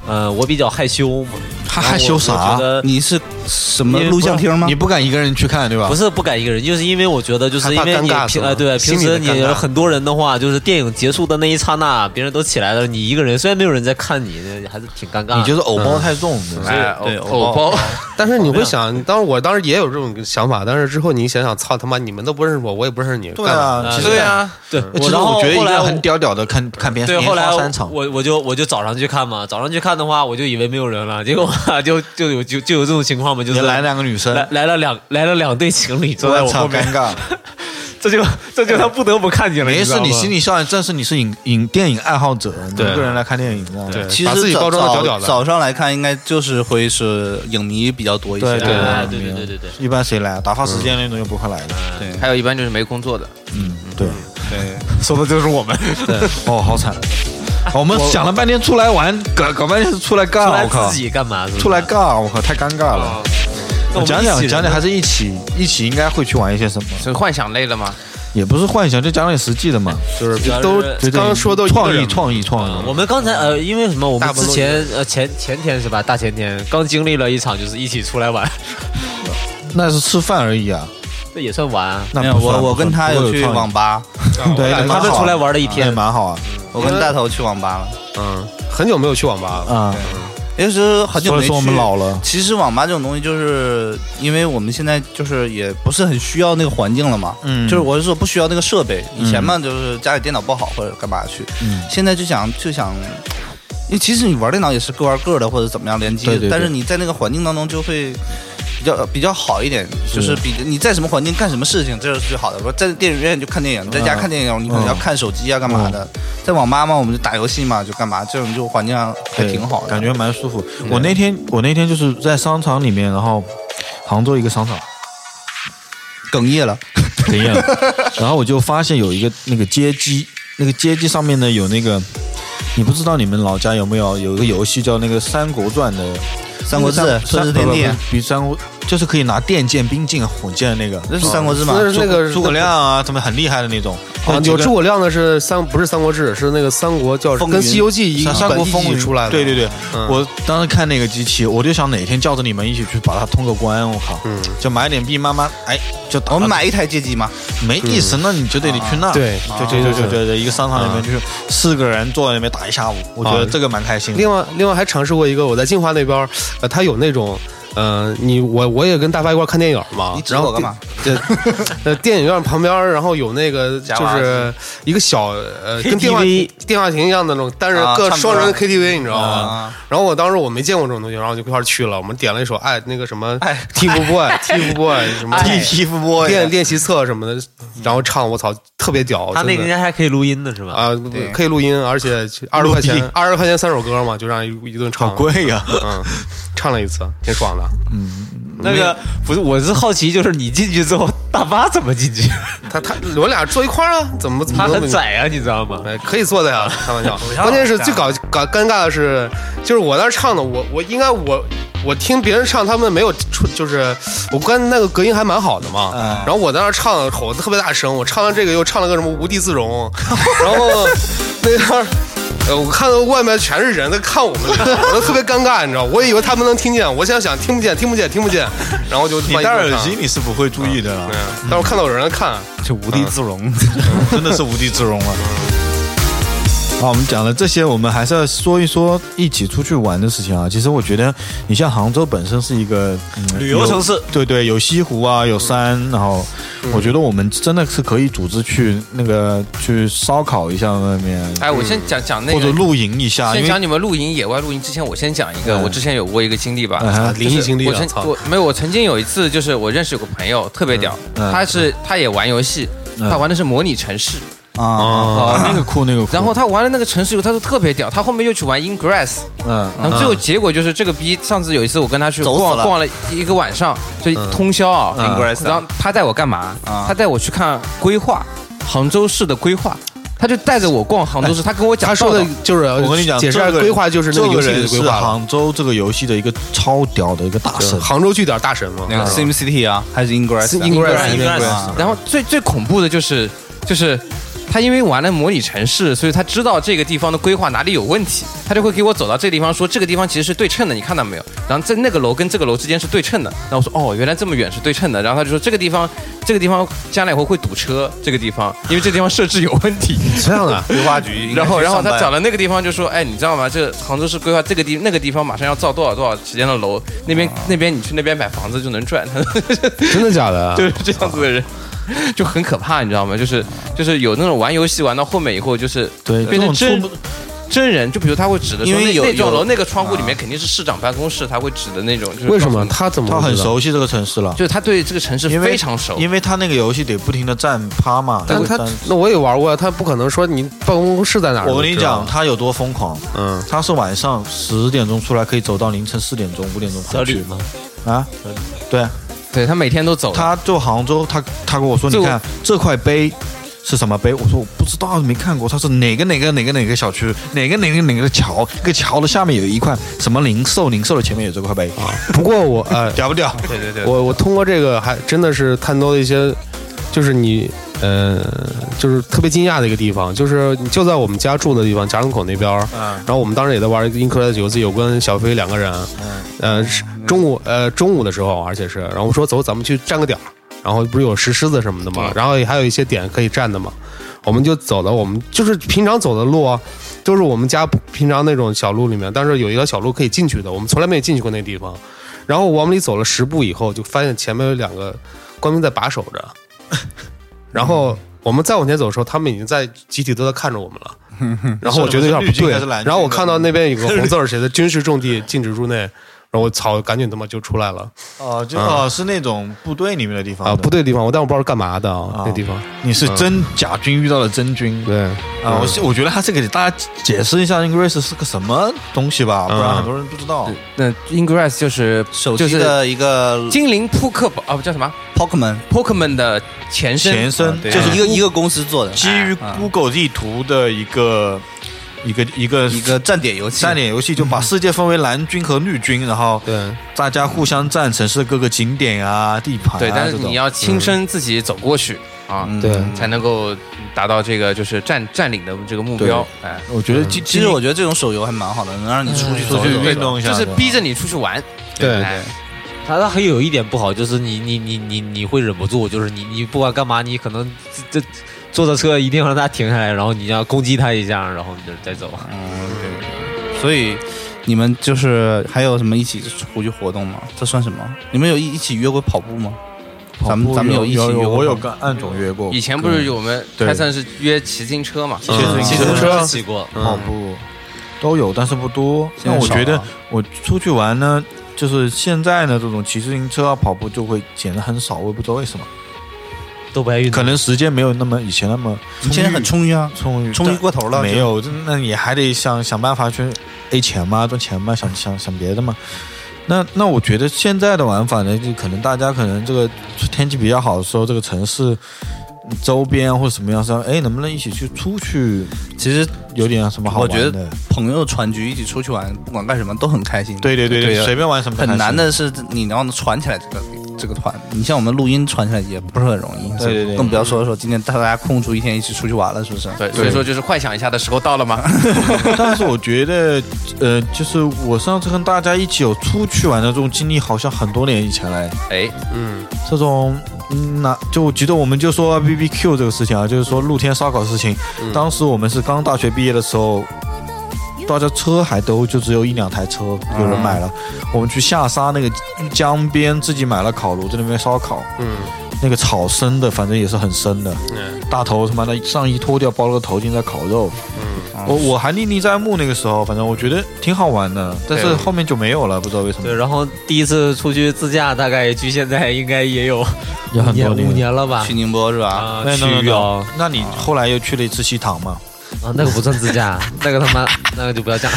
[SPEAKER 9] 呃，我比较害羞嘛。
[SPEAKER 8] 他
[SPEAKER 9] 然后
[SPEAKER 8] 害羞啊
[SPEAKER 9] 我
[SPEAKER 8] 啥
[SPEAKER 9] 我觉得
[SPEAKER 5] 你是什么录像厅吗
[SPEAKER 8] 你？不敢一个人去看对吧
[SPEAKER 9] 不？是不敢一个人，就是因为我觉得，就是因为你
[SPEAKER 6] 害怕尴尬是
[SPEAKER 9] 平
[SPEAKER 6] 吧
[SPEAKER 9] 呃对
[SPEAKER 6] 心
[SPEAKER 9] 平
[SPEAKER 6] 里的
[SPEAKER 9] 时
[SPEAKER 6] 尴
[SPEAKER 9] 你
[SPEAKER 6] 尬
[SPEAKER 9] 有很多人的话，就是电影结束的那一刹那，别人都起来了，你一个人，虽然没有人在看你，还是挺尴尬。
[SPEAKER 8] 你就是偶
[SPEAKER 6] 嗯
[SPEAKER 8] 包太重，对吧
[SPEAKER 3] 哎，
[SPEAKER 5] 对
[SPEAKER 3] 偶包，
[SPEAKER 6] 但是你会想，当时我当时也有这种想法，但是之后你想想，操他妈，你们都不认识我，我也不认识你，
[SPEAKER 8] 对
[SPEAKER 6] 干嘛
[SPEAKER 8] 啊，其实
[SPEAKER 3] 对啊，
[SPEAKER 9] 对，
[SPEAKER 8] 其
[SPEAKER 9] 我
[SPEAKER 8] 实
[SPEAKER 9] 然后
[SPEAKER 8] 我觉得一
[SPEAKER 9] 后
[SPEAKER 8] 个
[SPEAKER 9] 来
[SPEAKER 8] 人
[SPEAKER 9] 我
[SPEAKER 8] 很屌屌的看看片，
[SPEAKER 9] 对，
[SPEAKER 8] 连
[SPEAKER 9] 后来
[SPEAKER 8] 刷
[SPEAKER 9] 我
[SPEAKER 8] 三场，
[SPEAKER 9] 我我就我就早上去看嘛，早上去看的话，我就以为没有人了，结果就就有就就有这种情况嘛，就
[SPEAKER 8] 也
[SPEAKER 9] 是
[SPEAKER 8] 来两个女生，
[SPEAKER 9] 来来了两来了两对情侣坐在
[SPEAKER 8] 我
[SPEAKER 9] 我
[SPEAKER 8] 操，
[SPEAKER 9] 后面，
[SPEAKER 8] 尴尬。
[SPEAKER 7] 这就这就他不得不看见了。
[SPEAKER 8] 没事，
[SPEAKER 7] 你
[SPEAKER 8] 你心
[SPEAKER 7] 里
[SPEAKER 8] 里笑，这是你是影影电影爱好者，你
[SPEAKER 6] 对
[SPEAKER 8] 一个人来看电影啊。
[SPEAKER 6] 对
[SPEAKER 5] 其
[SPEAKER 6] 呃把自
[SPEAKER 5] 实
[SPEAKER 6] 己
[SPEAKER 5] 早
[SPEAKER 6] 包装得屌
[SPEAKER 5] 早
[SPEAKER 6] 屌的
[SPEAKER 5] 早上来看，应该就是会是影迷比较多一些。啊
[SPEAKER 8] 对
[SPEAKER 9] 哎对
[SPEAKER 8] 对
[SPEAKER 9] 对对对对
[SPEAKER 8] 一般谁来？啊打发时间那种就不会来的。
[SPEAKER 5] 对
[SPEAKER 3] 还有一般就是没工作的，
[SPEAKER 8] 嗯，对，
[SPEAKER 5] 对，
[SPEAKER 8] 说的就是我们。 哦，好 惨。哦我们想了半天出来玩，搞搞半天是出来
[SPEAKER 9] 出
[SPEAKER 8] 尬，
[SPEAKER 9] 来
[SPEAKER 8] 啊我靠
[SPEAKER 9] 自，己哦干嘛？是不是
[SPEAKER 8] 出来尬，我靠，太尴尬了。讲讲讲讲，还是一起一起应该会去玩一些什么？
[SPEAKER 3] 是幻想类了吗？
[SPEAKER 8] 也不是幻想，就讲点实际的嘛。
[SPEAKER 6] 就是
[SPEAKER 9] 主要是
[SPEAKER 6] 都
[SPEAKER 8] 就这
[SPEAKER 6] 刚刚说都一个
[SPEAKER 8] 创
[SPEAKER 6] 人
[SPEAKER 8] 意
[SPEAKER 6] 嘛
[SPEAKER 8] 创意创
[SPEAKER 9] 啊
[SPEAKER 8] 意。
[SPEAKER 9] 我们刚才呃，因为什么？我
[SPEAKER 6] 大
[SPEAKER 9] 们
[SPEAKER 6] 部
[SPEAKER 9] 之
[SPEAKER 6] 分都
[SPEAKER 9] 前呃前前天是吧？大前天刚经历了一场，就是一起出来玩，
[SPEAKER 8] 那是吃饭而已啊，
[SPEAKER 9] 这也算玩啊。
[SPEAKER 8] 那
[SPEAKER 5] 没有
[SPEAKER 8] 不算
[SPEAKER 5] 我我
[SPEAKER 8] 不算
[SPEAKER 5] 跟他
[SPEAKER 8] 不会
[SPEAKER 5] 有
[SPEAKER 8] 有
[SPEAKER 5] 去
[SPEAKER 8] 创意
[SPEAKER 5] 网吧，
[SPEAKER 8] 对，
[SPEAKER 9] 俩
[SPEAKER 8] 蛮
[SPEAKER 9] 他们
[SPEAKER 8] 好啊
[SPEAKER 9] 出来玩了一天
[SPEAKER 8] 也蛮好啊。
[SPEAKER 5] 我跟大头去网吧了。
[SPEAKER 6] 嗯，很久没有去网吧了。
[SPEAKER 8] 啊，
[SPEAKER 5] 也就是很久
[SPEAKER 8] 所
[SPEAKER 5] 没
[SPEAKER 8] 以
[SPEAKER 5] 去。
[SPEAKER 8] 说我们老了，
[SPEAKER 5] 其实网吧这种东西，就是因为我们现在就是也不是很需要那个环境了嘛，
[SPEAKER 8] 嗯
[SPEAKER 5] 就是我是说不需要那个设备。以前嘛，就是家里电脑不好或者干嘛去，
[SPEAKER 8] 嗯
[SPEAKER 5] 现在就想就想，因为其实你玩电脑也是各玩各的或者怎么样联机，
[SPEAKER 8] 对对对
[SPEAKER 5] 但是你在那个环境当中就会。比较比较好一点，就是比你在什么环境干什么事情，这是最好的。我在电影院就看电影，在家看电影，你可能要看手机啊，干嘛的。在网吧嘛，我们就打游戏嘛，就干嘛，这种就环境上还
[SPEAKER 8] 对
[SPEAKER 5] 挺好的，
[SPEAKER 8] 感觉蛮舒服。我那天我那天就是在商场里面，然后杭州一个商场，
[SPEAKER 5] 哽咽了。
[SPEAKER 8] 怎样？然后我就发现有一个那个街机，那个街机上面呢有那个，你不知道你们老家有没有有一个游戏叫那个《三国传》的《
[SPEAKER 5] 《三国志》《孙子天地》，
[SPEAKER 8] 比三国就是可以拿电剑、兵剑、火箭的那个。
[SPEAKER 5] 这是《三国志》吗？
[SPEAKER 6] 哦那是那个
[SPEAKER 8] 诸葛亮啊，他们很厉害的那种。
[SPEAKER 6] 啊，
[SPEAKER 8] 几
[SPEAKER 6] 有
[SPEAKER 8] 个
[SPEAKER 6] 诸葛亮的是三，不是《三国志》，是那个三国叫
[SPEAKER 5] 风
[SPEAKER 6] 跟《
[SPEAKER 5] 云
[SPEAKER 6] 西游记》一
[SPEAKER 8] 三三国
[SPEAKER 6] 一
[SPEAKER 8] 风
[SPEAKER 6] 起
[SPEAKER 8] 云
[SPEAKER 6] 出来的。
[SPEAKER 8] 对对对，
[SPEAKER 6] 嗯
[SPEAKER 8] 我当时看那个机器，我就想哪天叫着你们一起去把它通个关，我靠，
[SPEAKER 6] 嗯
[SPEAKER 8] 就买点币，慢慢哎，就打
[SPEAKER 5] 我们买一台街机嘛，
[SPEAKER 8] 没意
[SPEAKER 6] 嗯
[SPEAKER 8] 思，那你就得得去那，
[SPEAKER 6] 对
[SPEAKER 8] 就就就就就就一个商场里面就是四个人坐在那边打一下午，我觉得
[SPEAKER 6] 啊
[SPEAKER 8] 这个蛮开心的。
[SPEAKER 6] 另外，另外还尝试过一个，我在金华那边儿，呃，它有那种，呃，你我我也跟大发一块儿看电影嘛
[SPEAKER 5] 你，指
[SPEAKER 6] 然
[SPEAKER 5] 我
[SPEAKER 6] 后
[SPEAKER 5] 干
[SPEAKER 6] 电
[SPEAKER 5] 嘛？
[SPEAKER 6] 呃电影院旁边儿，然后有那个
[SPEAKER 5] 夹
[SPEAKER 6] 就
[SPEAKER 5] 娃娃
[SPEAKER 6] 是一个小呃跟电话
[SPEAKER 9] KTV
[SPEAKER 6] 电话亭一样的那种单人
[SPEAKER 5] 啊
[SPEAKER 6] 各
[SPEAKER 5] 唱歌
[SPEAKER 6] 双人 KTV，你知道吗？
[SPEAKER 5] 啊，
[SPEAKER 6] 然后我当时我没见过这种东西，然后就一块儿去了，我们点了一首哎那个什么 Tip Boy，Tip Boy 什么
[SPEAKER 5] 哎
[SPEAKER 8] 地皮肤 boy，
[SPEAKER 6] 练练习册什么的，然后唱我操特别屌，
[SPEAKER 9] 哦他那
[SPEAKER 6] 真的
[SPEAKER 9] 个应该还可以录音的是吧？
[SPEAKER 6] 啊，
[SPEAKER 5] 对
[SPEAKER 6] 可以录音，而且二十块钱，二十块钱三首歌嘛，就让一一顿
[SPEAKER 8] 好
[SPEAKER 6] 唱，
[SPEAKER 8] 贵呀！
[SPEAKER 6] 嗯，唱了一次，挺爽的。
[SPEAKER 9] 那个不是，我是好奇，就是你进去之后，大巴怎么进去？
[SPEAKER 6] 他他我俩坐一块儿啊，怎么怎么
[SPEAKER 9] 他
[SPEAKER 6] 都
[SPEAKER 9] 很窄啊，你知道吗？
[SPEAKER 6] 哎，可以坐的呀，开玩笑。关键是最搞搞尴尬的是，就是我那儿唱的，我我应该我我听别人唱，他们没有出，就是我跟那个隔音还蛮好的嘛。
[SPEAKER 8] 嗯
[SPEAKER 6] 然后我在那儿唱，吼的特别大声，我唱了这个又唱了个什么无地 自容，然后那边儿。呃，我看到外面全是人在看我们，我都特别尴尬，你知道？我以为他们能听见，我现在想听不见，听不见，听不见，然后就
[SPEAKER 8] 你
[SPEAKER 6] 换一
[SPEAKER 8] 戴
[SPEAKER 6] 个
[SPEAKER 8] 耳
[SPEAKER 6] 唱
[SPEAKER 8] 机，你是不会注意的啦
[SPEAKER 6] 嗯，，但是我看到有人在看，
[SPEAKER 5] 就无地自容。
[SPEAKER 8] 真的是无地自容了。好，我们讲了这些，我们还是要说一说一起出去玩的事情啊。其实我觉得，你像杭州本身是一个、嗯
[SPEAKER 9] 旅游城市，
[SPEAKER 8] 有对对，有西湖啊，有山，然后我觉得我们真的是可以组织去那个去烧烤一下外面，
[SPEAKER 3] 哎，我先讲讲那
[SPEAKER 8] 或者
[SPEAKER 3] 个。
[SPEAKER 8] 露营一下，
[SPEAKER 3] 先
[SPEAKER 8] 因
[SPEAKER 3] 讲
[SPEAKER 8] 为
[SPEAKER 3] 你们露营、野外露营之前，我先讲一个，
[SPEAKER 8] 嗯
[SPEAKER 3] 我之前有过一个经历吧。
[SPEAKER 8] 嗯哼
[SPEAKER 6] 灵异经历
[SPEAKER 3] 我
[SPEAKER 6] 啊
[SPEAKER 3] 曾
[SPEAKER 6] 操
[SPEAKER 3] 我没有，我曾经有一次，就是我认识有个朋友特别屌，
[SPEAKER 8] 嗯
[SPEAKER 3] 他是他也玩游戏，
[SPEAKER 8] 嗯
[SPEAKER 3] 他玩的是模拟城市，
[SPEAKER 5] 啊，
[SPEAKER 8] 啊那个酷那个酷，
[SPEAKER 3] 然后他玩了那个城市以后，他说特别屌，他后面又去玩 Ingress，
[SPEAKER 8] 嗯
[SPEAKER 3] 然后最后结果就是这个逼，上次有一次我跟他去
[SPEAKER 5] 走死
[SPEAKER 3] 逛
[SPEAKER 5] 了
[SPEAKER 3] 逛了一个晚上，就通宵啊
[SPEAKER 8] 嗯
[SPEAKER 5] Ingress
[SPEAKER 3] 然后他带我干嘛
[SPEAKER 5] 啊？
[SPEAKER 3] 他带我去看规划，杭州市的规划。他就带着我逛杭州市，他跟我讲
[SPEAKER 6] 他说
[SPEAKER 3] 道
[SPEAKER 6] 的
[SPEAKER 3] 道
[SPEAKER 6] 就是我
[SPEAKER 8] 我跟你讲，
[SPEAKER 6] 解释一下
[SPEAKER 8] 这个
[SPEAKER 6] 规划就是那
[SPEAKER 8] 这
[SPEAKER 6] 个游戏里
[SPEAKER 8] 人
[SPEAKER 6] 的规
[SPEAKER 8] 是
[SPEAKER 6] 划了。
[SPEAKER 8] 杭州这个游戏的一个超屌的一个大神，
[SPEAKER 6] 杭州据点大神嘛，
[SPEAKER 5] 那个
[SPEAKER 6] 啊
[SPEAKER 5] Sim City 啊，还是 Ingress 啊
[SPEAKER 6] Ingress，
[SPEAKER 5] Ingress 啊
[SPEAKER 3] 然后最最恐怖的就是，就是他因为玩了模拟城市，所以他知道这个地方的规划哪里有问题，他就会给我走到这个地方说这个地方其实是对称的，你看到没有？然后在那个楼跟这个楼之间是对称的。然后我说哦，原来这么远是对称的。然后他就说这个地方这个地方将来以后会堵车，这个地方 因为这地方设置有问题。
[SPEAKER 6] 这样的。
[SPEAKER 5] 规划局应该
[SPEAKER 3] 然后，
[SPEAKER 5] 去
[SPEAKER 3] 然后
[SPEAKER 5] 上班。
[SPEAKER 3] 他找了那个地方，就说：“哎，你知道吗？这杭州市规划这个地那个地方马上要造多少多少时间的楼，那
[SPEAKER 5] 啊
[SPEAKER 3] 边那边你去那边买房子就能赚。”他
[SPEAKER 6] 真的假的？
[SPEAKER 3] 就是这样子的人，啊 就很可怕，你知道吗？就是就是有那种玩游戏玩到后面以后，就是
[SPEAKER 8] 对，
[SPEAKER 3] 变成
[SPEAKER 8] 这种
[SPEAKER 3] 真
[SPEAKER 8] 触
[SPEAKER 3] 真人，就比如他会指的说
[SPEAKER 5] 因为
[SPEAKER 3] 那
[SPEAKER 5] 有
[SPEAKER 3] 那栋
[SPEAKER 5] 有
[SPEAKER 3] 楼那个窗户里面肯定是市长办公室，他会指的那种。就是
[SPEAKER 6] 为什
[SPEAKER 3] 告诉
[SPEAKER 6] 么
[SPEAKER 3] 你？
[SPEAKER 6] 他怎么
[SPEAKER 8] 他
[SPEAKER 6] 会
[SPEAKER 8] 很
[SPEAKER 6] 知道？
[SPEAKER 8] 熟悉这个城市了，
[SPEAKER 3] 就是他对这个城市
[SPEAKER 8] 因为
[SPEAKER 3] 非常熟。
[SPEAKER 8] 因为他那个游戏得不停的占趴嘛。
[SPEAKER 6] 但他那我也玩过，啊他不可能说你办公室在哪儿。
[SPEAKER 8] 我跟你
[SPEAKER 6] 知道
[SPEAKER 8] 讲，，他有多疯狂，
[SPEAKER 6] 嗯，
[SPEAKER 8] 他是晚上十点钟出来，可以走到凌晨四点钟、五点钟
[SPEAKER 9] 小
[SPEAKER 8] 回
[SPEAKER 9] 吕
[SPEAKER 8] 去
[SPEAKER 9] 吗？
[SPEAKER 8] 啊。对，
[SPEAKER 3] 对他每天都走，
[SPEAKER 8] 他就杭州，他他跟我说，
[SPEAKER 3] 这
[SPEAKER 8] 你看这块碑是什么碑？我说我不知道，没看过。他说哪个哪个哪个哪个小区，哪个哪个哪个桥，这个桥的下面有一块什么零售，零售的前面有这块碑，
[SPEAKER 6] 不过我呃，
[SPEAKER 8] 屌不屌？
[SPEAKER 3] 对对对，
[SPEAKER 6] 我我通过这个还真的是探到了一些，就是你呃，就是特别惊讶的一个地方，就是你就在我们家住的地方，贾港口那边儿。
[SPEAKER 8] 嗯
[SPEAKER 6] 然后我们当时也在玩一个 i n c r e d i b l 自由跟小飞两个人，
[SPEAKER 3] 嗯
[SPEAKER 6] 呃，是中午呃中午的时候，而且是，然后我说走，咱们去站个点儿，然后不是有石狮子什么的
[SPEAKER 3] 嗯
[SPEAKER 6] 嘛，然后也还有一些点可以站的嘛，我们就走了，我们就是平常走的路啊，都是我们家平常那种小路里面，但是有一条小路可以进去的，我们从来没有进去过那地方。然后往里走了十步以后，就发现前面有两个官兵在把守着，然后我们再往前走的时候，他们已经在集体都在看着我们了。
[SPEAKER 8] 嗯
[SPEAKER 6] 然后我觉得有点不
[SPEAKER 8] 是绿军
[SPEAKER 6] 对
[SPEAKER 8] 还是蓝，军
[SPEAKER 6] 然后我看到那边有个红字儿写的“军事重地禁止入内”，然后我操，赶紧他妈就出来了
[SPEAKER 8] 哦，就
[SPEAKER 6] 嗯
[SPEAKER 8] 哦是那种部队里面的地方
[SPEAKER 6] 啊！
[SPEAKER 8] 的
[SPEAKER 6] 不，对地方，我但我不知道是干嘛的啊
[SPEAKER 8] 啊，
[SPEAKER 6] 那地方。
[SPEAKER 8] 你是真假军遇到了真军
[SPEAKER 6] 对
[SPEAKER 8] 啊！我是我觉得他这个给大家解释一下 Ingress 是个什么东西吧，不然
[SPEAKER 6] 嗯
[SPEAKER 8] 很多人不知道。
[SPEAKER 3] 那 Ingress 就是
[SPEAKER 5] 手
[SPEAKER 3] 就
[SPEAKER 5] 机
[SPEAKER 3] 是
[SPEAKER 5] 的一个
[SPEAKER 3] 精灵扑克堡啊，不叫什么
[SPEAKER 5] Pokemon，
[SPEAKER 3] Pokemon 的前身。
[SPEAKER 8] 前身
[SPEAKER 3] 对
[SPEAKER 8] 就是
[SPEAKER 5] 一个一个公司做的，
[SPEAKER 8] 基于
[SPEAKER 5] 啊
[SPEAKER 8] Google 地图的一个一个一个
[SPEAKER 5] 一个呃站点游戏，
[SPEAKER 8] 三点游戏，就把世界分为蓝军和绿军，然后
[SPEAKER 6] 对，
[SPEAKER 8] 大家互相占城市的各个景点啊、地盘啊
[SPEAKER 3] 对，但是
[SPEAKER 8] 这种
[SPEAKER 3] 你要亲身自己走过去啊，
[SPEAKER 5] 嗯
[SPEAKER 6] 对
[SPEAKER 3] 才能够达到这个就是占占领的这个目标。哎，
[SPEAKER 8] 我觉得其
[SPEAKER 5] 嗯
[SPEAKER 8] 嗯
[SPEAKER 5] 其实我觉得这种手游还蛮好的，能让你出去
[SPEAKER 8] 出
[SPEAKER 5] 走
[SPEAKER 8] 去
[SPEAKER 5] 走。
[SPEAKER 8] 运动一下，
[SPEAKER 3] 就是
[SPEAKER 8] 对吧
[SPEAKER 3] 逼着你出去玩。
[SPEAKER 6] 对
[SPEAKER 3] 哎
[SPEAKER 9] 他他还有一点不好，就是你你你你你会忍不住，就是你你不管干嘛，你可能这这坐着车一定要让他停下来，然后你要攻击他一下，然后你就再 走。
[SPEAKER 5] 嗯，对。所以你们就是还有什么一起出去活动吗？这算什么？你们有一一起约过跑步吗？咱们咱们
[SPEAKER 8] 有
[SPEAKER 5] 一起
[SPEAKER 8] 有
[SPEAKER 5] 约过
[SPEAKER 8] 我
[SPEAKER 5] 跑
[SPEAKER 8] 有
[SPEAKER 5] 步
[SPEAKER 8] 跟暗总约过，
[SPEAKER 3] 以前不是有我们
[SPEAKER 8] 对
[SPEAKER 3] 开算是约骑自行车嘛？
[SPEAKER 8] 骑自
[SPEAKER 6] 骑
[SPEAKER 8] 行
[SPEAKER 6] 自行
[SPEAKER 8] 车
[SPEAKER 6] 车
[SPEAKER 9] 骑过，
[SPEAKER 8] 跑步嗯都有，但是不多。
[SPEAKER 5] 现
[SPEAKER 8] 那
[SPEAKER 5] 在
[SPEAKER 8] 我
[SPEAKER 5] 少
[SPEAKER 8] 觉得
[SPEAKER 5] 了
[SPEAKER 8] 我出去玩呢，就是现在呢，这种骑自行车啊、跑步就会减的很少，我也不知道为什么，
[SPEAKER 9] 都不爱运动，
[SPEAKER 8] 可能时间没有那么以前那么
[SPEAKER 5] 你现在很充裕啊，
[SPEAKER 8] 充裕，
[SPEAKER 5] 充裕过头了。
[SPEAKER 8] 没
[SPEAKER 5] 就，
[SPEAKER 8] 有，这那你还得想想办法去 A 钱嘛，赚钱嘛，想想想别的嘛。那那我觉得现在的玩法呢，就可能大家可能这个天气比较好的时候，这个城市周边或者什么样上，哎，能不能一起去出去，
[SPEAKER 5] 其实
[SPEAKER 8] 有点什么好玩的？
[SPEAKER 5] 我觉得朋友团局一起出去玩，不管干什么都很开心。，
[SPEAKER 8] 对对对
[SPEAKER 5] 对
[SPEAKER 8] 对，
[SPEAKER 5] 的
[SPEAKER 8] 随便玩什么都
[SPEAKER 5] 很
[SPEAKER 8] 开
[SPEAKER 5] 难
[SPEAKER 8] 心。
[SPEAKER 5] 的是你能传起来这个这个团。你像我们录音传起来也不是很容易，
[SPEAKER 8] 对对对
[SPEAKER 5] 更不要说说今天大家空出一天一起出去玩了，是不是？
[SPEAKER 3] 对，所以说就是幻想一下的时候到了吗？
[SPEAKER 8] 但是我觉得，呃，就是我上次跟大家一起有出去玩的这种经历，好像很多年以前嘞。
[SPEAKER 3] 哎，
[SPEAKER 6] 嗯，
[SPEAKER 8] 这种，嗯，那就我记得我们就说 B B Q 这个事情啊，就是说露天烧烤的事情。当时我们是刚大学毕业的时候，大家车还都就只有一两台车，有人买了。我们去下沙那个江边自己买了烤炉，在那边烧烤。嗯，那个草生的，反正也是很生的。
[SPEAKER 6] 嗯
[SPEAKER 8] 大头他妈的上衣脱掉，包了个头巾在烤肉。嗯，我我还历历在目那个时候，反正我觉得挺好玩的，但是
[SPEAKER 3] 对
[SPEAKER 8] 后面就没有了，不知道为什么
[SPEAKER 9] 对，。然后第一次出去自驾，大概距现在应该也有
[SPEAKER 8] 有很多
[SPEAKER 9] 年五
[SPEAKER 8] 年
[SPEAKER 9] 年了吧
[SPEAKER 5] 去？宁波是吧？
[SPEAKER 9] 啊，
[SPEAKER 8] 那
[SPEAKER 9] 去
[SPEAKER 8] 那那
[SPEAKER 9] 啊
[SPEAKER 8] 那，那你后来又去了一次西塘嘛？
[SPEAKER 9] 啊，那个不算自驾， 那个他妈那个就不要讲，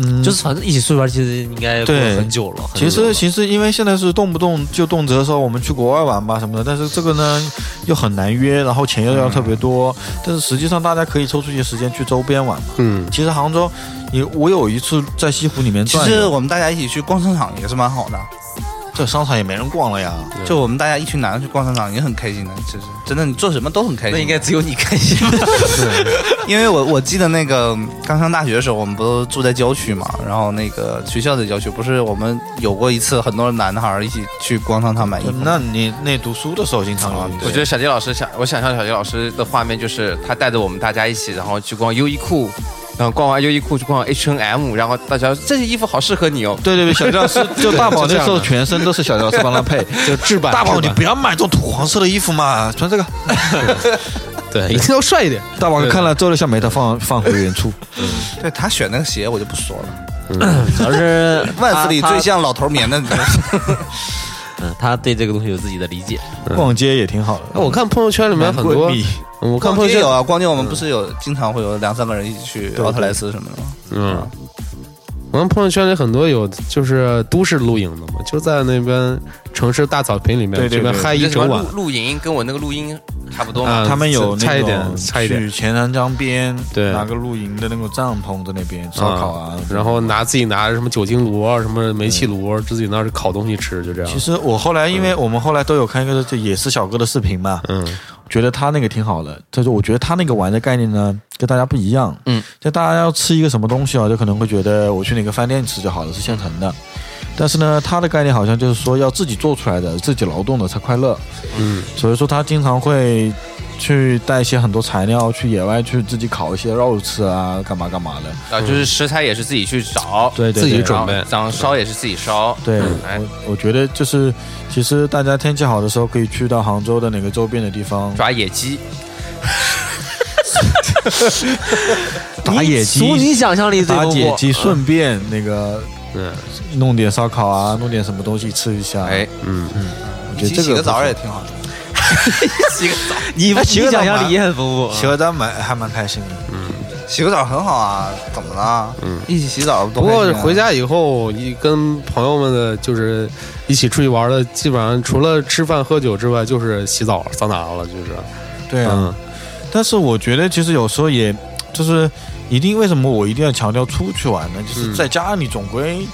[SPEAKER 8] 嗯，
[SPEAKER 9] 就是反正一起出去玩，其实应该过
[SPEAKER 8] 对
[SPEAKER 9] 了很久了。很
[SPEAKER 8] 其
[SPEAKER 9] 久了
[SPEAKER 8] 实其实因为现在是动不动就动辄说我们去国外玩吧什么的，但是这个呢又很难约，然后钱又要特别多，但是实际上大家可以抽出些时间去周边玩嘛。
[SPEAKER 6] 嗯，
[SPEAKER 8] 其实杭州，你我有一次在西湖里面
[SPEAKER 5] 其
[SPEAKER 8] 转
[SPEAKER 5] 实
[SPEAKER 8] 悠，
[SPEAKER 5] 我们大家一起去逛商场也是蛮好的，
[SPEAKER 8] 这商场也没人逛了呀。
[SPEAKER 5] 就我们大家一群男的去逛商场也很开心的，其实真的你做什么都很开心。
[SPEAKER 9] 那应该只有你开心。
[SPEAKER 5] 因为我我记得那个嗯刚上大学的时候，我们不都住在郊区嘛，然后那个学校的郊区，不是我们有过一次很多男孩儿一起去逛商场买衣服，
[SPEAKER 8] 呃那你那读书的时候经常有，
[SPEAKER 3] 我觉得小杰老师想，我想象小杰老师的画面就是他带着我们大家一起，然后去逛优衣库，然后逛完优衣库去逛 H&M，然后大家这件衣服好适合你哦。
[SPEAKER 8] 对对对，小教 师就大宝那时
[SPEAKER 6] 是这样
[SPEAKER 8] 候
[SPEAKER 6] 的
[SPEAKER 8] 全身都是小教 师帮他配。啊
[SPEAKER 6] 就制版
[SPEAKER 8] 大宝，
[SPEAKER 6] 制
[SPEAKER 8] 你
[SPEAKER 6] 版
[SPEAKER 8] 不要买这种土黄色的衣服嘛，穿这个。
[SPEAKER 6] 对，一定要帅一点。
[SPEAKER 8] 大王看了皱了下眉，他放 放回原处。
[SPEAKER 5] 对他选那个鞋我就不说了，
[SPEAKER 9] 主 要是
[SPEAKER 5] 万斯里
[SPEAKER 9] 他
[SPEAKER 5] 最像老头棉的。
[SPEAKER 9] 他嗯，他对这个东西有自己的理解。
[SPEAKER 8] 逛街也挺好
[SPEAKER 6] 哎那我看朋友圈里面很多
[SPEAKER 8] 蛮闺蜜，
[SPEAKER 6] 嗯我看
[SPEAKER 5] 逛
[SPEAKER 6] 朋友
[SPEAKER 5] 街
[SPEAKER 6] 圈
[SPEAKER 5] 有啊，逛街我们不是有经常会有两三个人一起去奥特莱斯什么的吗？
[SPEAKER 6] 嗯，我们朋友圈里很多有就是都市露营的嘛，就在那边城市大草坪里面，
[SPEAKER 8] 对对
[SPEAKER 6] 这边
[SPEAKER 8] 对
[SPEAKER 6] 嗨
[SPEAKER 3] 你
[SPEAKER 6] 一
[SPEAKER 3] 这什么
[SPEAKER 6] 整晚
[SPEAKER 3] 露。露营跟我那个录音差不多嘛。
[SPEAKER 6] 啊，
[SPEAKER 8] 的。他们有那
[SPEAKER 6] 差一
[SPEAKER 8] 种
[SPEAKER 6] 点，差一点
[SPEAKER 8] 去钱塘江边，
[SPEAKER 6] 对
[SPEAKER 8] 拿个露营的那种帐篷在那边烧烤啊
[SPEAKER 6] 嗯，然后拿自己拿什么酒精炉啊，什么煤气炉啊，自己那儿烤东西吃，就这样
[SPEAKER 8] 其。实我后来，因为我们后来都有看一个这也是小哥的视频嘛，
[SPEAKER 6] 嗯，
[SPEAKER 8] 觉得他那个挺好的。就是我觉得他那个玩的概念呢，跟大家不一样。
[SPEAKER 3] 嗯，
[SPEAKER 8] 就大家要吃一个什么东西啊，就可能会觉得我去哪个饭店吃就好了，是现成的。但是呢，他的概念好像就是说要自己做出来的，自己劳动的才快乐。
[SPEAKER 6] 嗯，
[SPEAKER 8] 所以说他经常会去带一些很多材料去野外去自己烤一些肉吃啊，干嘛干嘛的。
[SPEAKER 3] 啊，就是食材也是自己去找，
[SPEAKER 8] 对对对自己
[SPEAKER 6] 准备
[SPEAKER 3] 然后掌烧也是自己烧，
[SPEAKER 8] 对，
[SPEAKER 3] 哎，
[SPEAKER 8] 我我觉得就是，其实大家天气好的时候可以去到杭州的哪个周边的地方
[SPEAKER 3] 抓野鸡，
[SPEAKER 8] 打野
[SPEAKER 9] 足
[SPEAKER 8] 鸡，
[SPEAKER 9] 你想象力最
[SPEAKER 8] 打
[SPEAKER 9] 丰
[SPEAKER 8] 野
[SPEAKER 9] 富。
[SPEAKER 8] 鸡，顺便那个，弄点烧烤啊，弄点什么东西吃一下。
[SPEAKER 3] 哎，，
[SPEAKER 6] 嗯
[SPEAKER 8] 我觉
[SPEAKER 5] 洗
[SPEAKER 8] 得这
[SPEAKER 5] 洗
[SPEAKER 8] 个
[SPEAKER 5] 个澡
[SPEAKER 8] 不
[SPEAKER 5] 也挺好的。
[SPEAKER 9] 你
[SPEAKER 8] 哎洗
[SPEAKER 9] 你
[SPEAKER 8] 个澡
[SPEAKER 9] 想象
[SPEAKER 8] 吧
[SPEAKER 9] 力也很丰
[SPEAKER 8] 错
[SPEAKER 9] 富。
[SPEAKER 8] 洗个澡蛮还蛮开心的。
[SPEAKER 5] 嗯洗个澡很好啊，怎么了？嗯，一起洗澡多
[SPEAKER 6] 不
[SPEAKER 5] 开心啊
[SPEAKER 6] 过回家以后，一跟朋友们的就是一起出去玩的，基本上除了吃饭喝酒之外，就是洗澡、桑拿了，就是。
[SPEAKER 8] 对啊
[SPEAKER 6] 嗯，，
[SPEAKER 8] 但是我觉得其实有时候也就是一定为什么我一定要强调出去玩呢？就是
[SPEAKER 6] 嗯
[SPEAKER 8] 在家你总归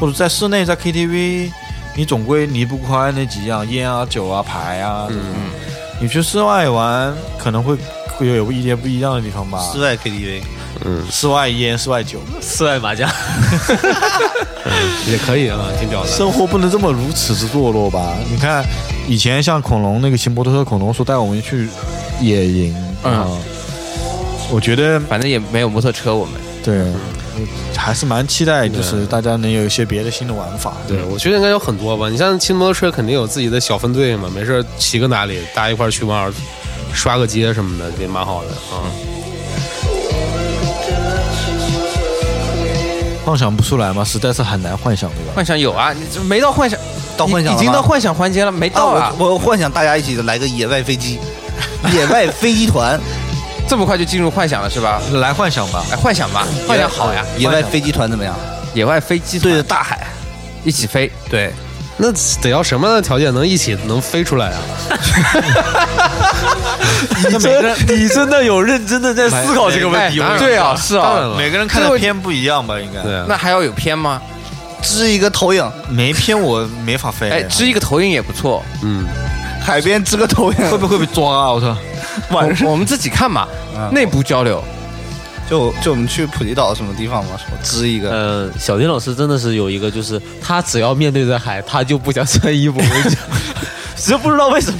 [SPEAKER 8] 或者在室内在 KTV，你总归离不开那几样烟啊、酒啊、牌啊。这种你去室外玩可能会会有一些不一样的地方吧。
[SPEAKER 5] 室外 KTV，
[SPEAKER 6] 嗯
[SPEAKER 8] 室外烟、室外酒，
[SPEAKER 9] 室外麻将，
[SPEAKER 6] 也可以啊，挺屌的。
[SPEAKER 8] 生活不能这么如此之堕落吧？你看，以前像恐龙那个骑摩托车，恐龙说带我们去野营，
[SPEAKER 3] 嗯
[SPEAKER 8] 啊，我觉得
[SPEAKER 3] 反正也没有摩托车，我们
[SPEAKER 8] 对，还是蛮期待，就是大家能有一些别的新的玩法。
[SPEAKER 6] 对，我觉得应该有很多吧。你像骑摩托车，肯定有自己的小分队嘛，没事儿骑个哪里，大家一块儿去玩儿，刷个街什么的，也蛮好的啊。
[SPEAKER 8] 幻想不出来嘛，实在是很难幻想，对吧？
[SPEAKER 3] 幻想有啊，你这没到幻想，
[SPEAKER 5] 到幻想
[SPEAKER 3] 已
[SPEAKER 5] 了
[SPEAKER 3] 已经
[SPEAKER 5] 吗
[SPEAKER 3] 到幻想环节了，没
[SPEAKER 5] 啊，
[SPEAKER 3] 到啊
[SPEAKER 5] 我，我幻想大家一起来个野外飞机，野外飞机团，
[SPEAKER 3] 这么快就进入幻想了是吧？
[SPEAKER 8] 来幻想吧，
[SPEAKER 3] 哎，幻想吧，啊幻想好呀，
[SPEAKER 5] 野外
[SPEAKER 3] 幻想
[SPEAKER 5] 飞机团怎么样？
[SPEAKER 3] 野外飞机
[SPEAKER 5] 对着
[SPEAKER 3] 对
[SPEAKER 5] 大海，
[SPEAKER 3] 一起飞，
[SPEAKER 5] 对，
[SPEAKER 6] 那得要什么样的条件能一起能飞出来啊？
[SPEAKER 8] 那每个人
[SPEAKER 9] 你真的有认真的在思考这个问
[SPEAKER 6] 哎
[SPEAKER 9] 题吗？
[SPEAKER 6] 当然
[SPEAKER 3] 对啊，是
[SPEAKER 6] 当
[SPEAKER 3] 啊
[SPEAKER 6] 然，了
[SPEAKER 8] 每个人看的片不一样吧，应该
[SPEAKER 6] 对啊，
[SPEAKER 3] 那还要有偏吗？
[SPEAKER 5] 支一个投影，
[SPEAKER 8] 没片我没法飞，啊
[SPEAKER 3] 哎，织一个投影也不错，
[SPEAKER 6] 嗯，
[SPEAKER 5] 海边支个投影，
[SPEAKER 8] 会不会被抓啊？我操！
[SPEAKER 3] 晚上我们自己看嘛，内部交流，
[SPEAKER 5] 就就我们去普吉岛什么地方嘛，什么支一个，
[SPEAKER 9] 呃，小丁老师真的是有一个，就是他只要面对着海，他就不想穿衣服回家， 只是不知道为什么。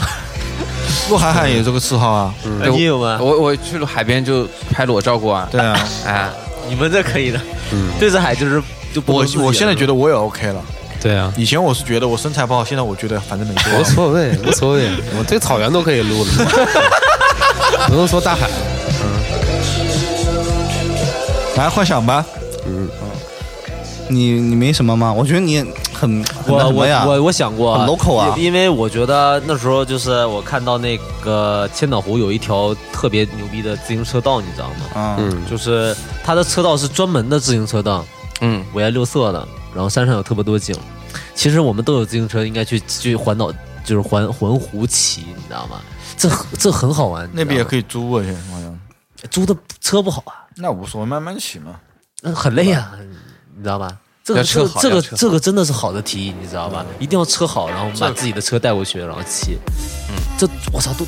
[SPEAKER 8] 陆海海有这个嗜好啊，
[SPEAKER 3] 对
[SPEAKER 9] 你有吗？
[SPEAKER 3] 我我去了海边就拍裸照过啊，
[SPEAKER 8] 对啊，
[SPEAKER 3] 哎，
[SPEAKER 9] 你们这可以的，
[SPEAKER 8] 嗯
[SPEAKER 9] 对着海就是就不
[SPEAKER 8] 我啊
[SPEAKER 9] 能自己
[SPEAKER 8] 我现在
[SPEAKER 9] 了
[SPEAKER 8] 觉得我也 OK 了。
[SPEAKER 6] 对啊，
[SPEAKER 8] 以前我是觉得我身材不好，现在我觉得反正没 多
[SPEAKER 6] 无
[SPEAKER 8] 少。
[SPEAKER 6] 所谓，无所谓，我对草原都可以录了， 不用说大海。
[SPEAKER 8] 来幻想吧，
[SPEAKER 5] 你你没什么吗？我觉得你很很那
[SPEAKER 9] 我
[SPEAKER 5] 什么呀
[SPEAKER 9] 我我我想过
[SPEAKER 5] 很 local 啊
[SPEAKER 9] 因因为我觉得那时候就是我看到那个千岛湖有一条特别牛逼的自行车道，你知道吗？
[SPEAKER 5] 嗯，
[SPEAKER 9] 就是它的车道是专门的自行车道，
[SPEAKER 3] 嗯，
[SPEAKER 9] 五颜六色的，然后山上有特别多景。其实我们都有自行车，应该去去环岛，就是环环湖骑，你知道吗？这这很好玩，
[SPEAKER 8] 那边也
[SPEAKER 9] 以
[SPEAKER 8] 可以租啊，现在好像。
[SPEAKER 9] 租的车不好啊，
[SPEAKER 8] 那无所谓，慢慢骑嘛。
[SPEAKER 9] 那很累啊，你知道吧？这个
[SPEAKER 3] 要
[SPEAKER 9] 这
[SPEAKER 3] 车
[SPEAKER 9] 个
[SPEAKER 3] 好
[SPEAKER 9] 这
[SPEAKER 3] 要
[SPEAKER 9] 个
[SPEAKER 3] 车好
[SPEAKER 9] 这个真的是好的提议，你知道吧？一定要车好，然后把自己的车带过去，然后骑。嗯，这我操都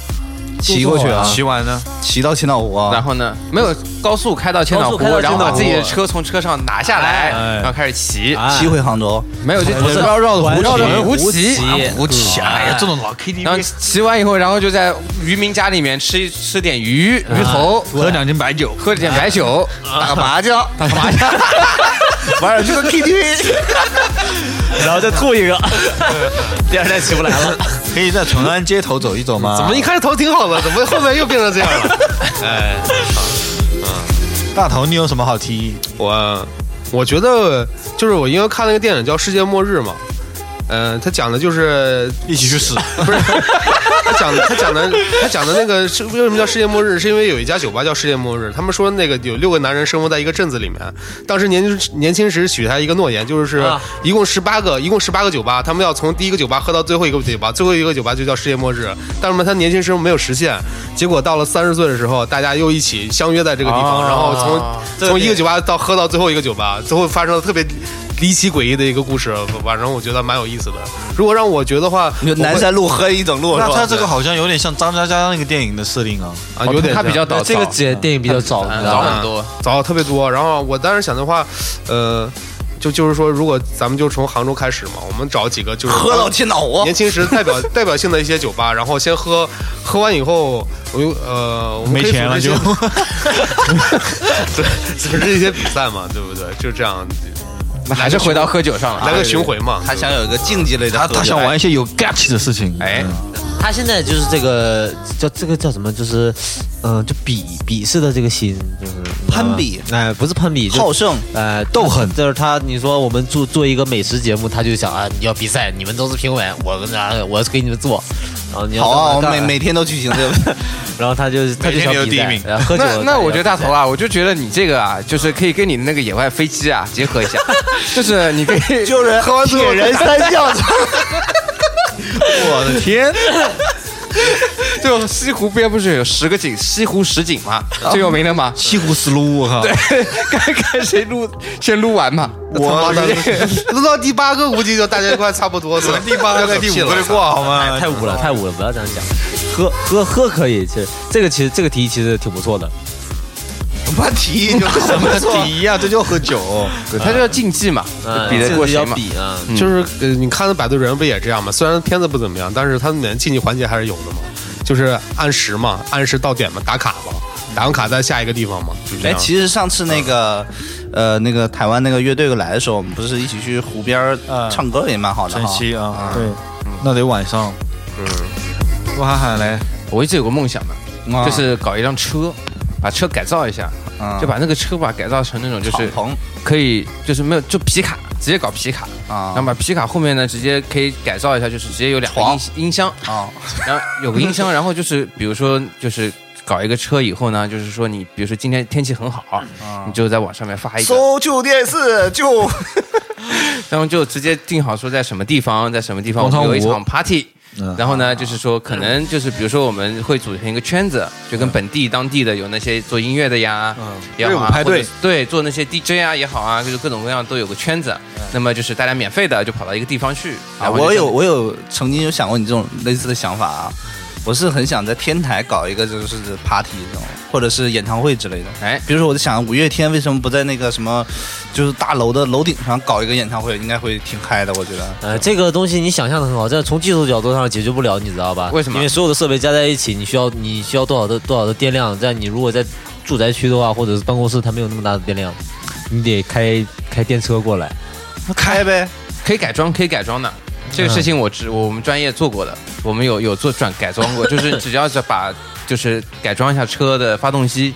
[SPEAKER 5] 骑过去啊，
[SPEAKER 8] 骑完呢，
[SPEAKER 5] 骑到千岛湖啊，
[SPEAKER 3] 然后呢，没有高速开到千岛
[SPEAKER 9] 高速
[SPEAKER 3] 湖
[SPEAKER 9] 开到，千
[SPEAKER 3] 然
[SPEAKER 9] 岛湖
[SPEAKER 3] 后把自己的车从车上拿下来，然后开始骑，
[SPEAKER 5] 骑回杭州，
[SPEAKER 3] 没有就
[SPEAKER 9] 不是
[SPEAKER 3] 绕绕着
[SPEAKER 9] 环
[SPEAKER 3] 湖绕着湖
[SPEAKER 9] 湖
[SPEAKER 3] 骑，
[SPEAKER 9] 骑
[SPEAKER 3] 啊湖骑，哎呀，这种
[SPEAKER 8] 老
[SPEAKER 3] 然后
[SPEAKER 8] KTV
[SPEAKER 3] 骑完以后，然后就在渔民家里面吃一吃点鱼鱼头，
[SPEAKER 8] 喝两斤白酒，
[SPEAKER 3] 喝点白酒，
[SPEAKER 5] 打个麻将，
[SPEAKER 3] 干嘛 呀？
[SPEAKER 5] 玩点这个 KTV。
[SPEAKER 9] 然后再吐一个，第二天起不来了。
[SPEAKER 8] 可以在淳安街头走一走吗？
[SPEAKER 6] 怎么一开头挺好的，怎么后面又变成这样了？ 哎，
[SPEAKER 8] 大头，你有什么好提议？
[SPEAKER 6] 我我觉得就是我因为看那个电影叫《世界末日》嘛，嗯、他讲的就是
[SPEAKER 8] 一起去 死！
[SPEAKER 6] 不是，他讲的他讲的他讲的那个是为什么叫世界末日？是因为有一家酒吧叫世界末日，他们说那个有六个男人生活在一个镇子里面，当时年轻年轻时许下一个诺言，就是
[SPEAKER 9] 啊
[SPEAKER 6] 一共十八个，一共十八个酒吧，他们要从第一个酒吧喝到最后一个酒吧，最后一个酒吧就叫世界末日。但是呢，他年轻时候没有实现，结果到了三十岁的时候，大家又一起相约在这个地方，然后从从一个酒吧到喝到最后一个酒吧，最后发生了特别。离奇诡异的一个故事，反正我觉得蛮有意思的。如果让我觉得话，
[SPEAKER 5] 就
[SPEAKER 6] 我会
[SPEAKER 5] 南山路喝一整路是
[SPEAKER 8] 那
[SPEAKER 5] 吧？
[SPEAKER 8] 他这个好像有点像张嘉佳那个电影的设定啊。
[SPEAKER 6] 啊，有点
[SPEAKER 3] 他比
[SPEAKER 6] 像
[SPEAKER 3] 较
[SPEAKER 6] 嗯
[SPEAKER 3] 早，
[SPEAKER 9] 这个
[SPEAKER 3] 早
[SPEAKER 9] 节电影比较嗯早，你知道
[SPEAKER 3] 早
[SPEAKER 9] 吗？
[SPEAKER 3] 很多。
[SPEAKER 6] 早特别多。然后我当时想的话，呃，就就是说，如果咱们就从杭州开始嘛，我们找几个就是
[SPEAKER 5] 喝到天脑窝
[SPEAKER 6] 年，轻时代表代表性的一些酒吧，然后先喝，喝完以后，我又呃，我们
[SPEAKER 8] 没
[SPEAKER 6] 可以
[SPEAKER 8] 钱了
[SPEAKER 6] 组织一些
[SPEAKER 8] 就
[SPEAKER 6] 对，组织一些比赛嘛，对不对？就这样，
[SPEAKER 3] 那还是回到喝酒上了。啊
[SPEAKER 6] 来个巡回嘛。
[SPEAKER 5] 他想有一个竞技类的
[SPEAKER 8] 他
[SPEAKER 5] 喝酒，
[SPEAKER 8] 他想玩一些有 guts 的事情。
[SPEAKER 3] 哎
[SPEAKER 8] 嗯，
[SPEAKER 9] 他现在就是这个叫这个叫什么，就是嗯、呃就鄙鄙视的这个心，就是
[SPEAKER 5] 攀比，
[SPEAKER 9] 你知道吗哎，不是攀比，就是
[SPEAKER 5] 好胜，
[SPEAKER 9] 呃，斗狠，就是他。你说我们做做一个美食节目，他就想啊，你要比赛，你们都是评委，我跟啊，我给你们做，然后你要
[SPEAKER 5] 好啊，我
[SPEAKER 9] 干嘛
[SPEAKER 5] 每
[SPEAKER 9] 干嘛
[SPEAKER 5] 每天都举行这个。
[SPEAKER 9] 然后他就他就
[SPEAKER 8] 每天
[SPEAKER 9] 想
[SPEAKER 8] 你都
[SPEAKER 9] 比
[SPEAKER 8] 第一
[SPEAKER 9] 赛
[SPEAKER 8] 名，
[SPEAKER 9] 然后喝酒。
[SPEAKER 3] 那那我觉得大头啊，我就觉得你这个啊，就是可以跟你的那个野外飞机啊结合一下， 就是你可以
[SPEAKER 5] 就是
[SPEAKER 3] 喝完之后
[SPEAKER 5] 铁
[SPEAKER 9] 哎
[SPEAKER 5] 人三项，我的
[SPEAKER 3] 天。 就西湖边不是有十个景，西湖十景嘛，最有名的嘛。
[SPEAKER 8] 西湖思路，我靠！
[SPEAKER 3] 看看谁撸先撸完嘛。
[SPEAKER 6] 我录到第八个，估计就大家快差不多了。哎第八
[SPEAKER 8] 在第五个就过好吗？
[SPEAKER 9] 太污了，太污了，不要这样讲。喝喝喝可以，其实这个其实这个提议其实挺不错的。
[SPEAKER 5] 妈提就
[SPEAKER 8] 什么底呀？这就喝酒。
[SPEAKER 3] 对，他就要竞技嘛，
[SPEAKER 9] 嗯
[SPEAKER 3] 就比得过
[SPEAKER 9] 这
[SPEAKER 3] 谁嗯
[SPEAKER 9] 个
[SPEAKER 3] 嘛
[SPEAKER 9] 要。比啊，
[SPEAKER 6] 就是呃，你看的《摆渡人》不也这样吗？虽然片子不怎么样，但是它里面竞技环节还是有的嘛，就是按时嘛，按时到点嘛，打卡嘛，打完卡在下一个地方嘛，就这
[SPEAKER 5] 哎，
[SPEAKER 6] 样。
[SPEAKER 5] 其实上次那个，呃，那个台湾那个乐队来的时候，我们不是一起去湖边儿
[SPEAKER 8] 嗯
[SPEAKER 5] 唱歌也蛮好的
[SPEAKER 8] 晨
[SPEAKER 5] 哈。
[SPEAKER 8] 曦啊，对，那得晚上。嗯，我喊喊嘞，
[SPEAKER 3] 我一直有个梦想的，
[SPEAKER 5] 啊
[SPEAKER 3] 就是搞一辆车，把车改造一下，
[SPEAKER 5] 嗯
[SPEAKER 3] 就把那个车吧改造成那种就
[SPEAKER 5] 敞
[SPEAKER 3] 是
[SPEAKER 5] 篷
[SPEAKER 3] 可以就是没有就皮卡，直接搞皮卡，
[SPEAKER 5] 啊
[SPEAKER 3] 然后把皮卡后面呢直接可以改造一下，就是直接有两个
[SPEAKER 5] 床
[SPEAKER 3] 音音箱，
[SPEAKER 5] 啊，
[SPEAKER 3] 然后有个音箱，然后就是比如说就是搞一个车以后呢，就是说你比如说今天天气很好，你就在网上面发一个，
[SPEAKER 5] 啊搜旧电视 就
[SPEAKER 3] 然后就直接定好说在什么地方，在什么地方我
[SPEAKER 8] 广场
[SPEAKER 3] 们有一
[SPEAKER 8] 舞
[SPEAKER 3] 场 party。
[SPEAKER 8] 嗯
[SPEAKER 3] 然后呢，就是说，可能就是比如说，我们会组成一个圈子，就
[SPEAKER 5] 嗯
[SPEAKER 3] 跟本地当地的有那些做音乐的呀，也好
[SPEAKER 8] 队
[SPEAKER 3] 啊
[SPEAKER 8] 伍派对
[SPEAKER 3] 或者对，做那些 DJ 啊也好啊，就是各种各样都有个圈子。
[SPEAKER 9] 嗯
[SPEAKER 3] 那么就是大家免费的就跑到一个地方去。
[SPEAKER 5] 啊，
[SPEAKER 3] 然后就
[SPEAKER 5] 我有我有曾经有想过你这种类似的想法啊，我是很想在天台搞一个就是 party 这种，或者是演唱会之类的。
[SPEAKER 3] 哎
[SPEAKER 5] 比如说我在想五月天为什么不在那个什么，就是大楼的楼顶上搞一个演唱会，应该会挺嗨的，我觉得。
[SPEAKER 9] 呃，这个东西你想象的很好，但是从技术角度上解决不了，你知道吧？
[SPEAKER 3] 为什么
[SPEAKER 9] 因为所有的设备加在一起，你需要你需要多少的多少的电量？在你如果在住宅区的话，或者是办公室，它没有那么大的电量，你得开开电车过来。
[SPEAKER 5] 开呗，
[SPEAKER 3] 可以改装，可以改装的。这个事情我知
[SPEAKER 9] 嗯
[SPEAKER 3] 我们专业做过的，我们有有做转改装 过，就是只要是把就是改装一下车的发动机，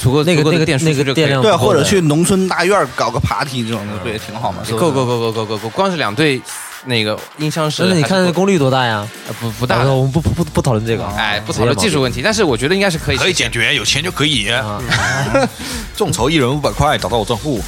[SPEAKER 3] 足够
[SPEAKER 9] 那个
[SPEAKER 3] 足够的
[SPEAKER 9] 那个
[SPEAKER 3] 电数
[SPEAKER 9] 那个
[SPEAKER 3] 就可以
[SPEAKER 9] 电
[SPEAKER 3] 了
[SPEAKER 9] 量
[SPEAKER 5] 对啊，
[SPEAKER 9] 够
[SPEAKER 5] 或者
[SPEAKER 9] 的
[SPEAKER 5] 去农村大院儿搞个 party 这种的，不也挺好吗？是不是
[SPEAKER 3] 够够够够够够够，光是两对那个音箱室
[SPEAKER 9] 但是你
[SPEAKER 3] 还是
[SPEAKER 9] 看
[SPEAKER 3] 不
[SPEAKER 9] 功率多大呀？
[SPEAKER 3] 呃不不大
[SPEAKER 9] 好的
[SPEAKER 3] 的。
[SPEAKER 9] 我们不不不不讨论这个。
[SPEAKER 3] 哎，不讨论技术问题，但是我觉得应该是可以
[SPEAKER 8] 可以解决，有钱就可以。
[SPEAKER 9] 啊，
[SPEAKER 8] 众筹一人五百块，打到我账户。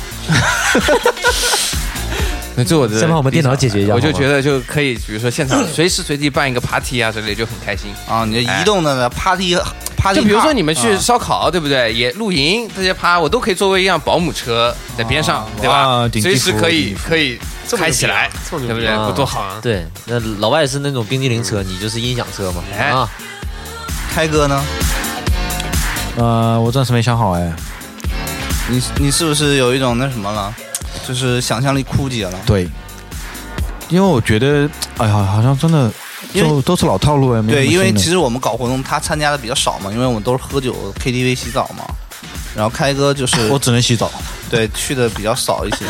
[SPEAKER 3] 那这我的
[SPEAKER 9] 先把我们电脑解决一下
[SPEAKER 3] 我就
[SPEAKER 9] 好吗
[SPEAKER 3] 觉得就可以，比如说现场随时随地办一个 party 啊之类，就很开心。
[SPEAKER 5] 啊，你这移动的呢 party party，
[SPEAKER 3] 就比如说你们
[SPEAKER 5] car，
[SPEAKER 3] 去
[SPEAKER 5] 啊
[SPEAKER 3] 烧烤，对不对？也露营这些趴，我都可以作为一辆保姆车在边上，对吧
[SPEAKER 8] 哇？顶级
[SPEAKER 3] 随时
[SPEAKER 8] 服务
[SPEAKER 3] 可
[SPEAKER 8] 顶
[SPEAKER 3] 以
[SPEAKER 8] 级服务
[SPEAKER 3] 可以
[SPEAKER 6] 这么
[SPEAKER 3] 开
[SPEAKER 6] 牛
[SPEAKER 3] 起
[SPEAKER 6] 逼啊
[SPEAKER 3] 来，
[SPEAKER 6] 这么牛
[SPEAKER 3] 对不
[SPEAKER 6] 逼
[SPEAKER 3] 对？
[SPEAKER 9] 啊
[SPEAKER 3] 不多好啊！嗯
[SPEAKER 9] 对，那老外是那种冰激凌车，你就是音响车嘛。
[SPEAKER 3] 哎
[SPEAKER 9] 啊，
[SPEAKER 5] 开哥呢？
[SPEAKER 8] 呃，我暂时没想好哎。
[SPEAKER 5] 你你是不是有一种那什么了？就是想象力枯竭了。
[SPEAKER 8] 对，因为我觉得，哎呀，好像真的
[SPEAKER 5] 因为
[SPEAKER 8] 就都是老套路哎。没
[SPEAKER 5] 对，
[SPEAKER 8] 什么
[SPEAKER 5] 因为
[SPEAKER 8] 新的
[SPEAKER 5] 其实我们搞活动，他参加的比较少嘛，因为我们都是喝酒、KTV、洗澡嘛。然后开哥就是
[SPEAKER 8] 我只能洗澡。
[SPEAKER 5] 对去的比较少一些，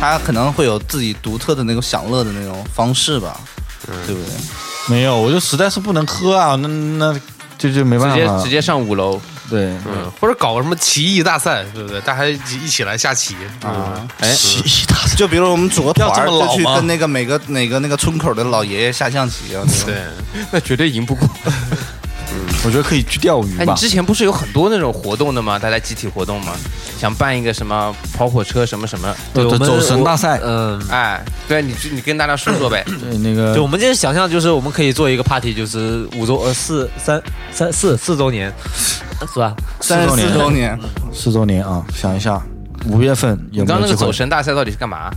[SPEAKER 5] 他可能会有自己独特的那种享乐的那种方式吧，对不对？
[SPEAKER 8] 没有，我就实在是不能喝啊，那那就就没办
[SPEAKER 3] 直接
[SPEAKER 8] 法，
[SPEAKER 3] 直接上五楼。
[SPEAKER 8] 对
[SPEAKER 6] 嗯，或者搞个什么棋艺大赛，对不对？大家一起一起来下棋，
[SPEAKER 5] 啊，
[SPEAKER 3] 哎，
[SPEAKER 5] 就比如我们组个团
[SPEAKER 6] 要
[SPEAKER 5] 儿，
[SPEAKER 6] 这么老
[SPEAKER 5] 就去
[SPEAKER 6] 吗
[SPEAKER 5] 跟那个每个哪个那个村口的老爷爷下象棋啊，对吧
[SPEAKER 6] 对，
[SPEAKER 3] 那绝对赢不过。
[SPEAKER 8] 我觉得可以去钓鱼
[SPEAKER 3] 哎，你
[SPEAKER 8] 吧。
[SPEAKER 3] 之前不是有很多那种活动的吗？大家集体活动吗？想办一个什么跑火车什么什么？
[SPEAKER 9] 对，我们
[SPEAKER 8] 走神大赛
[SPEAKER 9] 我嗯。
[SPEAKER 3] 哎，对你你跟大家说说呗。
[SPEAKER 8] 对，那个
[SPEAKER 9] 就我们今天想象，就是我们可以做一个 party，就是五周呃四三三四四周年，是吧？
[SPEAKER 5] 三十四周年，
[SPEAKER 8] 四周年啊，想一下，五月份
[SPEAKER 3] 你
[SPEAKER 8] 有没
[SPEAKER 3] 刚刚那
[SPEAKER 8] 有机
[SPEAKER 3] 个
[SPEAKER 8] 会
[SPEAKER 3] 走？神大赛到底是干嘛？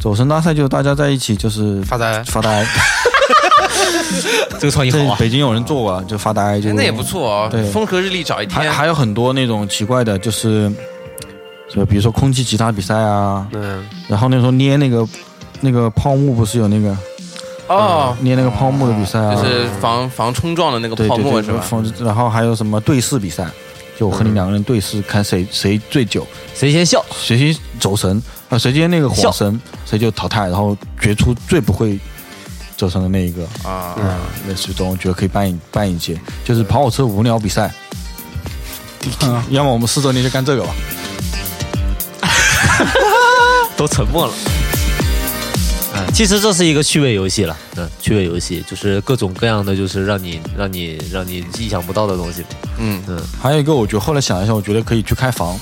[SPEAKER 8] 走神大赛就是大家在一起就是
[SPEAKER 6] 发财
[SPEAKER 8] 发呆，
[SPEAKER 9] 这个创意好
[SPEAKER 8] 这
[SPEAKER 9] 啊！
[SPEAKER 8] 北京有人做过，就发呆就
[SPEAKER 3] 哎那也不错
[SPEAKER 8] 嗯对
[SPEAKER 3] 哦，风和日丽找一
[SPEAKER 8] 还
[SPEAKER 3] 天。
[SPEAKER 8] 还有很多那种奇怪的，就是就比如说空气吉他比赛啊，
[SPEAKER 6] 嗯，
[SPEAKER 8] 然后那时候捏那个那个泡沫，不是有那个
[SPEAKER 3] 哦，
[SPEAKER 8] 捏那个泡沫的比赛啊，
[SPEAKER 3] 就是防防冲撞的那个
[SPEAKER 8] 对
[SPEAKER 3] 泡沫
[SPEAKER 8] 对
[SPEAKER 3] 是
[SPEAKER 8] 对，
[SPEAKER 3] 吧？
[SPEAKER 8] 风然后还有什么对视比赛，就我和你两个人对视，看谁谁最久，
[SPEAKER 9] 谁先笑？
[SPEAKER 8] 谁先走神啊，谁先那个晃神，谁就淘汰，然后决出最不会走神的那一个。
[SPEAKER 3] 啊，
[SPEAKER 8] 嗯，类似于这种，我觉得可以办一办一届，就是跑火车无聊比赛。嗯， 要么我们四周年就干这个吧。
[SPEAKER 9] 都沉默了。嗯，其实这是一个趣味游戏了，嗯，趣味游戏就是各种各样的，就是让你让你让你意想不到的东西。
[SPEAKER 3] 嗯，
[SPEAKER 8] 还有一个，我觉得后来想了一下，我觉得可以去开 房，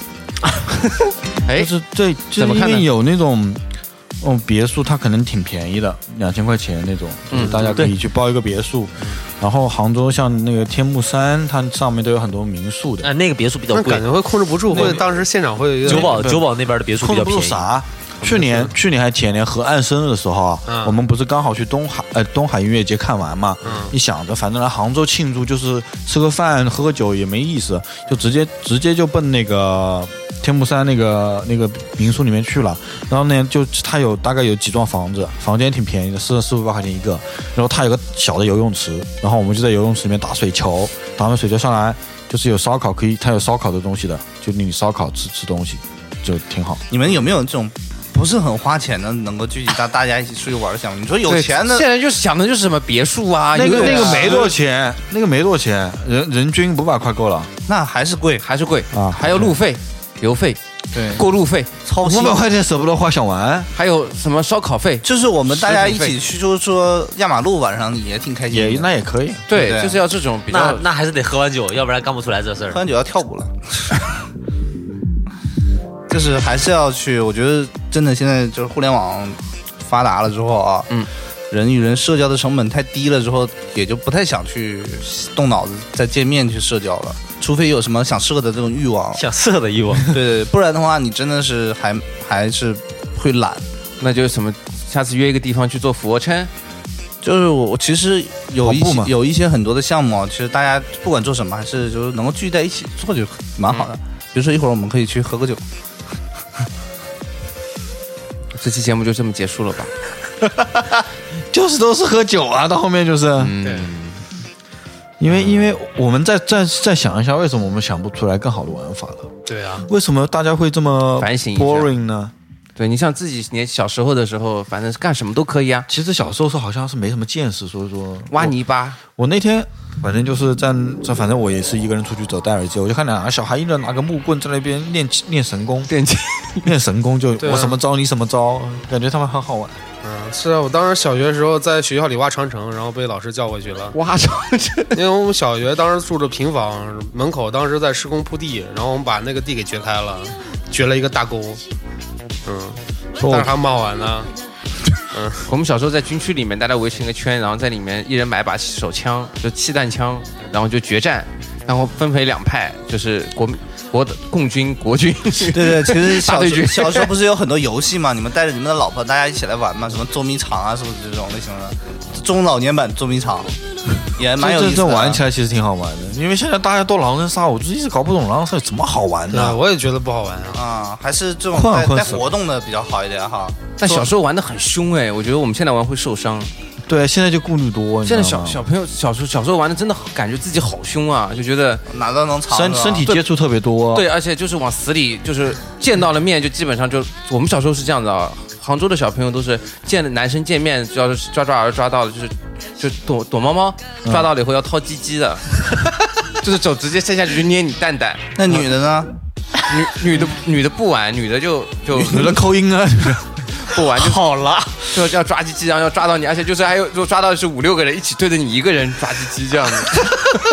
[SPEAKER 3] 哎
[SPEAKER 8] 就，是对，就
[SPEAKER 3] 怎
[SPEAKER 8] 是
[SPEAKER 3] 么
[SPEAKER 8] 因
[SPEAKER 3] 看呢
[SPEAKER 8] 为有那种。哦，别墅它可能挺便宜的，两千块钱那种，
[SPEAKER 3] 嗯
[SPEAKER 8] 就是大家可以去包一个别墅。然后杭州像那个天目山，它上面都有很多民宿的。
[SPEAKER 9] 哎，那个别墅比较
[SPEAKER 6] 那
[SPEAKER 9] 贵
[SPEAKER 6] 感，觉会控制不住，
[SPEAKER 8] 那
[SPEAKER 6] 会当时现场会有
[SPEAKER 9] 九
[SPEAKER 6] 点
[SPEAKER 9] 堡
[SPEAKER 8] 对
[SPEAKER 9] 九堡那边的别墅比
[SPEAKER 8] 控制
[SPEAKER 9] 较
[SPEAKER 8] 不
[SPEAKER 9] 便
[SPEAKER 8] 住
[SPEAKER 9] 宜。
[SPEAKER 8] 啥？去年、去年还前年何岸生日的时候啊，
[SPEAKER 6] 嗯
[SPEAKER 8] 我们不是刚好去东海呃东海音乐节看完嘛？
[SPEAKER 9] 嗯
[SPEAKER 8] 一想着反正来杭州庆祝就是吃个饭喝个酒也没意思，就直接直接就奔那个天目山那个那个民宿里面去了。然后呢，就它有大概有几幢房子，房间挺便宜的，四四五百块钱一个。然后它有个小的游泳池，然后我们就在游泳池里面打水球，打完水球上来就是有烧烤可以，它有烧烤的东西的，就你烧烤吃吃东西就挺好。
[SPEAKER 5] 你们有没有这种不是很花钱的，能够聚集到大家一起出去玩的项目？你说有钱的
[SPEAKER 3] 现在就是想的就是什么别墅啊，
[SPEAKER 8] 那个
[SPEAKER 3] 游泳
[SPEAKER 8] 那
[SPEAKER 3] 池
[SPEAKER 8] 个没多少钱，那个没多少钱，人人均五百块够了
[SPEAKER 5] 那还是贵，
[SPEAKER 3] 还是贵
[SPEAKER 8] 啊
[SPEAKER 3] 还有路费、油费、
[SPEAKER 5] 对
[SPEAKER 3] 过路费，
[SPEAKER 5] 超
[SPEAKER 8] 五
[SPEAKER 5] 心
[SPEAKER 8] 百块钱舍不得花，想玩
[SPEAKER 3] 还有什么烧烤费。
[SPEAKER 5] 就是我们大家一起去，就是说压马路晚上也挺开
[SPEAKER 8] 也
[SPEAKER 5] 心的，
[SPEAKER 8] 那也可以。
[SPEAKER 3] 对，
[SPEAKER 5] 对
[SPEAKER 3] 就是要这种比
[SPEAKER 9] 那
[SPEAKER 3] 较。
[SPEAKER 9] 那还是得喝完酒，要不然干不出来这事
[SPEAKER 5] 喝
[SPEAKER 9] 儿。
[SPEAKER 5] 完酒要跳舞了。 就是还是要去，我觉得真的现在就是互联网发达了之后啊，
[SPEAKER 3] 嗯，
[SPEAKER 5] 人与人社交的成本太低了之后，也就不太想去动脑子再见面去社交了，除非有什么想射的这种欲 望，
[SPEAKER 9] 想射的欲望，
[SPEAKER 5] 对对对，不然的话你真的是还还是会懒。
[SPEAKER 3] 那就是什么，下次约一个地方去做俯卧撑，
[SPEAKER 5] 就是我我其实有
[SPEAKER 8] 跑
[SPEAKER 5] 一
[SPEAKER 8] 步
[SPEAKER 5] 些
[SPEAKER 8] 嘛
[SPEAKER 5] 有一些很多的项目啊，其实大家不管做什么，还是就是能够聚在一起做就蛮好的。
[SPEAKER 8] 嗯
[SPEAKER 5] 比如说一会儿我们可以去喝个酒，
[SPEAKER 3] 这期节目就这么结束了吧？
[SPEAKER 8] 就是都是喝酒啊，到后面就是，
[SPEAKER 3] 嗯，
[SPEAKER 8] 因为因为我们再再再想一下，为什么我们想不出来更好的玩法了？
[SPEAKER 6] 对啊，
[SPEAKER 8] 为什么大家会这么
[SPEAKER 3] 反省一下
[SPEAKER 8] boring 呢？
[SPEAKER 3] 对你像自己年小时候的时候，反正干什么都可以啊，
[SPEAKER 8] 其实小时候是好像是没什么见识，所以说
[SPEAKER 3] 挖泥巴，
[SPEAKER 8] 我那天反正就是在在，反正我也是一个人出去走，戴耳机，我就看两个小孩一人拿个木棍在那边练练神功，
[SPEAKER 3] 电竞。
[SPEAKER 8] 练神功就
[SPEAKER 6] 对啊
[SPEAKER 8] 我什么招你什么招，感觉他们很好玩。
[SPEAKER 6] 嗯，是啊，我当时小学的时候在学校里挖长城，然后被老师叫过去了。
[SPEAKER 3] 挖上去，
[SPEAKER 6] 因为我们小学当时住着平房，门口当时在施工铺地，然后我们把那个地给掘开了，掘了一个大沟，嗯，
[SPEAKER 8] 说
[SPEAKER 6] 但是
[SPEAKER 8] 我
[SPEAKER 6] 还蛮好玩的。
[SPEAKER 3] 我们小时候在军区里面，大家围成一个圈，然后在里面一人买把手枪，就气弹枪，然后就决战，然后分为两派，就是国民国的共军、国军。
[SPEAKER 5] 对对，其实
[SPEAKER 3] 大
[SPEAKER 5] 小
[SPEAKER 3] 对
[SPEAKER 5] 时
[SPEAKER 3] 决
[SPEAKER 5] 小时候不是有很多游戏嘛？你们带着你们的老婆，大家一起来玩嘛？什么捉迷藏啊，是不是这种类型的？中老年版捉迷藏也蛮有
[SPEAKER 8] 这
[SPEAKER 5] 意
[SPEAKER 8] 这
[SPEAKER 5] 思
[SPEAKER 8] 这
[SPEAKER 5] 的啊。
[SPEAKER 8] 玩起来其实挺好玩的，因为现在大家都狼人杀，我就一直搞不懂狼人杀有什么好玩
[SPEAKER 6] 对啊，
[SPEAKER 8] 的。
[SPEAKER 6] 我也觉得不好玩啊。
[SPEAKER 5] 啊，还是这种
[SPEAKER 8] 困
[SPEAKER 5] 带
[SPEAKER 8] 困
[SPEAKER 5] 带
[SPEAKER 8] 死
[SPEAKER 5] 活动的比较好一点哈。
[SPEAKER 3] 但小时候玩的很凶哎，我觉得我们现在玩会受伤。
[SPEAKER 8] 对，现在就顾虑多，你知
[SPEAKER 3] 现
[SPEAKER 8] 道
[SPEAKER 3] 在小
[SPEAKER 8] 吗
[SPEAKER 3] 小朋友小时候小时候玩的真的好感觉自己好凶啊，就觉得
[SPEAKER 5] 哪都能藏
[SPEAKER 8] 身
[SPEAKER 5] 是吧
[SPEAKER 8] 身体接触特别多，
[SPEAKER 3] 对，而且就是往死里就是见到了面就基本上就我们小时候是这样的啊，杭州的小朋友都是见了男生见面就要抓抓儿抓到了，就是就躲躲猫猫，
[SPEAKER 8] 嗯
[SPEAKER 3] 抓到了以后要掏鸡鸡 的，就是手直接伸下去就捏你蛋蛋。
[SPEAKER 5] 那女的呢？
[SPEAKER 3] 女女的女的不玩，女的就就
[SPEAKER 8] 有的扣音啊，
[SPEAKER 3] 不 玩就好了，就要抓鸡鸡，然后要抓到你，而且就是还有就抓到是五六个人一起对着你一个人抓鸡鸡这样 子，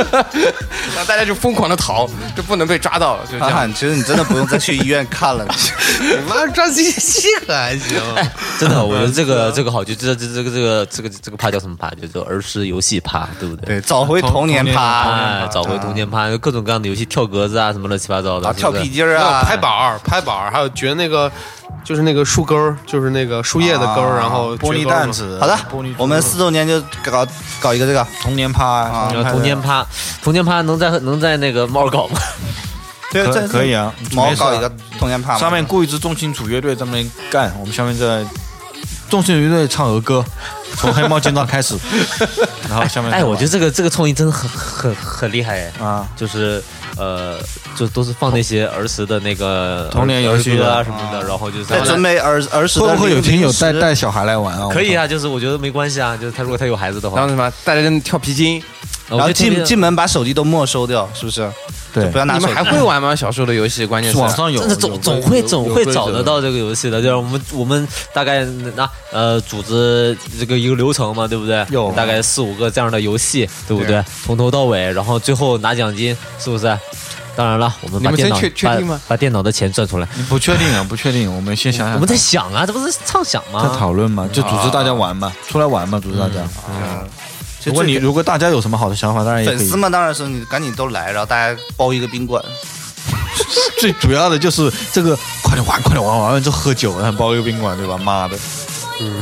[SPEAKER 3] 然后大家就疯狂的逃，就不能被抓到，就这
[SPEAKER 5] 韩
[SPEAKER 3] 样。
[SPEAKER 5] 寒，啊其实你真的不用再去医院看了。
[SPEAKER 6] 你妈张西西可还 行，
[SPEAKER 9] 真的，我觉得这个这个好，就这这这个这个这个这个趴叫什么趴？就叫儿时游戏趴，对不对？
[SPEAKER 5] 对，找回童年啊趴，
[SPEAKER 9] 哎，找回童年趴，各种各样的游戏，跳格子啊，什么乱七八糟的
[SPEAKER 5] 啊，，跳
[SPEAKER 9] 是不是
[SPEAKER 5] 皮筋儿
[SPEAKER 6] 啊
[SPEAKER 5] 啊，
[SPEAKER 6] 拍板儿、拍板儿，还有掘那个，就是那个树根儿，就是那个树叶的根儿，
[SPEAKER 5] 啊
[SPEAKER 6] 然后
[SPEAKER 8] 玻
[SPEAKER 6] 掘
[SPEAKER 8] 璃
[SPEAKER 6] 根儿
[SPEAKER 8] 弹
[SPEAKER 6] 嘛。
[SPEAKER 8] 子。
[SPEAKER 5] 好的
[SPEAKER 8] 玻璃，
[SPEAKER 5] 我们四周年就搞搞一个这啊个，
[SPEAKER 8] 童年趴，
[SPEAKER 9] 呃童年趴，童年趴能在能在那个猫搞吗？
[SPEAKER 5] 对
[SPEAKER 8] 可
[SPEAKER 5] 这
[SPEAKER 8] 可以啊，
[SPEAKER 5] 毛
[SPEAKER 8] 没事啊
[SPEAKER 5] 搞一个童年趴嘛，
[SPEAKER 8] 上面雇一支重金属乐队专门干，我们下面在重金属乐队唱儿歌，从黑猫警长开始，然后下面
[SPEAKER 9] 哎，我觉得这个这个创意真的很很很厉害哎。
[SPEAKER 8] 啊，
[SPEAKER 9] 就是呃，就都是放那些儿时的那个
[SPEAKER 8] 童年游戏
[SPEAKER 9] 儿歌啊
[SPEAKER 8] 啊
[SPEAKER 9] 什么的，然后就是
[SPEAKER 5] 再准备儿儿时的
[SPEAKER 8] 会不会有听友带
[SPEAKER 5] 带
[SPEAKER 8] 带小孩来玩啊？
[SPEAKER 9] 可以啊，就是我觉得没关系啊，就是他如果他有孩子的
[SPEAKER 3] 然
[SPEAKER 9] 话
[SPEAKER 3] 后，什么，大家在那跳皮筋，
[SPEAKER 9] 然
[SPEAKER 5] 然后进进门把手机都没收掉，是不是？
[SPEAKER 8] 对
[SPEAKER 5] 就不要拿
[SPEAKER 3] 你
[SPEAKER 5] 手
[SPEAKER 3] 们
[SPEAKER 5] 机
[SPEAKER 3] 还。会玩吗？小时候的游戏，关键是
[SPEAKER 8] 网上有，
[SPEAKER 9] 真的
[SPEAKER 8] 有
[SPEAKER 9] 总总会总
[SPEAKER 6] 有
[SPEAKER 9] 会
[SPEAKER 6] 规
[SPEAKER 9] 找得
[SPEAKER 6] 则
[SPEAKER 9] 到这个游戏的，就是我们我们大概那呃组织这个一个流程嘛，对不对？
[SPEAKER 8] 有
[SPEAKER 9] 大概四五个这样的游戏，对不对
[SPEAKER 5] 对？
[SPEAKER 9] 从头到尾，然后最后拿奖金，是不是？当然了，我们
[SPEAKER 3] 你
[SPEAKER 9] 把
[SPEAKER 3] 们
[SPEAKER 9] 电
[SPEAKER 3] 真
[SPEAKER 9] 脑
[SPEAKER 3] 确确定
[SPEAKER 9] 把
[SPEAKER 3] 吗
[SPEAKER 9] 把电脑的钱赚出来，
[SPEAKER 8] 你不确定啊，不确定，我们先想想，
[SPEAKER 9] 我们在想啊，这不是畅想
[SPEAKER 8] 在
[SPEAKER 9] 吗？
[SPEAKER 8] 讨论嘛，就组织大家玩嘛，出来玩嘛，组织大家。啊
[SPEAKER 5] 就
[SPEAKER 8] 如嗯果你
[SPEAKER 5] 最
[SPEAKER 8] 如果大家有什么好的想法，当然也
[SPEAKER 5] 粉
[SPEAKER 8] 哎可以哦
[SPEAKER 5] 丝。嘛，当然是你赶紧都来，然后大家包一个宾馆，
[SPEAKER 8] 最主要的就是这个，快点玩，快点玩，玩完之后喝酒，然后包一个宾馆，对吧？妈的，嗯，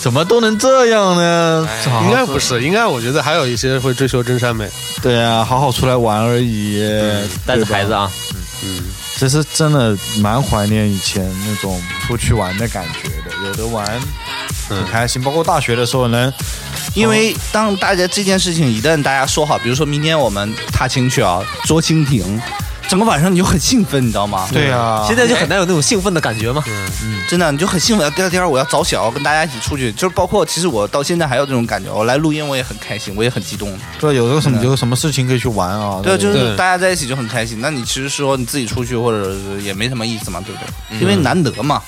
[SPEAKER 8] 怎么都能这样呢？好好
[SPEAKER 6] 应该不是，应该我觉得还有一些会追求真善美。
[SPEAKER 8] 对啊，好好出来玩而已。
[SPEAKER 9] 带
[SPEAKER 8] 对
[SPEAKER 9] 着
[SPEAKER 8] 吧
[SPEAKER 9] 孩子，啊，
[SPEAKER 8] 其实真的蛮怀念以前那种出去玩的感觉的，有的玩很开心。包括大学的时候能
[SPEAKER 5] 因为当大家这件事情一旦大家说好，比如说明天我们踏青去啊，捉蜻蜓，整个晚上你就很兴奋，你知道吗？
[SPEAKER 8] 对啊，
[SPEAKER 9] 现在就很难有那种兴奋的感觉嘛。
[SPEAKER 5] 真的，你就很兴奋。第二天我要早起，啊我要跟大家一起出去，就是包括其实我到现在还有这种感觉。我来录音我也很开心，我也很激动。
[SPEAKER 8] 对啊有的什么有什么事情可以去玩啊？
[SPEAKER 5] 对，就是
[SPEAKER 6] 对
[SPEAKER 5] 大家在一起就很开心。那你其实说你自己出去或者是也没什么意思嘛，对不对？
[SPEAKER 8] 嗯
[SPEAKER 5] 因为难得嘛，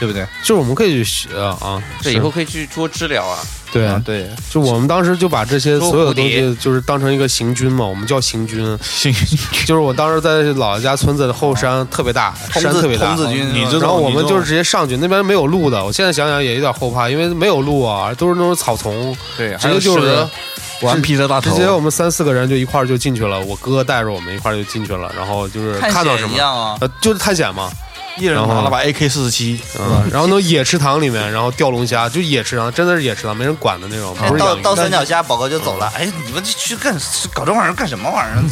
[SPEAKER 5] 对不对？
[SPEAKER 6] 就是我们可以去学啊啊，
[SPEAKER 3] 对，
[SPEAKER 6] 是
[SPEAKER 3] 以后可以去捉知了啊。
[SPEAKER 6] 对
[SPEAKER 5] 啊
[SPEAKER 6] 啊，
[SPEAKER 5] 对，
[SPEAKER 6] 就我们当时就把这些所有的东
[SPEAKER 3] 捉
[SPEAKER 6] 西就是当成一个行军嘛，我们叫行军。
[SPEAKER 8] 行，
[SPEAKER 6] 就是我当时在姥姥家村子的后山特别大，
[SPEAKER 5] 童
[SPEAKER 6] 山
[SPEAKER 5] 子
[SPEAKER 6] 特别大
[SPEAKER 5] 童。子军，
[SPEAKER 8] 你这
[SPEAKER 6] 然后我
[SPEAKER 8] 你
[SPEAKER 6] 们
[SPEAKER 8] 这
[SPEAKER 6] 就是直接上去，那边没有路的。我现在想想也有点后怕，因为没有路啊，都是那种草丛，
[SPEAKER 5] 啊
[SPEAKER 3] 对，还
[SPEAKER 6] 直
[SPEAKER 3] 有
[SPEAKER 6] 接就是
[SPEAKER 3] 蛇
[SPEAKER 8] 顽皮的大
[SPEAKER 6] 直
[SPEAKER 8] 头，
[SPEAKER 6] 接我们三四个人就一块儿就进去了。我哥带着我们一块儿就进去了，然后就是看到什
[SPEAKER 5] 险一
[SPEAKER 6] 么，
[SPEAKER 5] 样啊。
[SPEAKER 6] 呃，就是探险嘛。
[SPEAKER 8] 一人拿了把 AK 四十七，
[SPEAKER 6] 嗯，然后那种野池塘里面，然后钓龙虾，就野池塘，真的是野池塘，没人管的那种，
[SPEAKER 5] 哎
[SPEAKER 6] 不是
[SPEAKER 5] 到
[SPEAKER 6] 养鱼
[SPEAKER 5] 到山脚下，宝哥就走了。哎，你们这去干搞这玩意儿干什么玩意儿？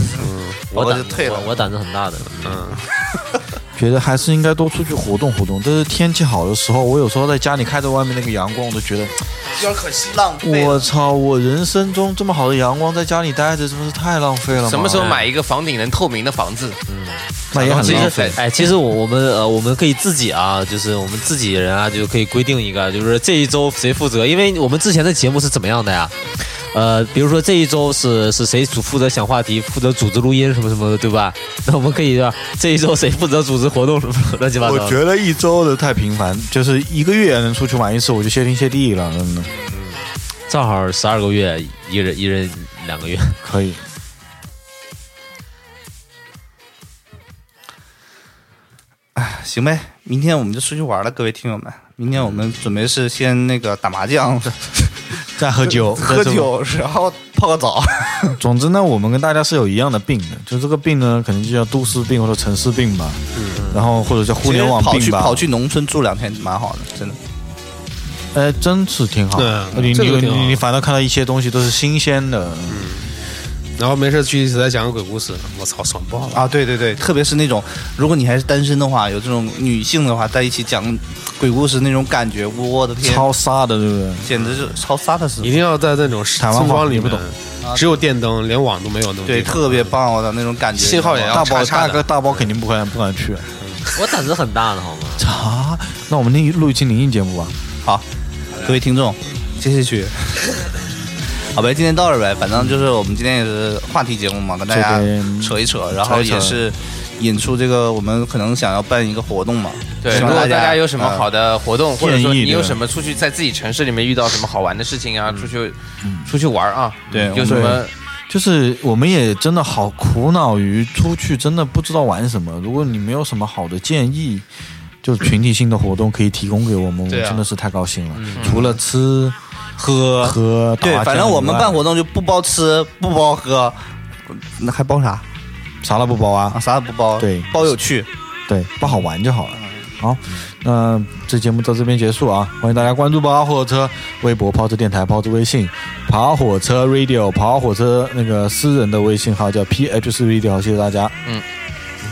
[SPEAKER 5] 宝
[SPEAKER 6] 嗯
[SPEAKER 9] 我
[SPEAKER 5] 哥
[SPEAKER 9] 胆
[SPEAKER 5] 就退了
[SPEAKER 9] 我。我胆子很大的，嗯，
[SPEAKER 8] 觉得还是应该多出去活动活动。但是天气好的时候，我有时候在家里看着外面那个阳光，我都觉得
[SPEAKER 5] 有点可惜，浪费了。
[SPEAKER 8] 我操，我人生中这么好的阳光，在家里待着真的是太浪费了嘛。
[SPEAKER 3] 什么时候买一个房顶能透明的房子？
[SPEAKER 8] 那也很
[SPEAKER 9] 其
[SPEAKER 8] 浪
[SPEAKER 9] 实
[SPEAKER 8] 费。
[SPEAKER 9] 哎，其实我我们呃，我们可以自己啊，就是我们自己人啊，就可以规定一个，就是这一周谁负责，因为我们之前的节目是怎么样的呀？呃，比如说这一周是是谁主负责想话题，负责组织录音什么什么的，对吧？那我们可以吧？这一周谁负责组织活动什么乱七八糟
[SPEAKER 8] 我
[SPEAKER 9] 的？
[SPEAKER 8] 觉得一周的太频繁，就是一个月能出去玩一次，我就谢天谢地了，嗯真的
[SPEAKER 9] 正好十二个月，一人一人两 个月，
[SPEAKER 8] 可以。
[SPEAKER 5] 行呗，明天我们就出去玩了，各位听友们。明天我们准备是先那个打麻将、
[SPEAKER 8] 再喝酒，
[SPEAKER 5] 喝
[SPEAKER 8] 再这么。
[SPEAKER 5] 酒，然后泡个澡。
[SPEAKER 8] 总之呢，我们跟大家是有一样的病的，就这个病呢，可能就叫都市病或者城市病吧，然后或者叫互联网
[SPEAKER 5] 跑
[SPEAKER 8] 病
[SPEAKER 5] 去
[SPEAKER 8] 吧。
[SPEAKER 6] 啊
[SPEAKER 5] 跑去农村住两天蛮好的，真的。
[SPEAKER 8] 哎，真是挺好。
[SPEAKER 6] 对
[SPEAKER 8] 你
[SPEAKER 6] 这个
[SPEAKER 8] 你
[SPEAKER 6] 挺好嗯
[SPEAKER 8] 你你反倒看到一些东西都是新鲜的，
[SPEAKER 6] 然后没事去一起再讲个鬼故事，我操，爽爆了！
[SPEAKER 5] 啊，对对对，特别是那种如果你还是单身的话，有这种女性的话，在一起讲鬼故事那种感觉，我的天，
[SPEAKER 8] 超杀的，对不对？
[SPEAKER 5] 简直是超飒的事
[SPEAKER 6] 一。定要在那种
[SPEAKER 8] 台湾话
[SPEAKER 6] 村庄里
[SPEAKER 8] 你不懂
[SPEAKER 6] 面，只有电灯，连网都没有那种地
[SPEAKER 5] 对，
[SPEAKER 6] 方。
[SPEAKER 5] 特别棒，我的那种感觉。
[SPEAKER 6] 信号也要
[SPEAKER 8] 大包
[SPEAKER 6] 叉叉
[SPEAKER 8] 大
[SPEAKER 6] 的
[SPEAKER 8] 哥大包肯定不敢不敢去，
[SPEAKER 9] 我胆子很大的好吗？
[SPEAKER 8] 查，那我们另一录一期灵异节目吧。
[SPEAKER 5] 好，各位听众，接下去。 好呗，今天到这儿呗，反正就是我们今天也是话题节目嘛，跟大家
[SPEAKER 8] 这边
[SPEAKER 5] 扯一扯，然后
[SPEAKER 8] 扯一扯
[SPEAKER 5] 也是引出这个我们可能想要办一个活动嘛。
[SPEAKER 3] 对，
[SPEAKER 5] 希
[SPEAKER 3] 如
[SPEAKER 5] 望
[SPEAKER 3] 果大
[SPEAKER 5] 啊家
[SPEAKER 3] 家有什么好
[SPEAKER 5] 的，
[SPEAKER 3] 的活动，或者说
[SPEAKER 8] 建议
[SPEAKER 3] 你
[SPEAKER 8] 对
[SPEAKER 3] 有什么出去在自己城市里面遇到什么好玩的事情啊，出去出去玩啊，
[SPEAKER 5] 对
[SPEAKER 3] 有什么
[SPEAKER 8] 就是我们也真的好苦恼于出去真的不知道玩什么。如果你没有什么好的建议，就是群体性的活动可以提供给我们，我
[SPEAKER 6] 对啊嗯
[SPEAKER 8] 们真的是太高兴了。除了吃喝喝，
[SPEAKER 5] 对
[SPEAKER 8] 打，麻
[SPEAKER 5] 反正
[SPEAKER 8] 将
[SPEAKER 5] 我们
[SPEAKER 8] 以外
[SPEAKER 5] 办活动就不包吃，不包喝，那还包啥
[SPEAKER 8] 啥都不包啊
[SPEAKER 5] 啊？，啥也不包，
[SPEAKER 8] 对
[SPEAKER 5] 包有趣。
[SPEAKER 8] 对，不好玩就好了。好，那这节目到这边结束啊！欢迎大家关注跑火车微博、跑车电台、跑车微信、跑火车 Radio、跑火车那个私人的微信号叫 PH 四 Radio，谢谢大家。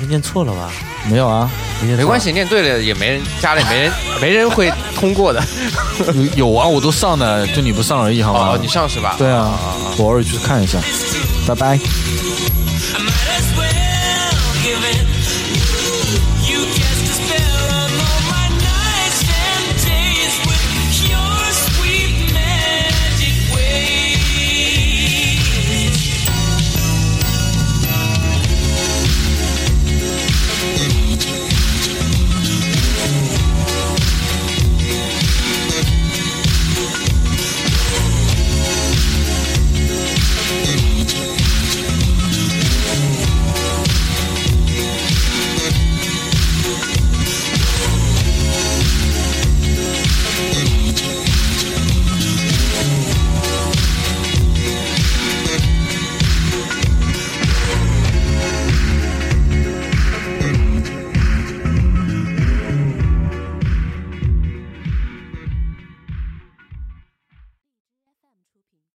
[SPEAKER 9] 你念错了吧？
[SPEAKER 8] 嗯没有啊，
[SPEAKER 3] 没关系，念对了也没人家里没人没人会通过的。
[SPEAKER 8] 有有啊，我都上了，就你不上而已，好吗？
[SPEAKER 3] 哦哦，你上是吧？
[SPEAKER 8] 对啊，我偶尔去看一下，拜拜。
[SPEAKER 10] I might as well